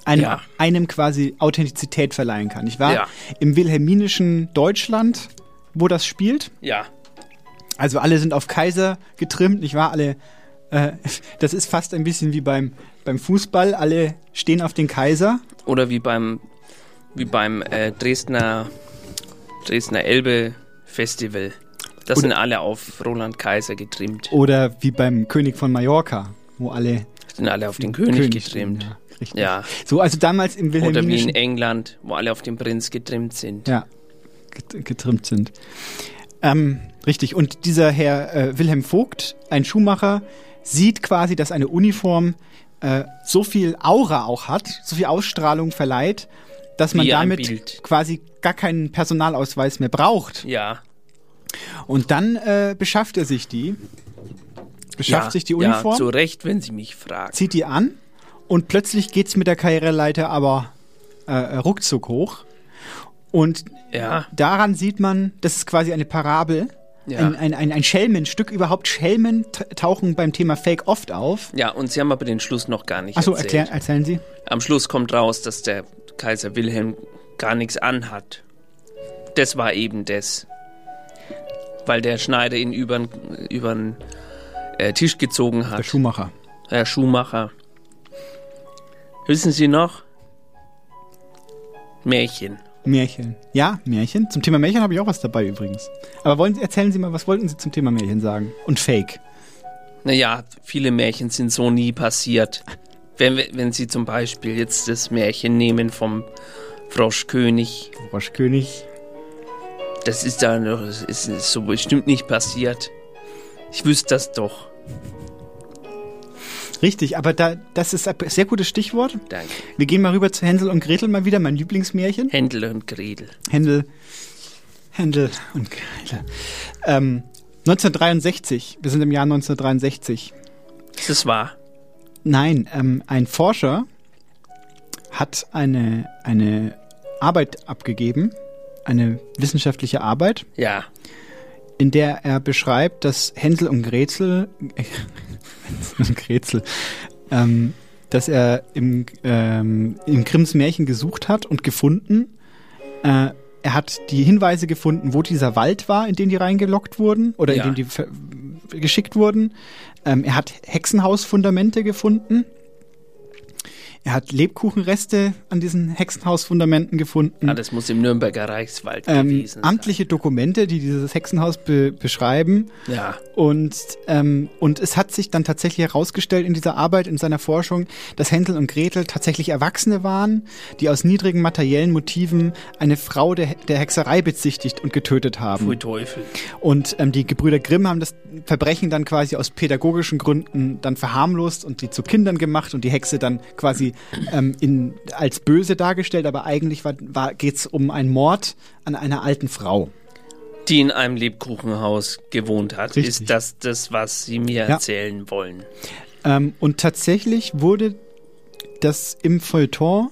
[SPEAKER 2] einem,
[SPEAKER 1] Ja.
[SPEAKER 2] einem quasi Authentizität verleihen kann. Ich war
[SPEAKER 1] Ja.
[SPEAKER 2] im wilhelminischen Deutschland, wo das spielt.
[SPEAKER 1] Ja.
[SPEAKER 2] Also alle sind auf Kaiser getrimmt, nicht wahr? Alle, äh, [LAUGHS] das ist fast ein bisschen wie beim, beim Fußball, alle stehen auf den Kaiser.
[SPEAKER 1] Oder wie beim, wie beim äh, Dresdner, Dresdner Elbe Festival. Das sind alle auf Roland Kaiser getrimmt.
[SPEAKER 2] Oder wie beim König von Mallorca, wo alle.
[SPEAKER 1] Sind alle auf den König,
[SPEAKER 2] stehen,
[SPEAKER 1] getrimmt.
[SPEAKER 2] Ja, richtig.
[SPEAKER 1] Ja.
[SPEAKER 2] So, also damals im
[SPEAKER 1] Oder wie in
[SPEAKER 2] Wilhelminischen
[SPEAKER 1] England, wo alle auf den Prinz getrimmt sind.
[SPEAKER 2] ja, get- getrimmt sind. Ähm, richtig. Und dieser Herr äh, Wilhelm Vogt, ein Schuhmacher, sieht quasi, dass eine Uniform äh, so viel Aura auch hat, so viel Ausstrahlung verleiht, dass man
[SPEAKER 1] Wie ein
[SPEAKER 2] damit
[SPEAKER 1] Bild.
[SPEAKER 2] quasi gar keinen Personalausweis mehr braucht.
[SPEAKER 1] Ja.
[SPEAKER 2] Und dann äh, beschafft er sich die, beschafft
[SPEAKER 1] ja,
[SPEAKER 2] sich die Uniform,
[SPEAKER 1] Ja, zu Recht, wenn Sie mich fragen.
[SPEAKER 2] zieht die an und plötzlich geht's mit der Karriereleiter aber äh, ruckzuck hoch. Und
[SPEAKER 1] Ja.
[SPEAKER 2] daran sieht man, das ist quasi eine Parabel,
[SPEAKER 1] Ja.
[SPEAKER 2] ein, ein, ein, ein Schelmenstück. Überhaupt Schelmen t- tauchen beim Thema Fake oft auf.
[SPEAKER 1] Ja, und Sie haben aber den Schluss noch gar nicht
[SPEAKER 2] Achso,
[SPEAKER 1] erzählt.
[SPEAKER 2] erklär, erzählen Sie.
[SPEAKER 1] Am Schluss kommt raus, dass der Kaiser Wilhelm gar nichts anhat. Das war eben das. Weil der Schneider ihn über den äh, Tisch gezogen hat.
[SPEAKER 2] Der Schuhmacher.
[SPEAKER 1] Herr Schumacher. Wissen Sie noch? Märchen.
[SPEAKER 2] Märchen. Ja, Märchen. Zum Thema Märchen habe ich auch was dabei übrigens. Aber wollen Sie, erzählen Sie mal, was wollten Sie zum Thema Märchen sagen? Und Fake.
[SPEAKER 1] Naja, viele Märchen sind so nie passiert. Wenn, wir- wenn Sie zum Beispiel jetzt das Märchen nehmen vom Froschkönig.
[SPEAKER 2] Froschkönig.
[SPEAKER 1] Das ist dann das ist so bestimmt nicht passiert. Ich wüsste das doch.
[SPEAKER 2] Richtig, aber da, das ist ein sehr gutes Stichwort.
[SPEAKER 1] Danke.
[SPEAKER 2] Wir gehen mal rüber zu Hänsel und Gretel, mal wieder mein Lieblingsmärchen.
[SPEAKER 1] Händel und Gretel.
[SPEAKER 2] Händel, Händel und Gretel. Ähm, 1963, wir sind im Jahr 1963.
[SPEAKER 1] Das ist wahr.
[SPEAKER 2] Nein, ähm, ein Forscher hat eine, eine Arbeit abgegeben, eine wissenschaftliche Arbeit,
[SPEAKER 1] Ja.
[SPEAKER 2] in der er beschreibt, dass Hänsel und Gretel, [LAUGHS] Hänsel und Gretel, ähm, dass er im, ähm, im Grimms Märchen gesucht hat und gefunden. Äh, er hat die Hinweise gefunden, wo dieser Wald war, in den die reingelockt wurden oder
[SPEAKER 1] Ja.
[SPEAKER 2] in den die ver- geschickt wurden. Ähm, er hat Hexenhausfundamente gefunden. Er hat Lebkuchenreste an diesen Hexenhausfundamenten gefunden.
[SPEAKER 1] Ah, das muss im Nürnberger Reichswald
[SPEAKER 2] Ähm,
[SPEAKER 1] gewesen sein.
[SPEAKER 2] amtliche Dokumente, die dieses Hexenhaus be beschreiben.
[SPEAKER 1] Ja.
[SPEAKER 2] Und, ähm, und es hat sich dann tatsächlich herausgestellt in dieser Arbeit, in seiner Forschung, dass Hänsel und Gretel tatsächlich Erwachsene waren, die aus niedrigen materiellen Motiven eine Frau der, der Hexerei bezichtigt und getötet haben.
[SPEAKER 1] Pfui Teufel.
[SPEAKER 2] Und ähm, die Gebrüder Grimm haben das Verbrechen dann quasi aus pädagogischen Gründen dann verharmlost und die zu Kindern gemacht und die Hexe dann quasi ähm, in, als böse dargestellt, aber eigentlich war, war, geht es um einen Mord an einer alten Frau.
[SPEAKER 1] Die in einem Lebkuchenhaus gewohnt hat.
[SPEAKER 2] Richtig.
[SPEAKER 1] Ist das das, was Sie mir
[SPEAKER 2] Ja.
[SPEAKER 1] erzählen wollen?
[SPEAKER 2] Ähm, und tatsächlich wurde das im Feuilleton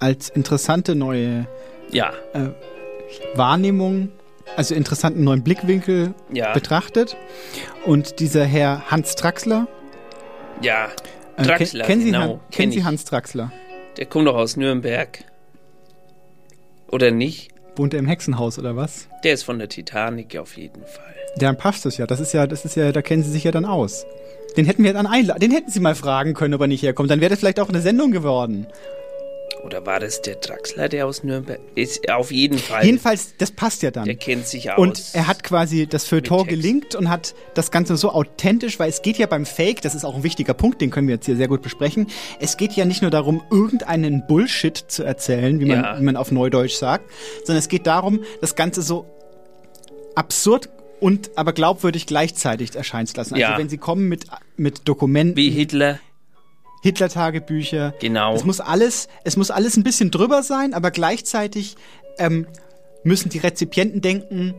[SPEAKER 2] als interessante neue
[SPEAKER 1] Ja.
[SPEAKER 2] äh, Wahrnehmung, also interessanten neuen Blickwinkel
[SPEAKER 1] Ja.
[SPEAKER 2] betrachtet. Und dieser Herr Hans Traxler,
[SPEAKER 1] Ja.
[SPEAKER 2] äh,
[SPEAKER 1] Draxler,
[SPEAKER 2] ken- kennen, Sie,
[SPEAKER 1] genau.
[SPEAKER 2] Han- kennen
[SPEAKER 1] kenn
[SPEAKER 2] Sie
[SPEAKER 1] ich.
[SPEAKER 2] Hans Traxler?
[SPEAKER 1] Der kommt doch aus Nürnberg. Oder nicht?
[SPEAKER 2] Wohnt er im Hexenhaus oder was?
[SPEAKER 1] Der ist von der Titanic auf jeden Fall.
[SPEAKER 2] Dann passt das ja. Das ist ja, das ist ja, da kennen Sie sich ja dann aus. Den hätten wir dann einladen. Den hätten Sie mal fragen können, ob er nicht herkommt. Dann wäre das vielleicht auch eine Sendung geworden.
[SPEAKER 1] Oder war das der Draxler, der aus Nürnberg ist? Auf jeden Fall.
[SPEAKER 2] Jedenfalls, das passt ja dann.
[SPEAKER 1] Der kennt sich aus.
[SPEAKER 2] Und er hat quasi das Feuilleton gelinkt und hat das Ganze so authentisch, weil es geht ja beim Fake, das ist auch ein wichtiger Punkt, den können wir jetzt hier sehr gut besprechen. Es geht ja nicht nur darum, irgendeinen Bullshit zu erzählen, wie man,
[SPEAKER 1] Ja.
[SPEAKER 2] wie man auf Neudeutsch sagt, sondern es geht darum, das Ganze so absurd und aber glaubwürdig gleichzeitig erscheinen zu lassen. Also
[SPEAKER 1] Ja.
[SPEAKER 2] wenn sie kommen mit, mit Dokumenten.
[SPEAKER 1] Wie Hitler.
[SPEAKER 2] Hitler-Tagebücher.
[SPEAKER 1] Genau.
[SPEAKER 2] Es muss alles, es muss alles ein bisschen drüber sein, aber gleichzeitig ähm, müssen die Rezipienten denken,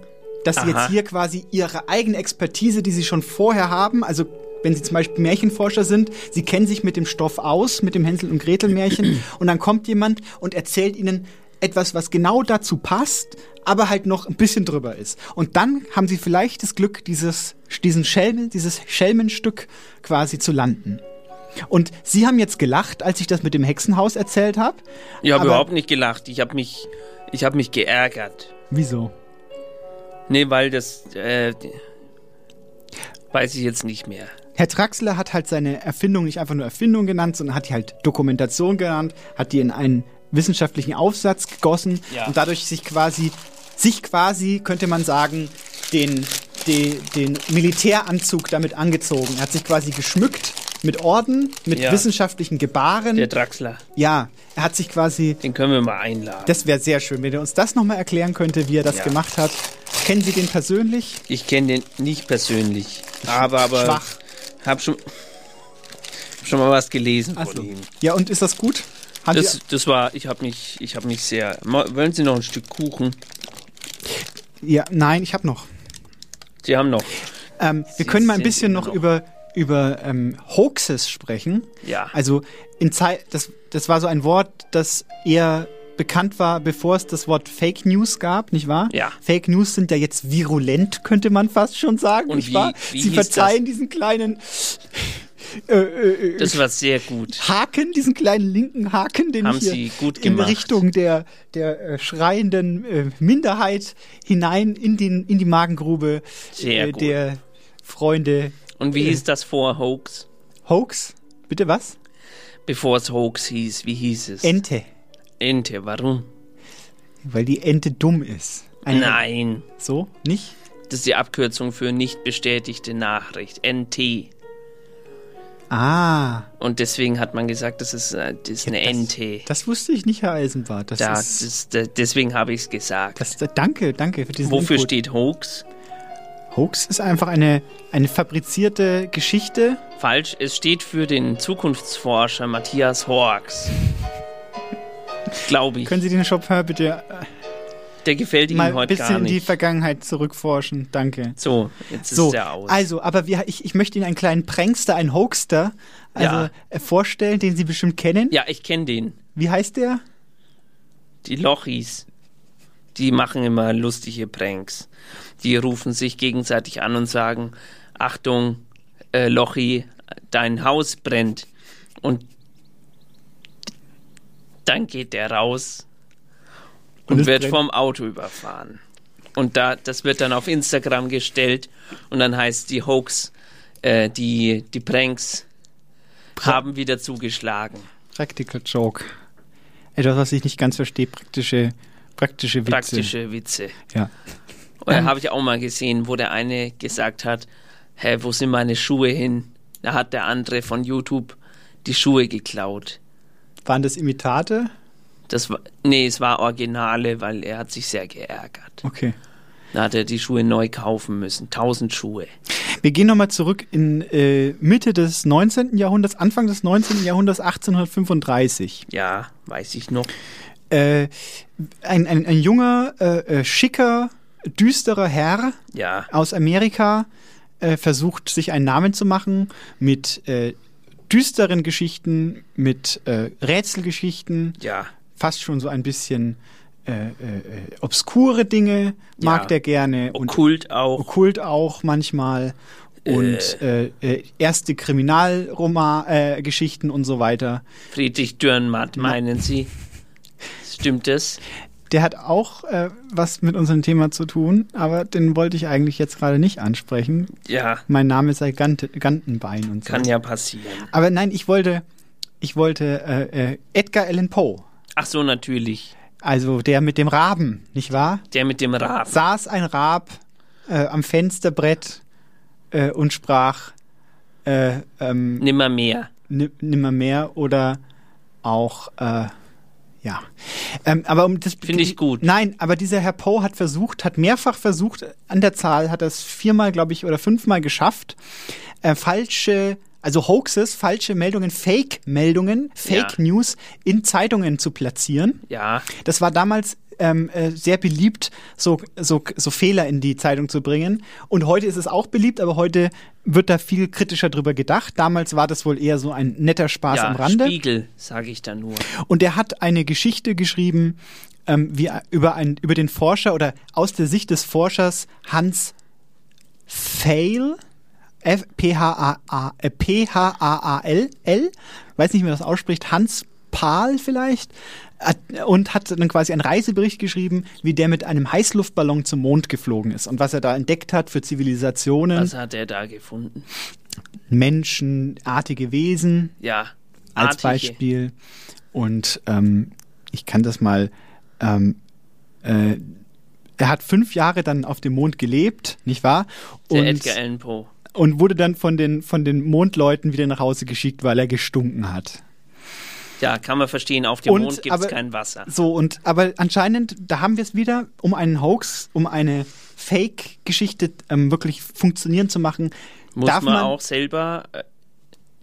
[SPEAKER 2] dass sie
[SPEAKER 1] Aha.
[SPEAKER 2] jetzt hier quasi ihre eigene Expertise, die sie schon vorher haben, also wenn sie zum Beispiel Märchenforscher sind, sie kennen sich mit dem Stoff aus, mit dem Hänsel und Gretel Märchen, und dann kommt jemand und erzählt ihnen etwas, was genau dazu passt, aber halt noch ein bisschen drüber ist. Und dann haben sie vielleicht das Glück, dieses, diesen Schelmen, dieses Schelmenstück quasi zu landen. Und Sie haben jetzt gelacht, als ich das mit dem Hexenhaus erzählt habe.
[SPEAKER 1] Ich habe
[SPEAKER 2] aber-
[SPEAKER 1] überhaupt nicht gelacht. Ich habe mich, ich habe mich geärgert.
[SPEAKER 2] Wieso?
[SPEAKER 1] Nee, weil das, äh, weiß ich jetzt nicht mehr.
[SPEAKER 2] Herr Traxler hat halt seine Erfindung nicht einfach nur Erfindung genannt, sondern hat die halt Dokumentation genannt, hat die in einen wissenschaftlichen Aufsatz gegossen
[SPEAKER 1] Ja.
[SPEAKER 2] und dadurch sich quasi, sich quasi, könnte man sagen, den, den, den Militäranzug damit angezogen. Er hat sich quasi geschmückt mit Orden, mit
[SPEAKER 1] Ja.
[SPEAKER 2] wissenschaftlichen Gebaren.
[SPEAKER 1] Der Draxler.
[SPEAKER 2] ja, er hat sich quasi
[SPEAKER 1] Den können wir mal einladen.
[SPEAKER 2] Das wäre sehr schön, wenn er uns das nochmal erklären könnte, wie er das
[SPEAKER 1] Ja.
[SPEAKER 2] gemacht hat. Kennen Sie den persönlich?
[SPEAKER 1] Ich kenne den nicht persönlich. Aber, aber.
[SPEAKER 2] Schwach.
[SPEAKER 1] Hab schon, hab schon mal was gelesen
[SPEAKER 2] Ach so.
[SPEAKER 1] von ihm.
[SPEAKER 2] Also, Ja, und ist das gut? Haben
[SPEAKER 1] Das,
[SPEAKER 2] Sie,
[SPEAKER 1] das war, ich habe mich, ich habe mich sehr. Ma- Wollen Sie noch ein Stück Kuchen?
[SPEAKER 2] ja, nein, ich habe noch.
[SPEAKER 1] Sie haben noch.
[SPEAKER 2] Ähm,
[SPEAKER 1] Sie
[SPEAKER 2] wir können mal ein
[SPEAKER 1] sind
[SPEAKER 2] bisschen
[SPEAKER 1] immer
[SPEAKER 2] noch,
[SPEAKER 1] noch-
[SPEAKER 2] über, über ähm, Hoaxes sprechen.
[SPEAKER 1] Ja.
[SPEAKER 2] Also in Zeit, das, das war so ein Wort, das eher bekannt war, bevor es das Wort Fake News gab, nicht wahr?
[SPEAKER 1] Ja.
[SPEAKER 2] Fake News sind ja jetzt virulent, könnte man fast schon sagen,
[SPEAKER 1] Und
[SPEAKER 2] nicht
[SPEAKER 1] wie-
[SPEAKER 2] wahr?
[SPEAKER 1] wie
[SPEAKER 2] Sie
[SPEAKER 1] hieß das?
[SPEAKER 2] verzeihen diesen kleinen äh, äh, äh,
[SPEAKER 1] Das war sehr gut.
[SPEAKER 2] Haken, diesen kleinen linken Haken, den
[SPEAKER 1] Haben
[SPEAKER 2] ich hier
[SPEAKER 1] Sie gut
[SPEAKER 2] in
[SPEAKER 1] gemacht.
[SPEAKER 2] Richtung der, der äh, schreienden äh, Minderheit hinein in, den, in die Magengrube
[SPEAKER 1] Sehr
[SPEAKER 2] äh,
[SPEAKER 1] gut.
[SPEAKER 2] der Freunde
[SPEAKER 1] Und wie
[SPEAKER 2] äh,
[SPEAKER 1] hieß das vor Hoax?
[SPEAKER 2] Hoax? Bitte was?
[SPEAKER 1] Bevor es Hoax hieß, wie hieß es?
[SPEAKER 2] Ente.
[SPEAKER 1] Ente, warum?
[SPEAKER 2] Weil die Ente dumm ist. Eine-
[SPEAKER 1] Nein.
[SPEAKER 2] So? Nicht?
[SPEAKER 1] Das ist die Abkürzung für nicht bestätigte Nachricht. NT.
[SPEAKER 2] Ah,
[SPEAKER 1] Und deswegen hat man gesagt, das ist, äh, das ist eine NT.
[SPEAKER 2] das wusste ich nicht, Herr Eisenbart. Das
[SPEAKER 1] da,
[SPEAKER 2] ist,
[SPEAKER 1] das, da, deswegen habe ich es gesagt.
[SPEAKER 2] das, danke, danke für diesen
[SPEAKER 1] Wofür
[SPEAKER 2] Input.
[SPEAKER 1] steht Hoax?
[SPEAKER 2] Hoax ist einfach eine, eine fabrizierte Geschichte.
[SPEAKER 1] Falsch, es steht für den Zukunftsforscher Matthias Horks. Glaube ich.
[SPEAKER 2] Können Sie den Chopin bitte
[SPEAKER 1] Der gefällt Ihnen
[SPEAKER 2] mal ein
[SPEAKER 1] heute
[SPEAKER 2] bisschen
[SPEAKER 1] gar
[SPEAKER 2] in die
[SPEAKER 1] nicht.
[SPEAKER 2] Vergangenheit zurückforschen? Danke.
[SPEAKER 1] So, jetzt
[SPEAKER 2] So,
[SPEAKER 1] ist er aus.
[SPEAKER 2] also, aber wir, ich, ich möchte Ihnen einen kleinen Prankster, einen Hoaxster also,
[SPEAKER 1] Ja.
[SPEAKER 2] äh, vorstellen, den Sie bestimmt kennen.
[SPEAKER 1] ja, ich kenne den.
[SPEAKER 2] Wie heißt der?
[SPEAKER 1] Die Lochis. Die machen immer lustige Pranks. Die rufen sich gegenseitig an und sagen: Achtung, äh, Lochi, dein Haus brennt. Und dann geht der raus
[SPEAKER 2] Und
[SPEAKER 1] und,
[SPEAKER 2] es
[SPEAKER 1] wird
[SPEAKER 2] brennt.
[SPEAKER 1] vom Auto überfahren. Und da, das wird dann auf Instagram gestellt und dann heißt die Hoax, äh, die, die Pranks haben wieder zugeschlagen.
[SPEAKER 2] Practical Joke. Etwas, was ich nicht ganz verstehe, praktische, praktische Witze.
[SPEAKER 1] Praktische Witze.
[SPEAKER 2] Ja.
[SPEAKER 1] Oder
[SPEAKER 2] Ähm.
[SPEAKER 1] habe ich auch mal gesehen, wo der eine gesagt hat, hä, wo sind meine Schuhe hin? Da hat der andere von YouTube die Schuhe geklaut.
[SPEAKER 2] Waren das Imitate?
[SPEAKER 1] Das war, nee, es war Originale, weil er hat sich sehr geärgert.
[SPEAKER 2] Okay.
[SPEAKER 1] Da hat er die Schuhe neu kaufen müssen. Tausend Schuhe.
[SPEAKER 2] Wir gehen nochmal zurück in äh, Mitte des 19. Jahrhunderts, Anfang des 19. Jahrhunderts, 1835.
[SPEAKER 1] Ja, weiß ich noch.
[SPEAKER 2] Äh, ein, ein, ein junger, äh, äh, schicker, düsterer Herr
[SPEAKER 1] Ja.
[SPEAKER 2] aus Amerika äh, versucht, sich einen Namen zu machen mit äh, düsteren Geschichten, mit äh, Rätselgeschichten.
[SPEAKER 1] Ja.
[SPEAKER 2] Fast schon so ein bisschen äh, äh, äh, obskure Dinge mag
[SPEAKER 1] Ja.
[SPEAKER 2] der gerne. Und
[SPEAKER 1] Okkult auch.
[SPEAKER 2] Okkult auch manchmal und äh, äh, erste Kriminalroman-Geschichten äh, Geschichten und so weiter.
[SPEAKER 1] Friedrich Dürrenmatt, meinen Sie? Stimmt das?
[SPEAKER 2] Der hat auch äh, was mit unserem Thema zu tun, aber den wollte ich eigentlich jetzt gerade nicht ansprechen.
[SPEAKER 1] Ja.
[SPEAKER 2] Mein Name ist ja Gante, Gantenbein und so.
[SPEAKER 1] Kann ja passieren.
[SPEAKER 2] Aber nein, ich wollte, ich wollte äh, äh, Edgar Allan Poe,
[SPEAKER 1] Ach so, natürlich.
[SPEAKER 2] also der mit dem Raben, nicht wahr?
[SPEAKER 1] Der mit dem Raben.
[SPEAKER 2] saß ein Rab äh, am Fensterbrett äh, und sprach äh, ähm,
[SPEAKER 1] Nimmer mehr.
[SPEAKER 2] Ni- nimmermehr oder auch äh, ja. Ähm, aber um das
[SPEAKER 1] Finde ich gut.
[SPEAKER 2] Nein, aber dieser Herr Poe hat versucht, hat mehrfach versucht, an der Zahl hat er es viermal, glaube ich, oder fünfmal geschafft, äh, falsche, also Hoaxes, falsche Meldungen, Fake-Meldungen, Fake
[SPEAKER 1] Ja.
[SPEAKER 2] News in Zeitungen zu platzieren.
[SPEAKER 1] Ja.
[SPEAKER 2] Das war damals ähm, äh, sehr beliebt, so, so, so Fehler in die Zeitung zu bringen. Und heute ist es auch beliebt, aber heute wird da viel kritischer drüber gedacht. Damals war das wohl eher so ein netter Spaß
[SPEAKER 1] ja,
[SPEAKER 2] am Rande.
[SPEAKER 1] Spiegel, sage ich da nur.
[SPEAKER 2] Und er hat eine Geschichte geschrieben ähm, wie, über, ein, über den Forscher oder aus der Sicht des Forschers Hans Fail. F- P-H-A-A- äh, P-H-A-A-L, L, weiß nicht, wie man das ausspricht, Hans Pahl vielleicht, hat- und hat dann quasi einen Reisebericht geschrieben, wie der mit einem Heißluftballon zum Mond geflogen ist und was er da entdeckt hat für Zivilisationen,
[SPEAKER 1] Was hat er da gefunden?
[SPEAKER 2] menschenartige Wesen
[SPEAKER 1] Ja.
[SPEAKER 2] als
[SPEAKER 1] Artige.
[SPEAKER 2] Beispiel. Und ähm, ich kann das mal. Ähm, äh, er hat fünf Jahre dann auf dem Mond gelebt, nicht wahr?
[SPEAKER 1] Der
[SPEAKER 2] Und,
[SPEAKER 1] Edgar Allan Poe.
[SPEAKER 2] und wurde dann von den, von den Mondleuten wieder nach Hause geschickt, weil er gestunken hat.
[SPEAKER 1] Ja, kann man verstehen, auf dem
[SPEAKER 2] Und,
[SPEAKER 1] Mond gibt es
[SPEAKER 2] aber-
[SPEAKER 1] kein Wasser.
[SPEAKER 2] So, und aber anscheinend, da haben wir es wieder, um einen Hoax, um eine Fake-Geschichte ähm, wirklich funktionieren zu machen.
[SPEAKER 1] Muss
[SPEAKER 2] darf
[SPEAKER 1] man,
[SPEAKER 2] man
[SPEAKER 1] auch selber äh,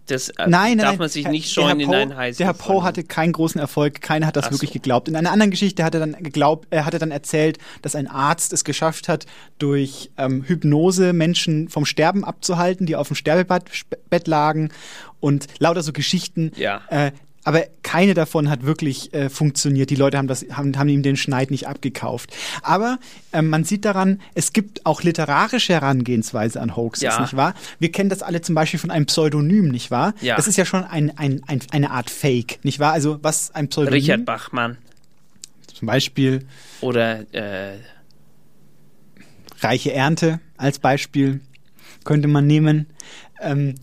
[SPEAKER 1] das äh,
[SPEAKER 2] Nein, nein,
[SPEAKER 1] darf
[SPEAKER 2] nein.
[SPEAKER 1] man sich
[SPEAKER 2] Herr-
[SPEAKER 1] nicht
[SPEAKER 2] der Herr
[SPEAKER 1] scheuen in
[SPEAKER 2] Poe-
[SPEAKER 1] einen heißen.
[SPEAKER 2] Der Herr Poe
[SPEAKER 1] Feuer.
[SPEAKER 2] hatte keinen großen Erfolg, keiner hat das
[SPEAKER 1] Ach
[SPEAKER 2] wirklich
[SPEAKER 1] so.
[SPEAKER 2] geglaubt. In einer anderen Geschichte hat er dann geglaubt, er hatte dann erzählt, dass ein Arzt es geschafft hat, durch ähm, Hypnose Menschen vom Sterben abzuhalten, die auf dem Sterbebett Sp- Bett lagen und lauter so Geschichten.
[SPEAKER 1] Ja.
[SPEAKER 2] Äh, aber keine davon hat wirklich äh, funktioniert. Die Leute haben, das, haben, haben ihm den Schneid nicht abgekauft. Aber ähm, man sieht daran, es gibt auch literarische Herangehensweise an Hoaxes,
[SPEAKER 1] Ja.
[SPEAKER 2] nicht wahr? Wir kennen das alle zum Beispiel von einem Pseudonym, nicht wahr?
[SPEAKER 1] Ja.
[SPEAKER 2] Das ist ja schon ein, ein, ein, eine Art Fake, nicht wahr? Also was ein Pseudonym
[SPEAKER 1] Richard Bachmann
[SPEAKER 2] zum Beispiel
[SPEAKER 1] oder äh,
[SPEAKER 2] reiche Ernte als Beispiel könnte man nehmen. Ähm,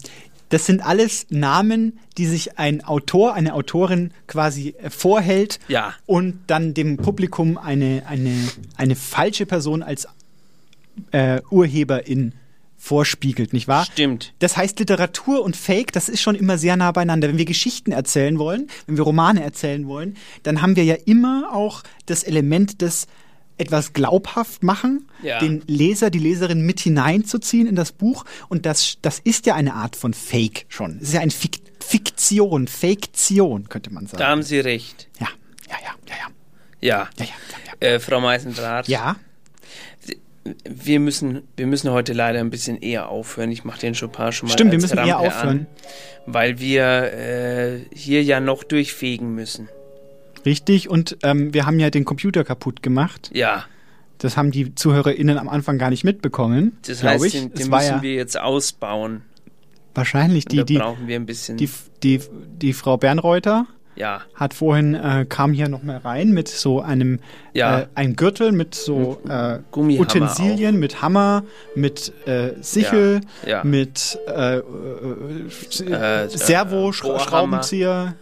[SPEAKER 2] Das sind alles Namen, die sich ein Autor, eine Autorin quasi äh, vorhält
[SPEAKER 1] Ja.
[SPEAKER 2] und dann dem Publikum eine, eine, eine falsche Person als äh, Urheberin vorspiegelt, nicht wahr?
[SPEAKER 1] Stimmt.
[SPEAKER 2] Das heißt, Literatur und Fake, das ist schon immer sehr nah beieinander. Wenn wir Geschichten erzählen wollen, wenn wir Romane erzählen wollen, dann haben wir ja immer auch das Element des etwas glaubhaft machen,
[SPEAKER 1] Ja.
[SPEAKER 2] den Leser, die Leserin mit hineinzuziehen in das Buch. Und das, das ist ja eine Art von Fake schon. Es ist ja eine Fik Fiktion, Faktion, könnte man sagen.
[SPEAKER 1] Da haben Sie recht.
[SPEAKER 2] Ja,
[SPEAKER 1] ja, ja, ja, ja. Äh, Frau Meisendrath.
[SPEAKER 2] Ja.
[SPEAKER 1] Wir müssen, wir müssen heute leider ein bisschen eher aufhören. Ich mache den Chopin schon mal
[SPEAKER 2] Stimmt, wir
[SPEAKER 1] als
[SPEAKER 2] müssen eher
[SPEAKER 1] Rampe
[SPEAKER 2] aufhören.
[SPEAKER 1] An, weil wir äh, hier ja noch durchfegen müssen.
[SPEAKER 2] Richtig, und ähm, wir haben ja den Computer kaputt gemacht.
[SPEAKER 1] Ja.
[SPEAKER 2] Das haben die ZuhörerInnen am Anfang gar nicht mitbekommen.
[SPEAKER 1] Das
[SPEAKER 2] glaub
[SPEAKER 1] heißt,
[SPEAKER 2] ich.
[SPEAKER 1] den,
[SPEAKER 2] Es
[SPEAKER 1] den
[SPEAKER 2] war
[SPEAKER 1] müssen
[SPEAKER 2] ja
[SPEAKER 1] wir jetzt ausbauen.
[SPEAKER 2] Wahrscheinlich
[SPEAKER 1] Und
[SPEAKER 2] die,
[SPEAKER 1] da
[SPEAKER 2] die,
[SPEAKER 1] brauchen wir ein bisschen-
[SPEAKER 2] die, die, die Frau Bernreuter
[SPEAKER 1] Ja.
[SPEAKER 2] hat vorhin, äh, kam hier nochmal rein mit so einem,
[SPEAKER 1] Ja.
[SPEAKER 2] äh, einem Gürtel mit so äh,
[SPEAKER 1] Gummihammer
[SPEAKER 2] Utensilien, mit Hammer, mit äh, Sichel,
[SPEAKER 1] Ja, ja.
[SPEAKER 2] mit äh, äh,
[SPEAKER 1] Äh, äh,
[SPEAKER 2] Servo, Schra
[SPEAKER 1] Bohrhammer.
[SPEAKER 2] Schraubenzieher.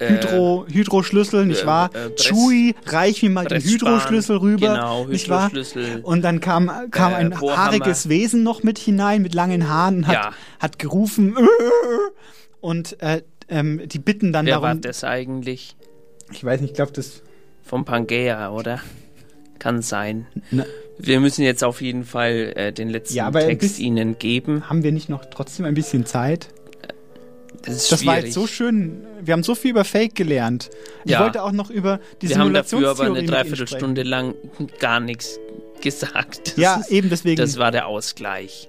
[SPEAKER 1] Äh,
[SPEAKER 2] Hydro, Hydroschlüssel, nicht
[SPEAKER 1] äh,
[SPEAKER 2] wahr?
[SPEAKER 1] äh, Press-
[SPEAKER 2] Chui, reich mir mal den
[SPEAKER 1] Pressspan,
[SPEAKER 2] Hydroschlüssel rüber,
[SPEAKER 1] genau,
[SPEAKER 2] nicht wahr?
[SPEAKER 1] Hydroschlüssel,
[SPEAKER 2] Und dann kam, kam
[SPEAKER 1] äh,
[SPEAKER 2] ein
[SPEAKER 1] Bohrhammer.
[SPEAKER 2] haariges Wesen noch mit hinein, mit langen Haaren, und hat,
[SPEAKER 1] Ja.
[SPEAKER 2] hat gerufen "Äh, und äh, ähm, die bitten dann
[SPEAKER 1] Wer war
[SPEAKER 2] darum.
[SPEAKER 1] das eigentlich?
[SPEAKER 2] Ich weiß nicht, ich glaube, das.
[SPEAKER 1] Vom Pangea, oder? Kann sein.
[SPEAKER 2] Na-
[SPEAKER 1] wir müssen jetzt auf jeden Fall äh, den letzten
[SPEAKER 2] Ja, aber ein
[SPEAKER 1] Text
[SPEAKER 2] bisschen-
[SPEAKER 1] Ihnen geben.
[SPEAKER 2] Haben wir nicht noch trotzdem ein bisschen Zeit?
[SPEAKER 1] Äh, Das ist
[SPEAKER 2] war
[SPEAKER 1] schwierig.
[SPEAKER 2] jetzt so schön. Wir haben so viel über Fake gelernt. Ich
[SPEAKER 1] Ja.
[SPEAKER 2] wollte auch noch über die
[SPEAKER 1] wir haben dafür aber
[SPEAKER 2] Simulationstheorie
[SPEAKER 1] eine
[SPEAKER 2] mit Ihnen sprechen.
[SPEAKER 1] Dreiviertelstunde lang gar nichts gesagt. Das
[SPEAKER 2] Ja,
[SPEAKER 1] ist-
[SPEAKER 2] eben deswegen.
[SPEAKER 1] Das war der Ausgleich.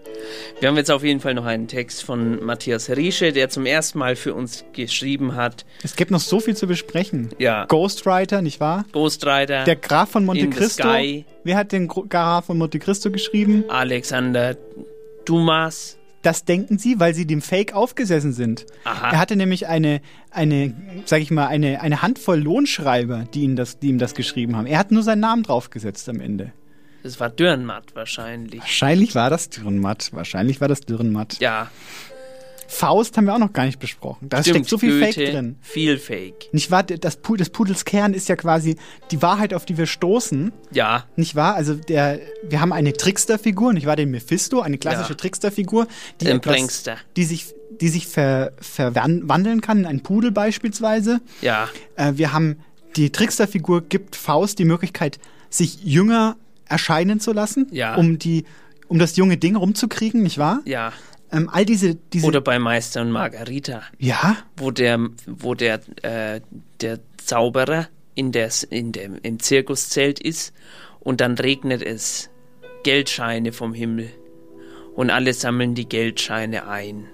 [SPEAKER 1] Wir haben jetzt auf jeden Fall noch einen Text von Matthias Riesche, der zum ersten Mal für uns geschrieben hat.
[SPEAKER 2] Es gibt noch so viel zu besprechen.
[SPEAKER 1] Ja.
[SPEAKER 2] Ghostwriter, nicht wahr?
[SPEAKER 1] Ghostwriter.
[SPEAKER 2] Der Graf von Monte
[SPEAKER 1] in the
[SPEAKER 2] Cristo.
[SPEAKER 1] Sky.
[SPEAKER 2] Wer hat den Gro- Graf von Monte Cristo geschrieben?
[SPEAKER 1] Alexander Dumas.
[SPEAKER 2] Das denken sie, weil sie dem Fake aufgesessen sind.
[SPEAKER 1] Aha.
[SPEAKER 2] Er hatte nämlich eine, eine, sag ich mal, eine, eine Handvoll Lohnschreiber, die ihm, das, die ihm das geschrieben haben. Er hat nur seinen Namen draufgesetzt am Ende.
[SPEAKER 1] Das war Dürrenmatt wahrscheinlich.
[SPEAKER 2] Wahrscheinlich war das Dürrenmatt. Wahrscheinlich war das Dürrenmatt.
[SPEAKER 1] Ja.
[SPEAKER 2] Faust haben wir auch noch gar nicht besprochen. Da
[SPEAKER 1] stimmt,
[SPEAKER 2] steckt so viel
[SPEAKER 1] Goethe,
[SPEAKER 2] Fake drin.
[SPEAKER 1] Viel Fake.
[SPEAKER 2] Nicht wahr? Das Pu des Pudels Kern ist ja quasi die Wahrheit, auf die wir stoßen.
[SPEAKER 1] Ja.
[SPEAKER 2] Nicht wahr? Also der, wir haben eine Tricksterfigur, nicht wahr? Den Mephisto, eine klassische
[SPEAKER 1] Ja.
[SPEAKER 2] Tricksterfigur, die,
[SPEAKER 1] Den
[SPEAKER 2] etwas,
[SPEAKER 1] Prankster.
[SPEAKER 2] die sich, die sich ver, verwandeln kann in einen Pudel beispielsweise.
[SPEAKER 1] Ja.
[SPEAKER 2] Äh, wir haben die Tricksterfigur gibt Faust die Möglichkeit, sich jünger erscheinen zu lassen,
[SPEAKER 1] Ja.
[SPEAKER 2] um die, um das junge Ding rumzukriegen, nicht wahr?
[SPEAKER 1] Ja.
[SPEAKER 2] Ähm, all diese, diese
[SPEAKER 1] Oder bei Meister und Margarita.
[SPEAKER 2] ja,
[SPEAKER 1] Wo der, wo der, äh, der Zauberer in der, in dem, im Zirkuszelt ist und dann regnet es Geldscheine vom Himmel. Und alle sammeln die Geldscheine ein.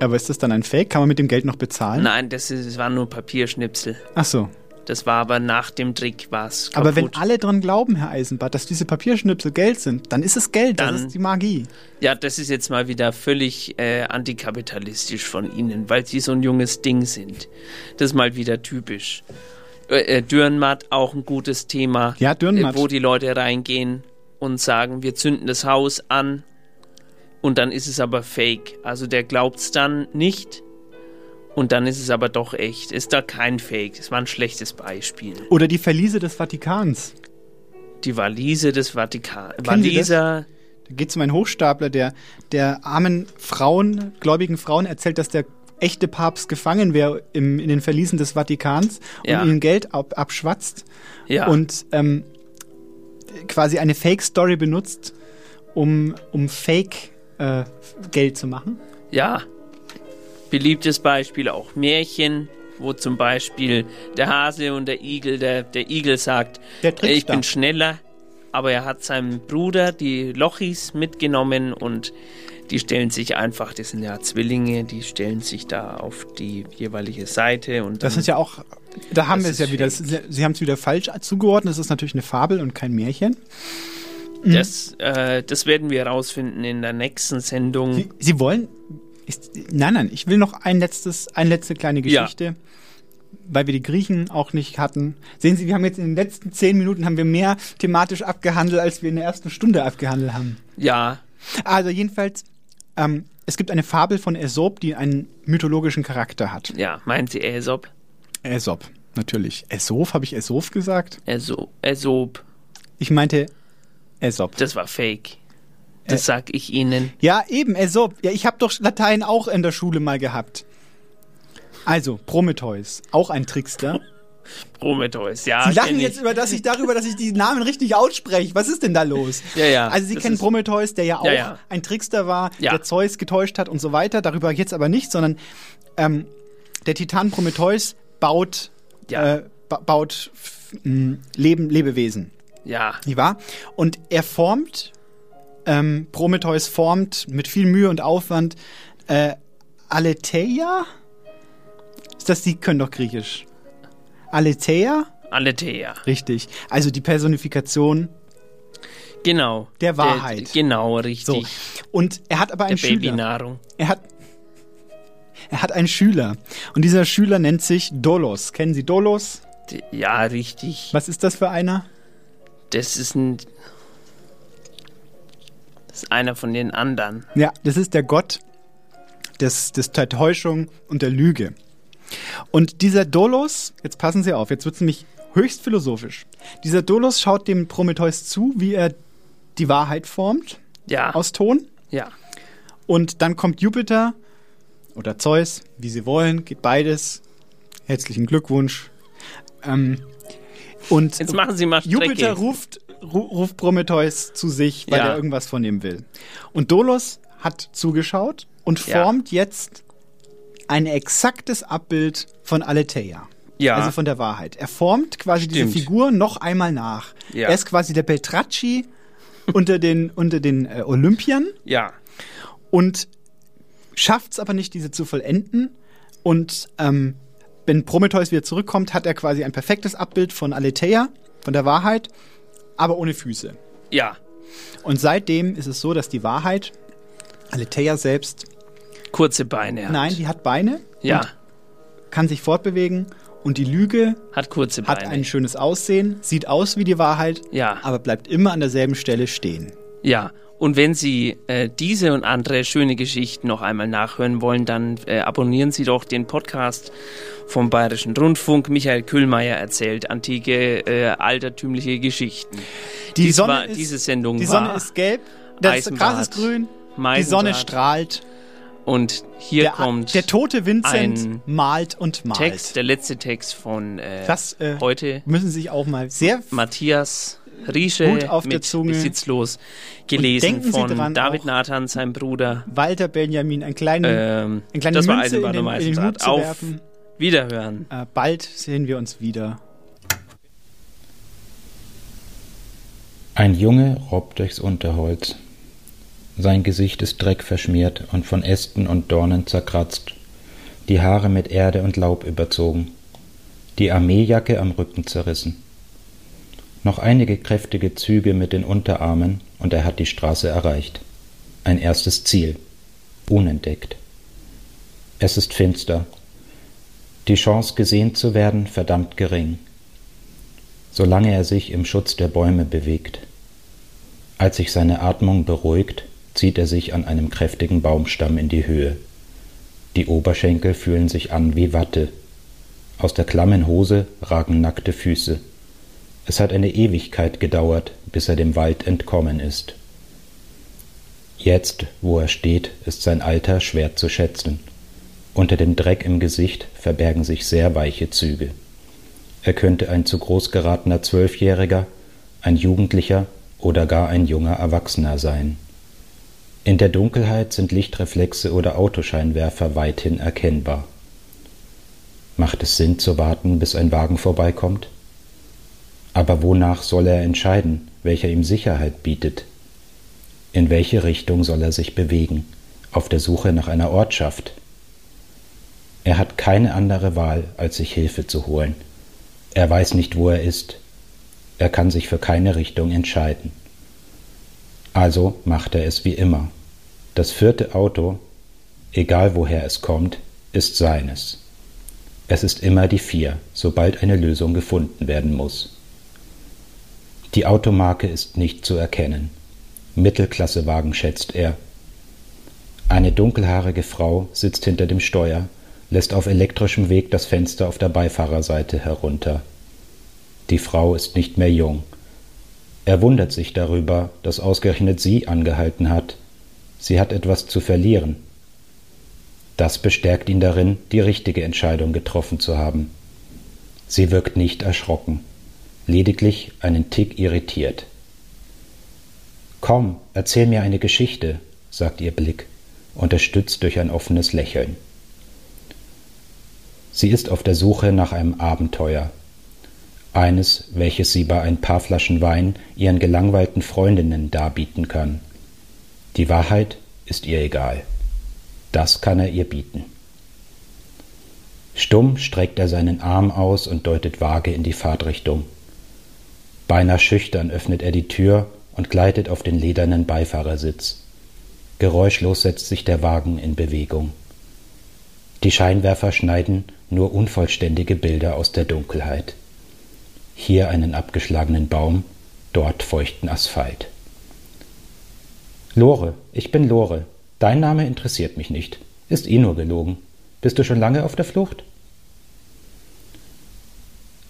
[SPEAKER 2] aber ist das dann ein Fake? Kann man mit dem Geld noch bezahlen?
[SPEAKER 1] Nein, das, ist, das waren nur Papierschnipsel.
[SPEAKER 2] Ach so.
[SPEAKER 1] Das war aber nach dem Trick was.
[SPEAKER 2] Aber wenn alle dran glauben, Herr Eisenbart, dass diese Papierschnipsel Geld sind, dann ist es Geld,
[SPEAKER 1] Dann-
[SPEAKER 2] das ist die Magie.
[SPEAKER 1] Ja, das ist jetzt mal wieder völlig äh, antikapitalistisch von Ihnen, weil Sie so ein junges Ding sind. Das ist mal wieder typisch. Äh, äh, Dürrenmatt, auch ein gutes Thema.
[SPEAKER 2] Ja, Dürrenmatt.
[SPEAKER 1] Äh, wo die Leute reingehen und sagen, wir zünden das Haus an und dann ist es aber fake. Also der glaubt's dann nicht und dann ist es aber doch echt. Ist da kein Fake. Es war ein schlechtes Beispiel.
[SPEAKER 2] Oder die Verliese des Vatikans.
[SPEAKER 1] Die Walise des Vatikans.
[SPEAKER 2] Kennen Sie das?
[SPEAKER 1] Waliser
[SPEAKER 2] Da geht es um einen Hochstapler, der, der armen Frauen, gläubigen Frauen erzählt, dass der echte Papst gefangen wäre im, in den Verliesen des Vatikans und
[SPEAKER 1] Ja.
[SPEAKER 2] ihnen Geld ab, abschwatzt.
[SPEAKER 1] Ja.
[SPEAKER 2] Und ähm, quasi eine Fake-Story benutzt, um, um Fake-Geld zu machen.
[SPEAKER 1] Ja, beliebtes Beispiel auch Märchen, wo zum Beispiel der Hase und der Igel, der, der Igel sagt,
[SPEAKER 2] Der Trickster.
[SPEAKER 1] ich bin schneller, aber er hat seinem Bruder die Lochis mitgenommen und die stellen sich einfach, das sind ja Zwillinge, die stellen sich da auf die jeweilige Seite und
[SPEAKER 2] Das
[SPEAKER 1] dann-
[SPEAKER 2] ist ja auch, da haben
[SPEAKER 1] Das
[SPEAKER 2] wir es
[SPEAKER 1] ist
[SPEAKER 2] ja wieder. Das, ist- Sie haben es wieder falsch zugeordnet. Es ist natürlich eine Fabel und kein Märchen. mhm.
[SPEAKER 1] das, äh, das werden wir herausfinden in der nächsten Sendung.
[SPEAKER 2] Sie, Sie wollen. Ist, nein, nein, ich will noch ein letztes, eine letzte kleine
[SPEAKER 1] Ja.
[SPEAKER 2] Geschichte, weil wir die Griechen auch nicht hatten. Sehen Sie, wir haben jetzt in den letzten zehn Minuten haben wir mehr thematisch abgehandelt, als wir in der ersten Stunde abgehandelt haben.
[SPEAKER 1] ja,
[SPEAKER 2] Also jedenfalls, ähm, es gibt eine Fabel von Aesop, die einen mythologischen Charakter hat.
[SPEAKER 1] Ja, meint sie Aesop?
[SPEAKER 2] Aesop, natürlich. Aesop, habe ich Aesop gesagt?
[SPEAKER 1] Aesop. Aesop.
[SPEAKER 2] Ich meinte Aesop.
[SPEAKER 1] Das war fake. Das sag ich Ihnen.
[SPEAKER 2] Ja, eben, Aesop. Ja, ich habe doch Latein auch in der Schule mal gehabt. Also, Prometheus, auch ein
[SPEAKER 1] [LAUGHS]
[SPEAKER 2] Trickster.
[SPEAKER 1] Prometheus, ja.
[SPEAKER 2] Sie lachen
[SPEAKER 1] Ah, kenn
[SPEAKER 2] jetzt
[SPEAKER 1] ich.
[SPEAKER 2] über, dass ich darüber, dass ich die Namen richtig ausspreche. Was ist denn da los?
[SPEAKER 1] [LAUGHS] Ja, ja.
[SPEAKER 2] Also Sie
[SPEAKER 1] Das
[SPEAKER 2] kennen
[SPEAKER 1] ist-
[SPEAKER 2] Prometheus, der ja auch
[SPEAKER 1] Ja, ja.
[SPEAKER 2] ein Trickster war,
[SPEAKER 1] Ja.
[SPEAKER 2] der Zeus getäuscht hat und so weiter. Darüber jetzt aber nicht, sondern ähm, der Titan Prometheus baut, äh, ba baut f- m, Leben, Lebewesen.
[SPEAKER 1] Ja.
[SPEAKER 2] Nicht wahr? Und er formt, ähm, Prometheus formt mit viel Mühe und Aufwand äh, Aletheia? Ist das, die können doch griechisch. Aletheia?
[SPEAKER 1] Aletheia.
[SPEAKER 2] Richtig. Also die Personifikation.
[SPEAKER 1] Genau.
[SPEAKER 2] Der Wahrheit.
[SPEAKER 1] genau, richtig.
[SPEAKER 2] Und er hat aber einen
[SPEAKER 1] Der
[SPEAKER 2] Schüler.
[SPEAKER 1] Babynahrung.
[SPEAKER 2] Er hat, er hat einen Schüler. Und dieser Schüler nennt sich Dolos. Kennen Sie Dolos?
[SPEAKER 1] Ja, richtig.
[SPEAKER 2] Was ist das für einer?
[SPEAKER 1] Das ist ein. Das ist einer von den anderen.
[SPEAKER 2] Ja, das ist der Gott des, des der Täuschung und der Lüge. Und dieser Dolos, jetzt passen Sie auf, jetzt wird es nämlich höchst philosophisch. Dieser Dolos schaut dem Prometheus zu, wie er die Wahrheit formt
[SPEAKER 1] Ja.
[SPEAKER 2] aus Ton.
[SPEAKER 1] Ja.
[SPEAKER 2] Und dann kommt Jupiter oder Zeus, wie sie wollen, geht beides. Herzlichen Glückwunsch. Ähm, und
[SPEAKER 1] Jetzt machen Sie mal Strecke.
[SPEAKER 2] Jupiter ruft, ru ruft Prometheus zu sich, weil
[SPEAKER 1] Ja.
[SPEAKER 2] er irgendwas von ihm will. Und Dolos hat zugeschaut und
[SPEAKER 1] Ja.
[SPEAKER 2] formt jetzt ein exaktes Abbild von Aletheia.
[SPEAKER 1] Ja.
[SPEAKER 2] Also von der Wahrheit. Er formt quasi
[SPEAKER 1] Stimmt.
[SPEAKER 2] diese Figur noch einmal nach.
[SPEAKER 1] Ja.
[SPEAKER 2] Er ist quasi der Beltracci unter den, unter den äh, Olympiern
[SPEAKER 1] Ja.
[SPEAKER 2] und schafft es aber nicht, diese zu vollenden. Und ähm, wenn Prometheus wieder zurückkommt, hat er quasi ein perfektes Abbild von Aletheia, von der Wahrheit, aber ohne Füße.
[SPEAKER 1] Ja.
[SPEAKER 2] Und seitdem ist es so, dass die Wahrheit, Aletheia selbst,
[SPEAKER 1] Kurze Beine. Hat.
[SPEAKER 2] nein, die hat Beine,
[SPEAKER 1] Ja.
[SPEAKER 2] kann sich fortbewegen und die Lüge
[SPEAKER 1] Hat kurze
[SPEAKER 2] hat
[SPEAKER 1] Beine.
[SPEAKER 2] ein schönes Aussehen, sieht aus wie die Wahrheit,
[SPEAKER 1] Ja.
[SPEAKER 2] aber bleibt immer an derselben Stelle stehen.
[SPEAKER 1] Ja, und wenn Sie äh, diese und andere schöne Geschichten noch einmal nachhören wollen, dann äh, abonnieren Sie doch den Podcast vom Bayerischen Rundfunk. Michael Kühlmeier erzählt antike, äh, altertümliche Geschichten.
[SPEAKER 2] Die
[SPEAKER 1] Dies
[SPEAKER 2] Sonne
[SPEAKER 1] war,
[SPEAKER 2] ist-
[SPEAKER 1] diese Sendung
[SPEAKER 2] Die
[SPEAKER 1] war
[SPEAKER 2] Sonne ist gelb, das
[SPEAKER 1] Eisenbad,
[SPEAKER 2] Gras ist grün, die
[SPEAKER 1] Meisenbad.
[SPEAKER 2] Sonne strahlt.
[SPEAKER 1] Und hier
[SPEAKER 2] der,
[SPEAKER 1] kommt
[SPEAKER 2] der tote
[SPEAKER 1] ein
[SPEAKER 2] Vincent malt und malt.
[SPEAKER 1] Text, der letzte Text von äh,
[SPEAKER 2] Das, äh,
[SPEAKER 1] heute.
[SPEAKER 2] Müssen sich auch mal sehr
[SPEAKER 1] Matthias Riesche
[SPEAKER 2] Gut auf der
[SPEAKER 1] mit
[SPEAKER 2] Zunge.
[SPEAKER 1] Besitzlos gelesen
[SPEAKER 2] denken Sie
[SPEAKER 1] von
[SPEAKER 2] dran
[SPEAKER 1] David Nathan, seinem Bruder.
[SPEAKER 2] Walter Benjamin ein kleines
[SPEAKER 1] Ähm,
[SPEAKER 2] ein kleine
[SPEAKER 1] das war
[SPEAKER 2] Münze in
[SPEAKER 1] Eisenbahn
[SPEAKER 2] den, in
[SPEAKER 1] am
[SPEAKER 2] den Hut
[SPEAKER 1] Eisendraht.
[SPEAKER 2] zu
[SPEAKER 1] Auf
[SPEAKER 2] werfen.
[SPEAKER 1] Wiederhören.
[SPEAKER 2] Äh, bald sehen wir uns wieder.
[SPEAKER 15] Ein Junge robbt durchs Unterholz. Sein Gesicht ist dreckverschmiert und von Ästen und Dornen zerkratzt, die Haare mit Erde und Laub überzogen, die Armeejacke am Rücken zerrissen. Noch einige kräftige Züge mit den Unterarmen und er hat die Straße erreicht. Ein erstes Ziel. Unentdeckt. Es ist finster. Die Chance gesehen zu werden verdammt gering solange er sich im Schutz der Bäume bewegt. Als sich seine Atmung beruhigt, zieht er sich an einem kräftigen Baumstamm in die Höhe. Die Oberschenkel fühlen sich an wie Watte. Aus der klammen Hose ragen nackte Füße. Es hat eine Ewigkeit gedauert, bis er dem Wald entkommen ist. Jetzt, wo er steht, ist sein Alter schwer zu schätzen. Unter dem Dreck im Gesicht verbergen sich sehr weiche Züge. Er könnte ein zu groß geratener Zwölfjähriger, ein Jugendlicher oder gar ein junger Erwachsener sein. In der Dunkelheit sind Lichtreflexe oder Autoscheinwerfer weithin erkennbar. Macht es Sinn zu warten, bis ein Wagen vorbeikommt? Aber wonach soll er entscheiden, welcher ihm Sicherheit bietet? In welche Richtung soll er sich bewegen, auf der Suche nach einer Ortschaft? Er hat keine andere Wahl, als sich Hilfe zu holen. Er weiß nicht, wo er ist. Er kann sich für keine Richtung entscheiden. Also macht er es wie immer. Das vierte Auto, egal woher es kommt, ist seines. Es ist immer die vier, sobald eine Lösung gefunden werden muss. Die Automarke ist nicht zu erkennen. Mittelklassewagen schätzt er. Eine dunkelhaarige Frau sitzt hinter dem Steuer, lässt auf elektrischem Weg das Fenster auf der Beifahrerseite herunter. Die Frau ist nicht mehr jung. Er wundert sich darüber, dass ausgerechnet sie angehalten hat. Sie hat etwas zu verlieren. Das bestärkt ihn darin, die richtige Entscheidung getroffen zu haben. Sie wirkt nicht erschrocken, lediglich einen Tick irritiert. Komm, erzähl mir eine Geschichte, sagt ihr Blick, unterstützt durch ein offenes Lächeln. Sie ist auf der Suche nach einem Abenteuer. Eines, welches sie bei ein paar Flaschen Wein ihren gelangweilten Freundinnen darbieten kann. Die Wahrheit ist ihr egal. Das kann er ihr bieten. Stumm streckt er seinen Arm aus und deutet vage in die Fahrtrichtung. Beinahe schüchtern öffnet er die Tür und gleitet auf den ledernen Beifahrersitz. Geräuschlos setzt sich der Wagen in Bewegung. Die Scheinwerfer schneiden nur unvollständige Bilder aus der Dunkelheit. Hier einen abgeschlagenen Baum, dort feuchten Asphalt. Lore, ich bin Lore. Dein Name interessiert mich nicht. Ist eh nur gelogen. Bist du schon lange auf der Flucht?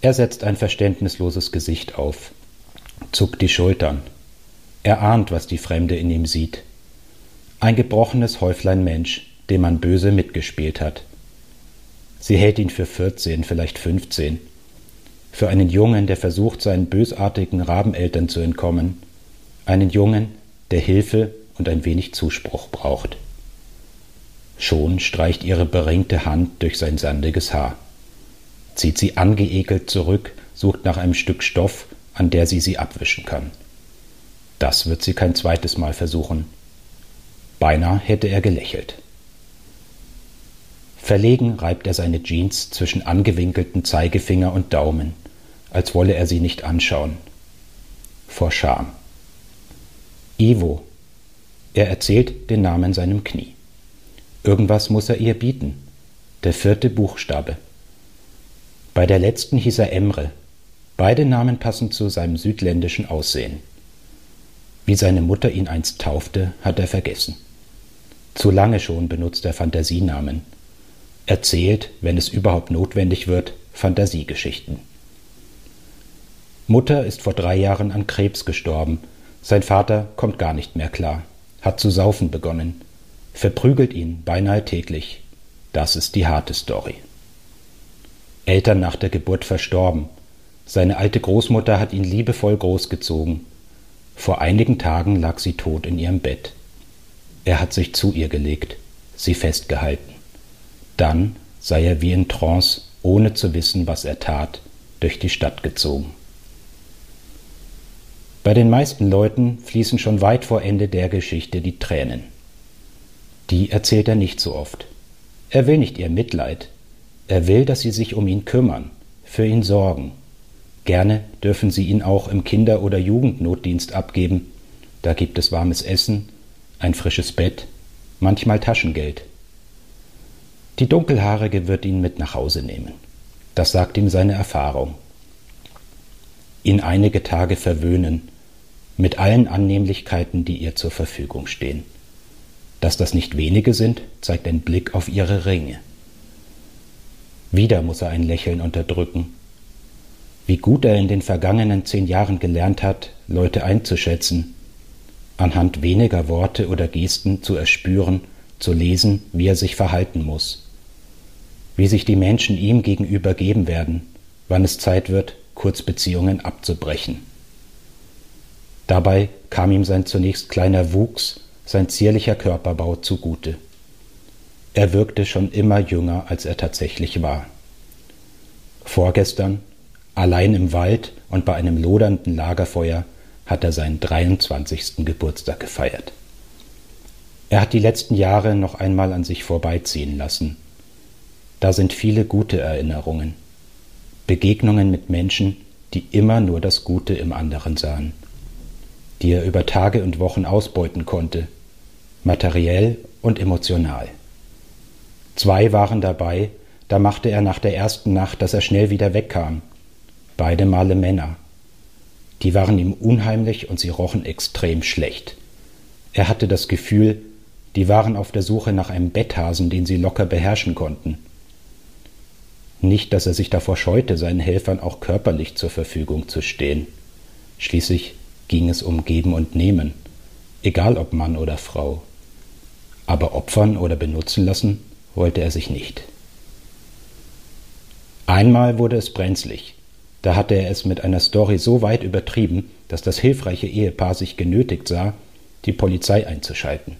[SPEAKER 15] Er setzt ein verständnisloses Gesicht auf, zuckt die Schultern. Er ahnt, was die Fremde in ihm sieht. Ein gebrochenes Häuflein Mensch, dem man böse mitgespielt hat. Sie hält ihn für 14, vielleicht 15. Für einen Jungen, der versucht, seinen bösartigen Rabeneltern zu entkommen. Einen Jungen, der Hilfe und ein wenig Zuspruch braucht. Schon streicht ihre beringte Hand durch sein sandiges Haar. Zieht sie angeekelt zurück, sucht nach einem Stück Stoff, an der sie sie abwischen kann. Das wird sie kein zweites Mal versuchen. Beinahe hätte er gelächelt. Verlegen reibt er seine Jeans zwischen angewinkelten Zeigefinger und Daumen, als wolle er sie nicht anschauen. Vor Scham. Ivo. Er erzählt den Namen seinem Knie. Irgendwas muss er ihr bieten. Der vierte Buchstabe. Bei der letzten hieß er Emre. Beide Namen passen zu seinem südländischen Aussehen. Wie seine Mutter ihn einst taufte, hat er vergessen. Zu lange schon benutzt er Fantasienamen. Erzählt, wenn es überhaupt notwendig wird, Fantasiegeschichten. Mutter ist vor drei Jahren an Krebs gestorben. Sein Vater kommt gar nicht mehr klar, hat zu saufen begonnen, verprügelt ihn beinahe täglich. Das ist die harte Story. Eltern nach der Geburt verstorben. Seine alte Großmutter hat ihn liebevoll großgezogen. Vor einigen Tagen lag sie tot in ihrem Bett. Er hat sich zu ihr gelegt, sie festgehalten. Dann sei er wie in Trance, ohne zu wissen, was er tat, durch die Stadt gezogen. Bei den meisten Leuten fließen schon weit vor Ende der Geschichte die Tränen. Die erzählt er nicht so oft. Er will nicht ihr Mitleid. Er will, dass sie sich um ihn kümmern, für ihn sorgen. Gerne dürfen sie ihn auch im Kinder- oder Jugendnotdienst abgeben. Da gibt es warmes Essen, ein frisches Bett, manchmal Taschengeld. Die Dunkelhaarige wird ihn mit nach Hause nehmen. Das sagt ihm seine Erfahrung. Ihn einige Tage verwöhnen, mit allen Annehmlichkeiten, die ihr zur Verfügung stehen. Dass das nicht wenige sind, zeigt ein Blick auf ihre Ringe. Wieder muss er ein Lächeln unterdrücken. Wie gut er in den vergangenen zehn Jahren gelernt hat, Leute einzuschätzen, anhand weniger Worte oder Gesten zu erspüren, zu lesen, wie er sich verhalten muss, wie sich die Menschen ihm gegenüber geben werden, wann es Zeit wird, Kurzbeziehungen abzubrechen. Dabei kam ihm sein zunächst kleiner Wuchs, sein zierlicher Körperbau zugute. Er wirkte schon immer jünger, als er tatsächlich war. Vorgestern, allein im Wald und bei einem lodernden Lagerfeuer, hat er seinen 23. Geburtstag gefeiert. Er hat die letzten Jahre noch einmal an sich vorbeiziehen lassen. Da sind viele gute Erinnerungen. Begegnungen mit Menschen, die immer nur das Gute im anderen sahen, die er über Tage und Wochen ausbeuten konnte, materiell und emotional. Zwei waren dabei, da machte er nach der ersten Nacht, dass er schnell wieder wegkam. Beide Male Männer. Die waren ihm unheimlich und sie rochen extrem schlecht. Er hatte das Gefühl, Die waren auf der Suche nach einem Betthasen, den sie locker beherrschen konnten. Nicht, dass er sich davor scheute, seinen Helfern auch körperlich zur Verfügung zu stehen. Schließlich ging es um Geben und Nehmen, egal ob Mann oder Frau. Aber opfern oder benutzen lassen wollte er sich nicht. Einmal wurde es brenzlig. Da hatte er es mit einer Story so weit übertrieben, dass das hilfreiche Ehepaar sich genötigt sah, die Polizei einzuschalten.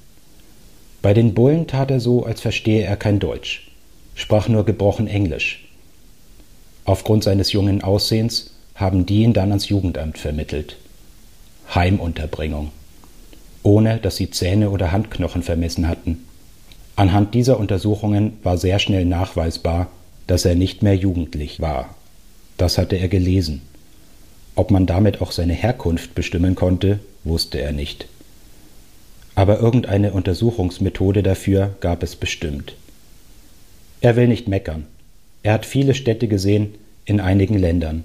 [SPEAKER 15] Bei den Bullen tat er so, als verstehe er kein Deutsch, sprach nur gebrochen Englisch. Aufgrund seines jungen Aussehens haben die ihn dann ans Jugendamt vermittelt. Heimunterbringung. Ohne dass sie Zähne oder Handknochen vermessen hatten. Anhand dieser Untersuchungen war sehr schnell nachweisbar, dass er nicht mehr jugendlich war. Das hatte er gelesen. Ob man damit auch seine Herkunft bestimmen konnte, wusste er nicht. Aber irgendeine Untersuchungsmethode dafür gab es bestimmt. Er will nicht meckern. Er hat viele Städte gesehen, in einigen Ländern,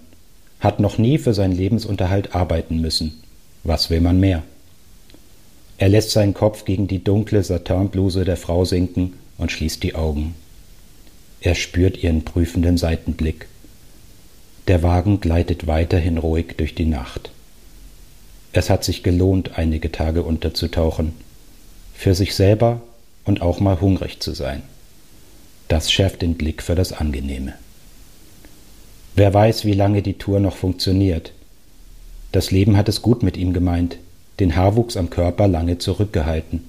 [SPEAKER 15] hat noch nie für seinen Lebensunterhalt arbeiten müssen. Was will man mehr? Er lässt seinen Kopf gegen die dunkle Satinbluse der Frau sinken und schließt die Augen. Er spürt ihren prüfenden Seitenblick. Der Wagen gleitet weiterhin ruhig durch die Nacht. Es hat sich gelohnt, einige Tage unterzutauchen, für sich selber und auch mal hungrig zu sein. Das schärft den Blick für das Angenehme. Wer weiß, wie lange die Tour noch funktioniert. Das Leben hat es gut mit ihm gemeint, den Haarwuchs am Körper lange zurückgehalten.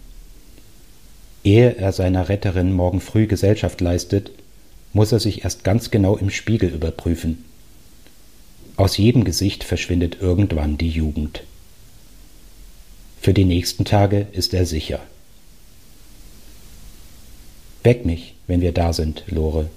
[SPEAKER 15] Ehe er seiner Retterin morgen früh Gesellschaft leistet, muss er sich erst ganz genau im Spiegel überprüfen. Aus jedem Gesicht verschwindet irgendwann die Jugend. Für die nächsten Tage ist er sicher. Weck mich, wenn wir da sind, Lore,